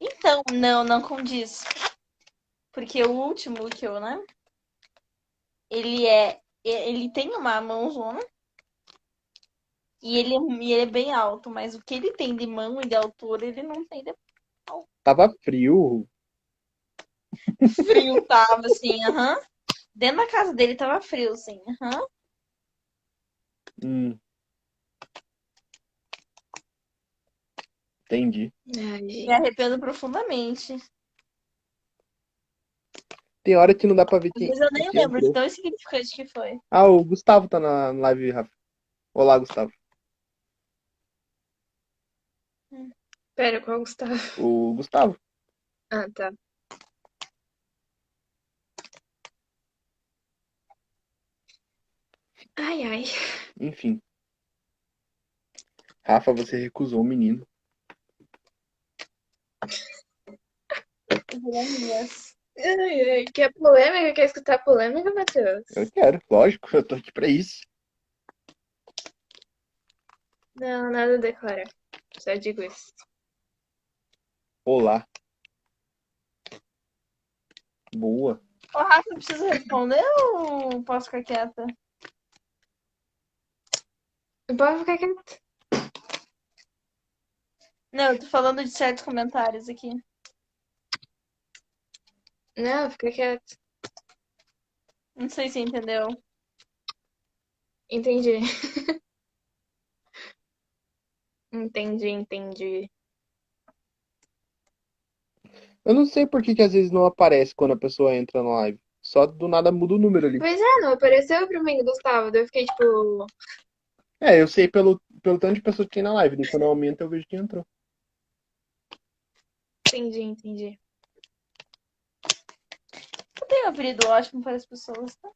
[SPEAKER 3] Então, não, não condiz. Porque o último que eu, né? Ele é. Ele tem uma mãozona. E ele, é- e ele é bem alto, mas o que ele tem de mão e de altura, ele não tem de
[SPEAKER 1] Tava frio.
[SPEAKER 3] frio, tava assim, aham. Dentro da casa dele tava frio, assim, aham.
[SPEAKER 1] Hum. Entendi.
[SPEAKER 3] Me arrependo profundamente.
[SPEAKER 1] Tem hora que não dá pra ver quem.
[SPEAKER 3] Mas eu nem
[SPEAKER 1] quem
[SPEAKER 3] lembro de
[SPEAKER 1] entrou.
[SPEAKER 3] tão insignificante que foi.
[SPEAKER 1] Ah, o Gustavo tá na live, Rafa. Olá, Gustavo.
[SPEAKER 2] Pera, qual é Gustavo?
[SPEAKER 1] O Gustavo.
[SPEAKER 2] Ah, tá. Ai, ai.
[SPEAKER 1] Enfim. Rafa, você recusou o menino.
[SPEAKER 3] Jeremias.
[SPEAKER 2] Ai, ai, Quer polêmica? Quer escutar polêmica, Matheus?
[SPEAKER 1] Eu quero, lógico, eu tô aqui pra isso.
[SPEAKER 2] Não, nada a declarar. Só digo isso.
[SPEAKER 1] Olá. Boa.
[SPEAKER 3] Ô, Rafa, eu preciso responder ou posso ficar quieta?
[SPEAKER 2] Pode ficar quieto.
[SPEAKER 3] Não, eu tô falando de certos comentários aqui.
[SPEAKER 2] Não, fica quieto.
[SPEAKER 3] Não sei se entendeu.
[SPEAKER 2] Entendi. entendi, entendi.
[SPEAKER 1] Eu não sei por que, que às vezes não aparece quando a pessoa entra na live. Só do nada muda o número ali.
[SPEAKER 2] Pois é, não apareceu pra mim, Gustavo. Daí eu fiquei tipo.
[SPEAKER 1] É, eu sei pelo, pelo tanto de pessoas que tem na live. Daí quando aumenta, eu vejo que entrou.
[SPEAKER 2] Entendi, entendi.
[SPEAKER 3] Eu tenho um apelido ótimo para as pessoas, tá?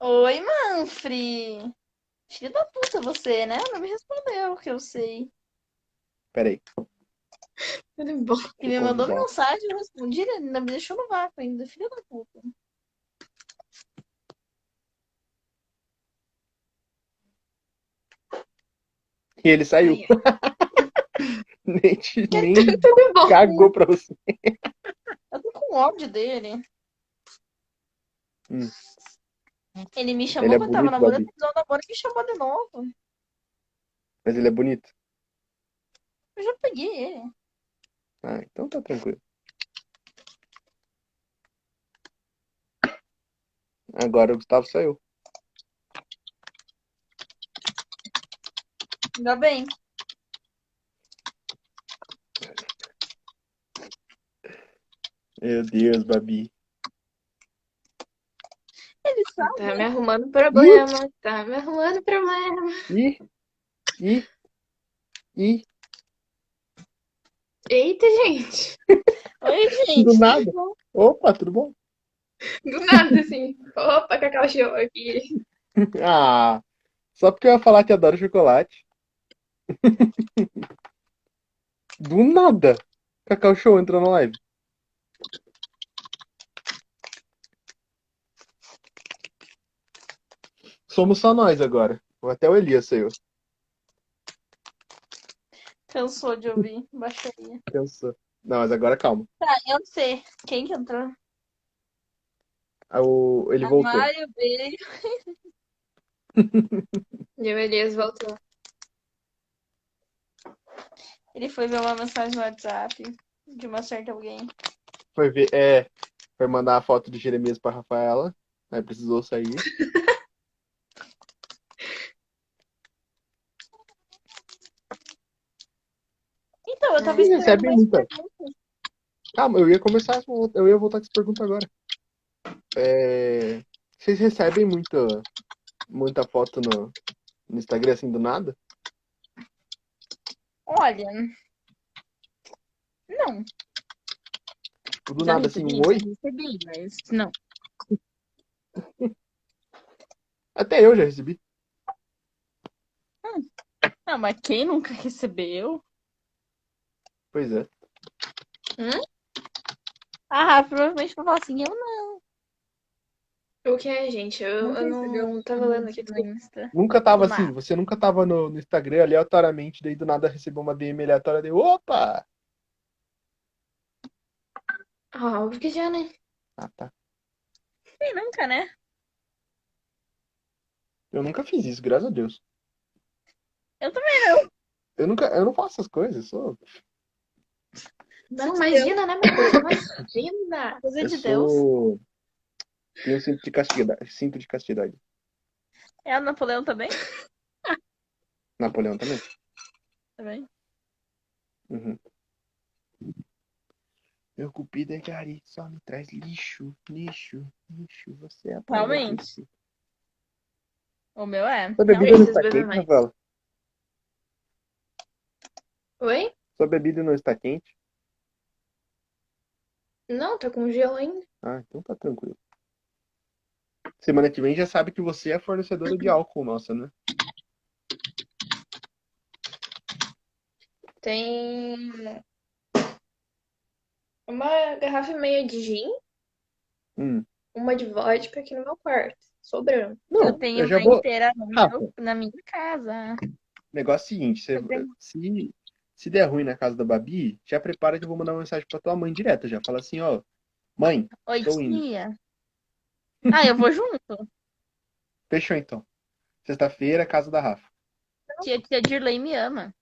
[SPEAKER 3] Oi, Manfre! Filho da puta você, né? Não me respondeu, que eu sei.
[SPEAKER 1] Pera aí.
[SPEAKER 2] Tudo bom.
[SPEAKER 3] Ele me mandou mensagem, eu respondi, ele ainda me deixou no vácuo ainda. Filho da puta.
[SPEAKER 1] E ele saiu. nem te- nem
[SPEAKER 2] Tudo bom.
[SPEAKER 1] cagou pra você.
[SPEAKER 3] Eu tô com ódio dele.
[SPEAKER 1] Hum.
[SPEAKER 3] Ele me chamou
[SPEAKER 1] Ele é
[SPEAKER 3] quando eu tava
[SPEAKER 1] bonito,
[SPEAKER 3] namorando,
[SPEAKER 1] Babi.
[SPEAKER 3] terminou o namoro e me chamou de novo.
[SPEAKER 1] Mas ele é bonito.
[SPEAKER 3] Eu já peguei ele.
[SPEAKER 1] Ah, então tá tranquilo. Agora o Gustavo saiu.
[SPEAKER 3] Ainda bem.
[SPEAKER 1] Meu Deus, Babi.
[SPEAKER 3] Ele sabe.
[SPEAKER 2] Tá me arrumando problema. Tá me arrumando problema.
[SPEAKER 1] Ih, ih, ih.
[SPEAKER 2] Eita, gente.
[SPEAKER 3] Oi, gente.
[SPEAKER 1] Do
[SPEAKER 3] tudo
[SPEAKER 1] nada.
[SPEAKER 3] bom?
[SPEAKER 1] Opa, tudo bom?
[SPEAKER 2] Do nada, assim. Opa, Cacau chegou aqui.
[SPEAKER 1] Ah, só porque eu ia falar que adoro chocolate. Do nada. Cacau Show entra na live. Somos só nós agora. Até o Elias saiu.
[SPEAKER 3] Cansou de ouvir baixaria.
[SPEAKER 1] Pensou. Não, mas agora calma.
[SPEAKER 3] Tá, eu sei. Quem que entrou?
[SPEAKER 1] Ah, o-
[SPEAKER 3] Tá
[SPEAKER 1] Ele voltou.
[SPEAKER 3] Mário B.
[SPEAKER 2] E o Elias voltou.
[SPEAKER 3] Ele foi ver uma mensagem no WhatsApp de uma certa alguém.
[SPEAKER 1] Foi ver, é, foi mandar a foto de Jeremias pra Rafaela. Aí precisou sair.
[SPEAKER 3] Então, eu tava
[SPEAKER 1] Vocês
[SPEAKER 3] esperando
[SPEAKER 1] recebem
[SPEAKER 3] mais
[SPEAKER 1] muita.
[SPEAKER 3] perguntas.
[SPEAKER 1] Calma, eu ia começar, com- eu ia voltar com essa pergunta agora. É, vocês recebem muita, muita foto no, no Instagram assim do nada?
[SPEAKER 3] Olha. Não.
[SPEAKER 1] Tipo, Do
[SPEAKER 5] Já
[SPEAKER 1] nada assim,
[SPEAKER 5] recebi,
[SPEAKER 1] um oi?
[SPEAKER 5] já recebi, mas não.
[SPEAKER 1] Até eu já recebi.
[SPEAKER 5] Não, mas quem nunca recebeu?
[SPEAKER 1] Pois é.
[SPEAKER 3] Ah, Rafa, provavelmente vai falar assim, eu não.
[SPEAKER 2] O que é, gente? Eu, eu não tava lendo aqui.
[SPEAKER 3] no Insta.
[SPEAKER 1] Nunca tava
[SPEAKER 3] Tomara.
[SPEAKER 1] assim, você nunca tava no, no Instagram aleatoriamente, daí do nada recebeu uma DM aleatória, daí, opa!
[SPEAKER 2] Ah, óbvio que já, né?
[SPEAKER 1] Ah, tá.
[SPEAKER 3] Quem nunca, né?
[SPEAKER 1] Eu nunca fiz isso, graças a Deus.
[SPEAKER 3] Eu
[SPEAKER 1] também não. Eu nunca, eu não faço essas coisas, sou,
[SPEAKER 2] Não, imagina, né, Matheus? Imagina!
[SPEAKER 3] Coisa
[SPEAKER 1] eu
[SPEAKER 3] de Deus.
[SPEAKER 1] sou... Tenho cinto de castidade, cinto de castidade.
[SPEAKER 3] É o Napoleão também?
[SPEAKER 1] Napoleão também?
[SPEAKER 3] Também.
[SPEAKER 1] Uhum. Meu cupido é Gary, só me traz lixo, lixo, lixo. Você é a palavra
[SPEAKER 3] Realmente.
[SPEAKER 1] lixo.
[SPEAKER 3] O meu é.
[SPEAKER 1] Sua
[SPEAKER 3] Não,
[SPEAKER 1] bebida não
[SPEAKER 2] Vocês
[SPEAKER 1] está
[SPEAKER 2] bebem
[SPEAKER 1] quente,
[SPEAKER 2] mais.
[SPEAKER 1] Rafaela?
[SPEAKER 2] Oi?
[SPEAKER 1] Sua bebida não está quente?
[SPEAKER 2] Não, tá com gelo ainda.
[SPEAKER 1] Ah, então tá tranquilo. Semana que vem já sabe que você é fornecedora de álcool, nossa, né?
[SPEAKER 2] Tem. uma garrafa e meia de gin,
[SPEAKER 1] Hum.
[SPEAKER 2] uma de vodka aqui no meu quarto, sobrando.
[SPEAKER 1] Não,
[SPEAKER 3] eu tenho
[SPEAKER 1] eu já
[SPEAKER 3] uma
[SPEAKER 1] vou.
[SPEAKER 3] inteira no meu-
[SPEAKER 1] Rafa.
[SPEAKER 3] na minha casa.
[SPEAKER 1] Negócio é seguinte, você-
[SPEAKER 3] Eu tenho-
[SPEAKER 1] se, se der ruim na casa da Babi, já prepara que eu vou mandar uma mensagem pra tua mãe direta já. Fala assim, ó, mãe,
[SPEAKER 3] Oi,
[SPEAKER 1] Tô indo.
[SPEAKER 3] tia. Ah, eu vou junto.
[SPEAKER 1] fechou então. Sexta-feira, casa da Rafa.
[SPEAKER 3] Tia, tia Dirley me ama.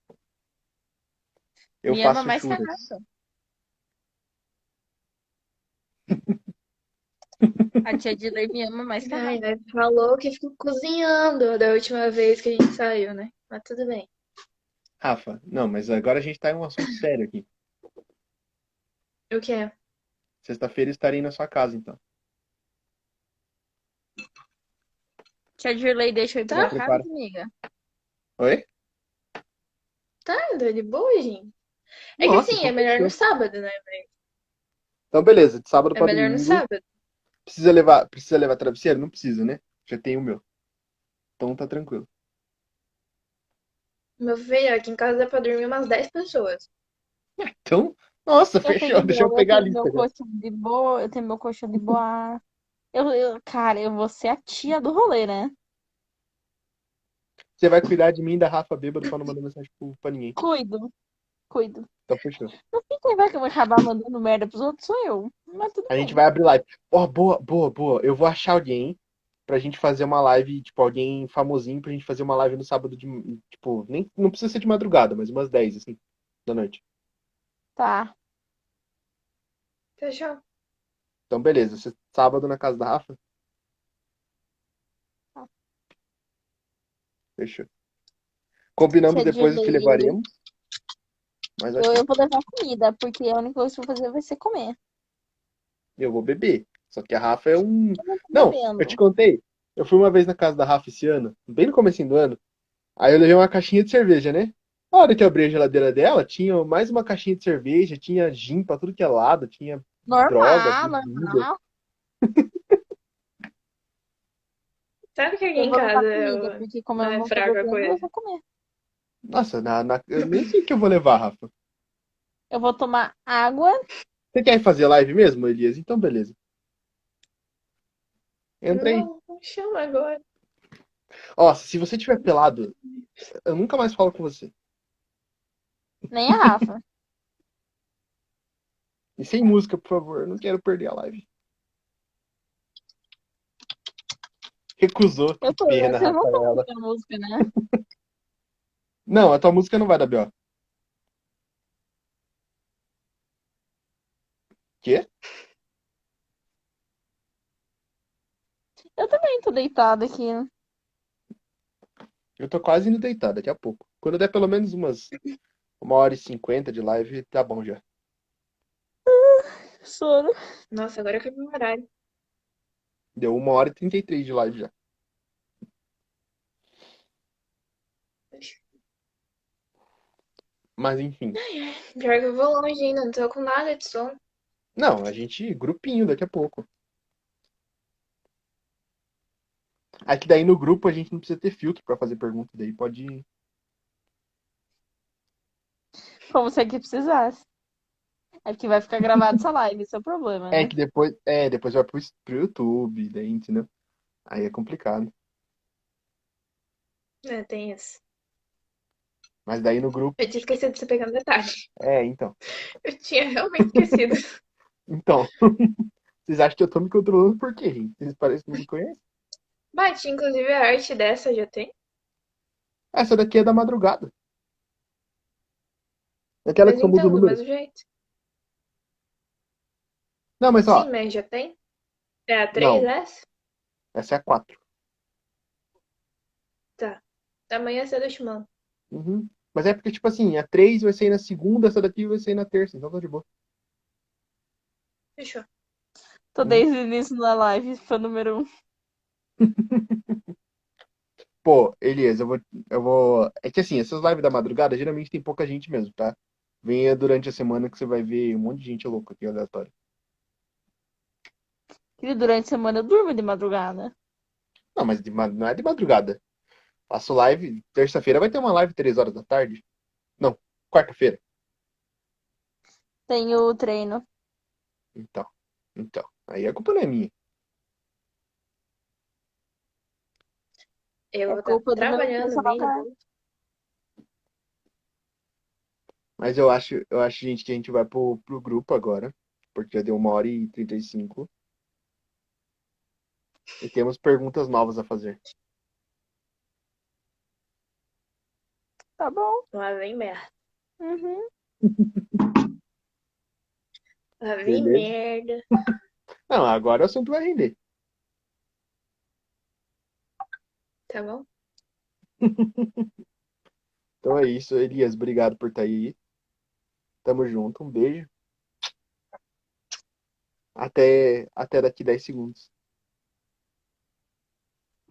[SPEAKER 1] Eu
[SPEAKER 3] me ama
[SPEAKER 1] faço
[SPEAKER 3] mais que a
[SPEAKER 1] churras.
[SPEAKER 3] Rafa. A tia Dirley me ama mais que é a Rafa.
[SPEAKER 2] Ai, né? Falou que ficou cozinhando da última vez que a gente saiu, né? Mas tudo bem.
[SPEAKER 1] Rafa, não, mas agora a gente tá em um assunto sério aqui.
[SPEAKER 2] O que é?
[SPEAKER 1] Sexta-feira eu estarei na sua casa, então.
[SPEAKER 3] Tia Dirley deixa eu ir pra
[SPEAKER 1] Tá.
[SPEAKER 3] casa,
[SPEAKER 1] Prepara.
[SPEAKER 3] amiga.
[SPEAKER 1] Oi?
[SPEAKER 2] Nada, Ah, de boa, gente. É
[SPEAKER 1] Nossa,
[SPEAKER 2] que assim, é
[SPEAKER 1] então
[SPEAKER 2] melhor no
[SPEAKER 1] fechou.
[SPEAKER 2] sábado, né?
[SPEAKER 1] Então, beleza, de sábado
[SPEAKER 2] É
[SPEAKER 1] pra
[SPEAKER 2] melhor no
[SPEAKER 1] domingo.
[SPEAKER 2] sábado.
[SPEAKER 1] Precisa levar, precisa levar travesseiro? Não precisa, né? Já tem o meu. Então tá tranquilo.
[SPEAKER 2] Meu filho, aqui em casa dá pra dormir umas 10 pessoas.
[SPEAKER 1] Então, nossa,
[SPEAKER 3] Eu
[SPEAKER 1] fechou.
[SPEAKER 3] tenho
[SPEAKER 1] Deixa eu
[SPEAKER 3] meu-
[SPEAKER 1] pegar a
[SPEAKER 3] tenho
[SPEAKER 1] lista.
[SPEAKER 3] Meu
[SPEAKER 1] já.
[SPEAKER 3] colchão de boa, eu tenho meu colchão de boa. Eu, eu- cara, eu vou ser a tia do rolê, né?
[SPEAKER 1] Você vai cuidar de mim e da Rafa bêbado pra não mandar mensagem pro- pra ninguém.
[SPEAKER 3] Cuido. Cuido.
[SPEAKER 1] Então fechou.
[SPEAKER 3] No fim, quem vai acabar mandando merda pros outros sou eu. Mas tudo
[SPEAKER 1] A
[SPEAKER 3] bem.
[SPEAKER 1] gente vai abrir live. Ó, boa, boa, boa. Eu vou achar alguém pra gente fazer uma live, tipo, alguém famosinho pra gente fazer uma live no sábado de, tipo, nem, não precisa ser de madrugada, mas umas 10, assim, da noite.
[SPEAKER 3] Tá.
[SPEAKER 2] Fechou?
[SPEAKER 1] Então, beleza. Você- Sábado na casa da Rafa?
[SPEAKER 3] Tá.
[SPEAKER 1] Fechou. Combinamos
[SPEAKER 3] Você
[SPEAKER 1] depois o que
[SPEAKER 3] diz aí.
[SPEAKER 1] levaremos. Mas acho
[SPEAKER 3] Eu,
[SPEAKER 1] que
[SPEAKER 3] eu vou levar comida, porque a única coisa que eu vou fazer vai ser comer.
[SPEAKER 1] eu vou beber. Só que a Rafa é um.
[SPEAKER 3] Eu não tô
[SPEAKER 1] Não,
[SPEAKER 3] bebendo.
[SPEAKER 1] eu te contei. Eu fui uma vez na casa da Rafa esse ano, bem no comecinho do ano. Aí eu levei uma caixinha de cerveja, né? Na hora que eu abri a geladeira dela, tinha mais uma caixinha de cerveja, tinha gin pra tudo que é lado, tinha
[SPEAKER 3] Normal,
[SPEAKER 1] droga, bebida.
[SPEAKER 3] normal.
[SPEAKER 2] Sabe que aqui
[SPEAKER 3] Eu
[SPEAKER 2] em
[SPEAKER 3] vou levar
[SPEAKER 2] casa
[SPEAKER 3] comida,
[SPEAKER 2] eu-
[SPEAKER 3] porque como
[SPEAKER 2] não
[SPEAKER 3] eu
[SPEAKER 2] é
[SPEAKER 3] não tô
[SPEAKER 2] fraca a
[SPEAKER 3] bebendo, eu
[SPEAKER 2] coisa.
[SPEAKER 3] vou comer.
[SPEAKER 1] Nossa, na, na- eu nem sei o que eu vou levar, Rafa.
[SPEAKER 3] Eu vou tomar água.
[SPEAKER 1] Você quer fazer live mesmo, Elias? Então, beleza. Entra aí.
[SPEAKER 2] Não, não chama agora.
[SPEAKER 1] Ó, se você tiver pelado, eu nunca mais falo com você.
[SPEAKER 3] Nem a Rafa.
[SPEAKER 1] E sem música, por favor. Eu não quero perder a live. Recusou.
[SPEAKER 3] Eu tô,
[SPEAKER 1] Pena,
[SPEAKER 3] eu não tô
[SPEAKER 1] Rafaela.
[SPEAKER 3] ouvindo a música, né?
[SPEAKER 1] Não, a tua música não vai dar B.O. Quê?
[SPEAKER 3] Eu também tô deitada aqui.
[SPEAKER 1] Eu tô quase indo deitar daqui a pouco. Quando der pelo menos umas uma hora e cinquenta de live, tá bom já.
[SPEAKER 3] Sono.
[SPEAKER 2] Nossa, agora que eu vi o horário.
[SPEAKER 1] Deu uma hora e trinta e três de live já. Mas enfim.
[SPEAKER 2] Pior que eu vou longe ainda, não tô com nada de som.
[SPEAKER 1] Não, a gente grupinho daqui a pouco. Aqui É daí no grupo a gente não precisa ter filtro pra fazer pergunta, daí pode ir.
[SPEAKER 3] Como se aqui precisasse. É porque vai ficar gravado essa live, esse é o problema, né?
[SPEAKER 1] É que depois, é, depois vai pro, pro YouTube, daí, entendeu? Aí é complicado.
[SPEAKER 2] É, tem isso.
[SPEAKER 1] Mas daí no grupo,
[SPEAKER 2] Eu tinha esquecido de você pegar no detalhe.
[SPEAKER 1] é, então.
[SPEAKER 2] Eu tinha realmente esquecido.
[SPEAKER 1] Então, vocês acham que eu tô me controlando por quê, gente? Vocês parecem que não me conhecem?
[SPEAKER 2] Bate, inclusive a arte dessa já tem.
[SPEAKER 1] Essa daqui é da madrugada. É Aquela
[SPEAKER 2] Mas
[SPEAKER 1] que só muda
[SPEAKER 2] então,
[SPEAKER 1] o
[SPEAKER 2] do
[SPEAKER 1] número.
[SPEAKER 2] mesmo jeito.
[SPEAKER 1] Não, mas ó,
[SPEAKER 2] Sim, mas já tem. É a 3
[SPEAKER 1] Não.
[SPEAKER 2] essa?
[SPEAKER 1] essa é a 4.
[SPEAKER 2] Amanhã cedo eu te mando.
[SPEAKER 1] Uhum. Mas é porque, tipo assim, a 3 vai sair na segunda, essa daqui vai sair na terça, então tá de boa.
[SPEAKER 2] Fechou.
[SPEAKER 3] Tô desde o início da live, fã número um.
[SPEAKER 1] Pô, Elias, eu vou, eu vou. É que assim, essas lives da madrugada geralmente tem pouca gente mesmo, tá? Venha durante a semana que você vai ver um monte de gente louca aqui, aleatória.
[SPEAKER 3] Querido, durante a semana eu durmo de madrugada.
[SPEAKER 1] Não, mas de ma- não é de madrugada. Faço live, terça-feira vai ter uma live três horas da tarde. Não, quarta-feira.
[SPEAKER 3] Tenho treino.
[SPEAKER 1] Então, então. Aí a culpa não é minha.
[SPEAKER 2] Eu
[SPEAKER 3] É
[SPEAKER 2] é
[SPEAKER 3] culpa do
[SPEAKER 2] trabalhando
[SPEAKER 3] meu
[SPEAKER 2] bem.
[SPEAKER 1] Mas eu acho, eu acho, gente, que a gente vai pro, pro grupo agora, porque já deu uma hora e 35. E temos perguntas novas a fazer.
[SPEAKER 3] Tá bom.
[SPEAKER 2] Lá vem merda.
[SPEAKER 3] Uhum.
[SPEAKER 2] Lá vem
[SPEAKER 1] Beleza.
[SPEAKER 2] merda.
[SPEAKER 1] Não, agora o assunto vai render.
[SPEAKER 2] Tá bom?
[SPEAKER 1] Então é isso, Elias, obrigado por estar aí. Tamo junto, um beijo. Até, até daqui 10 segundos.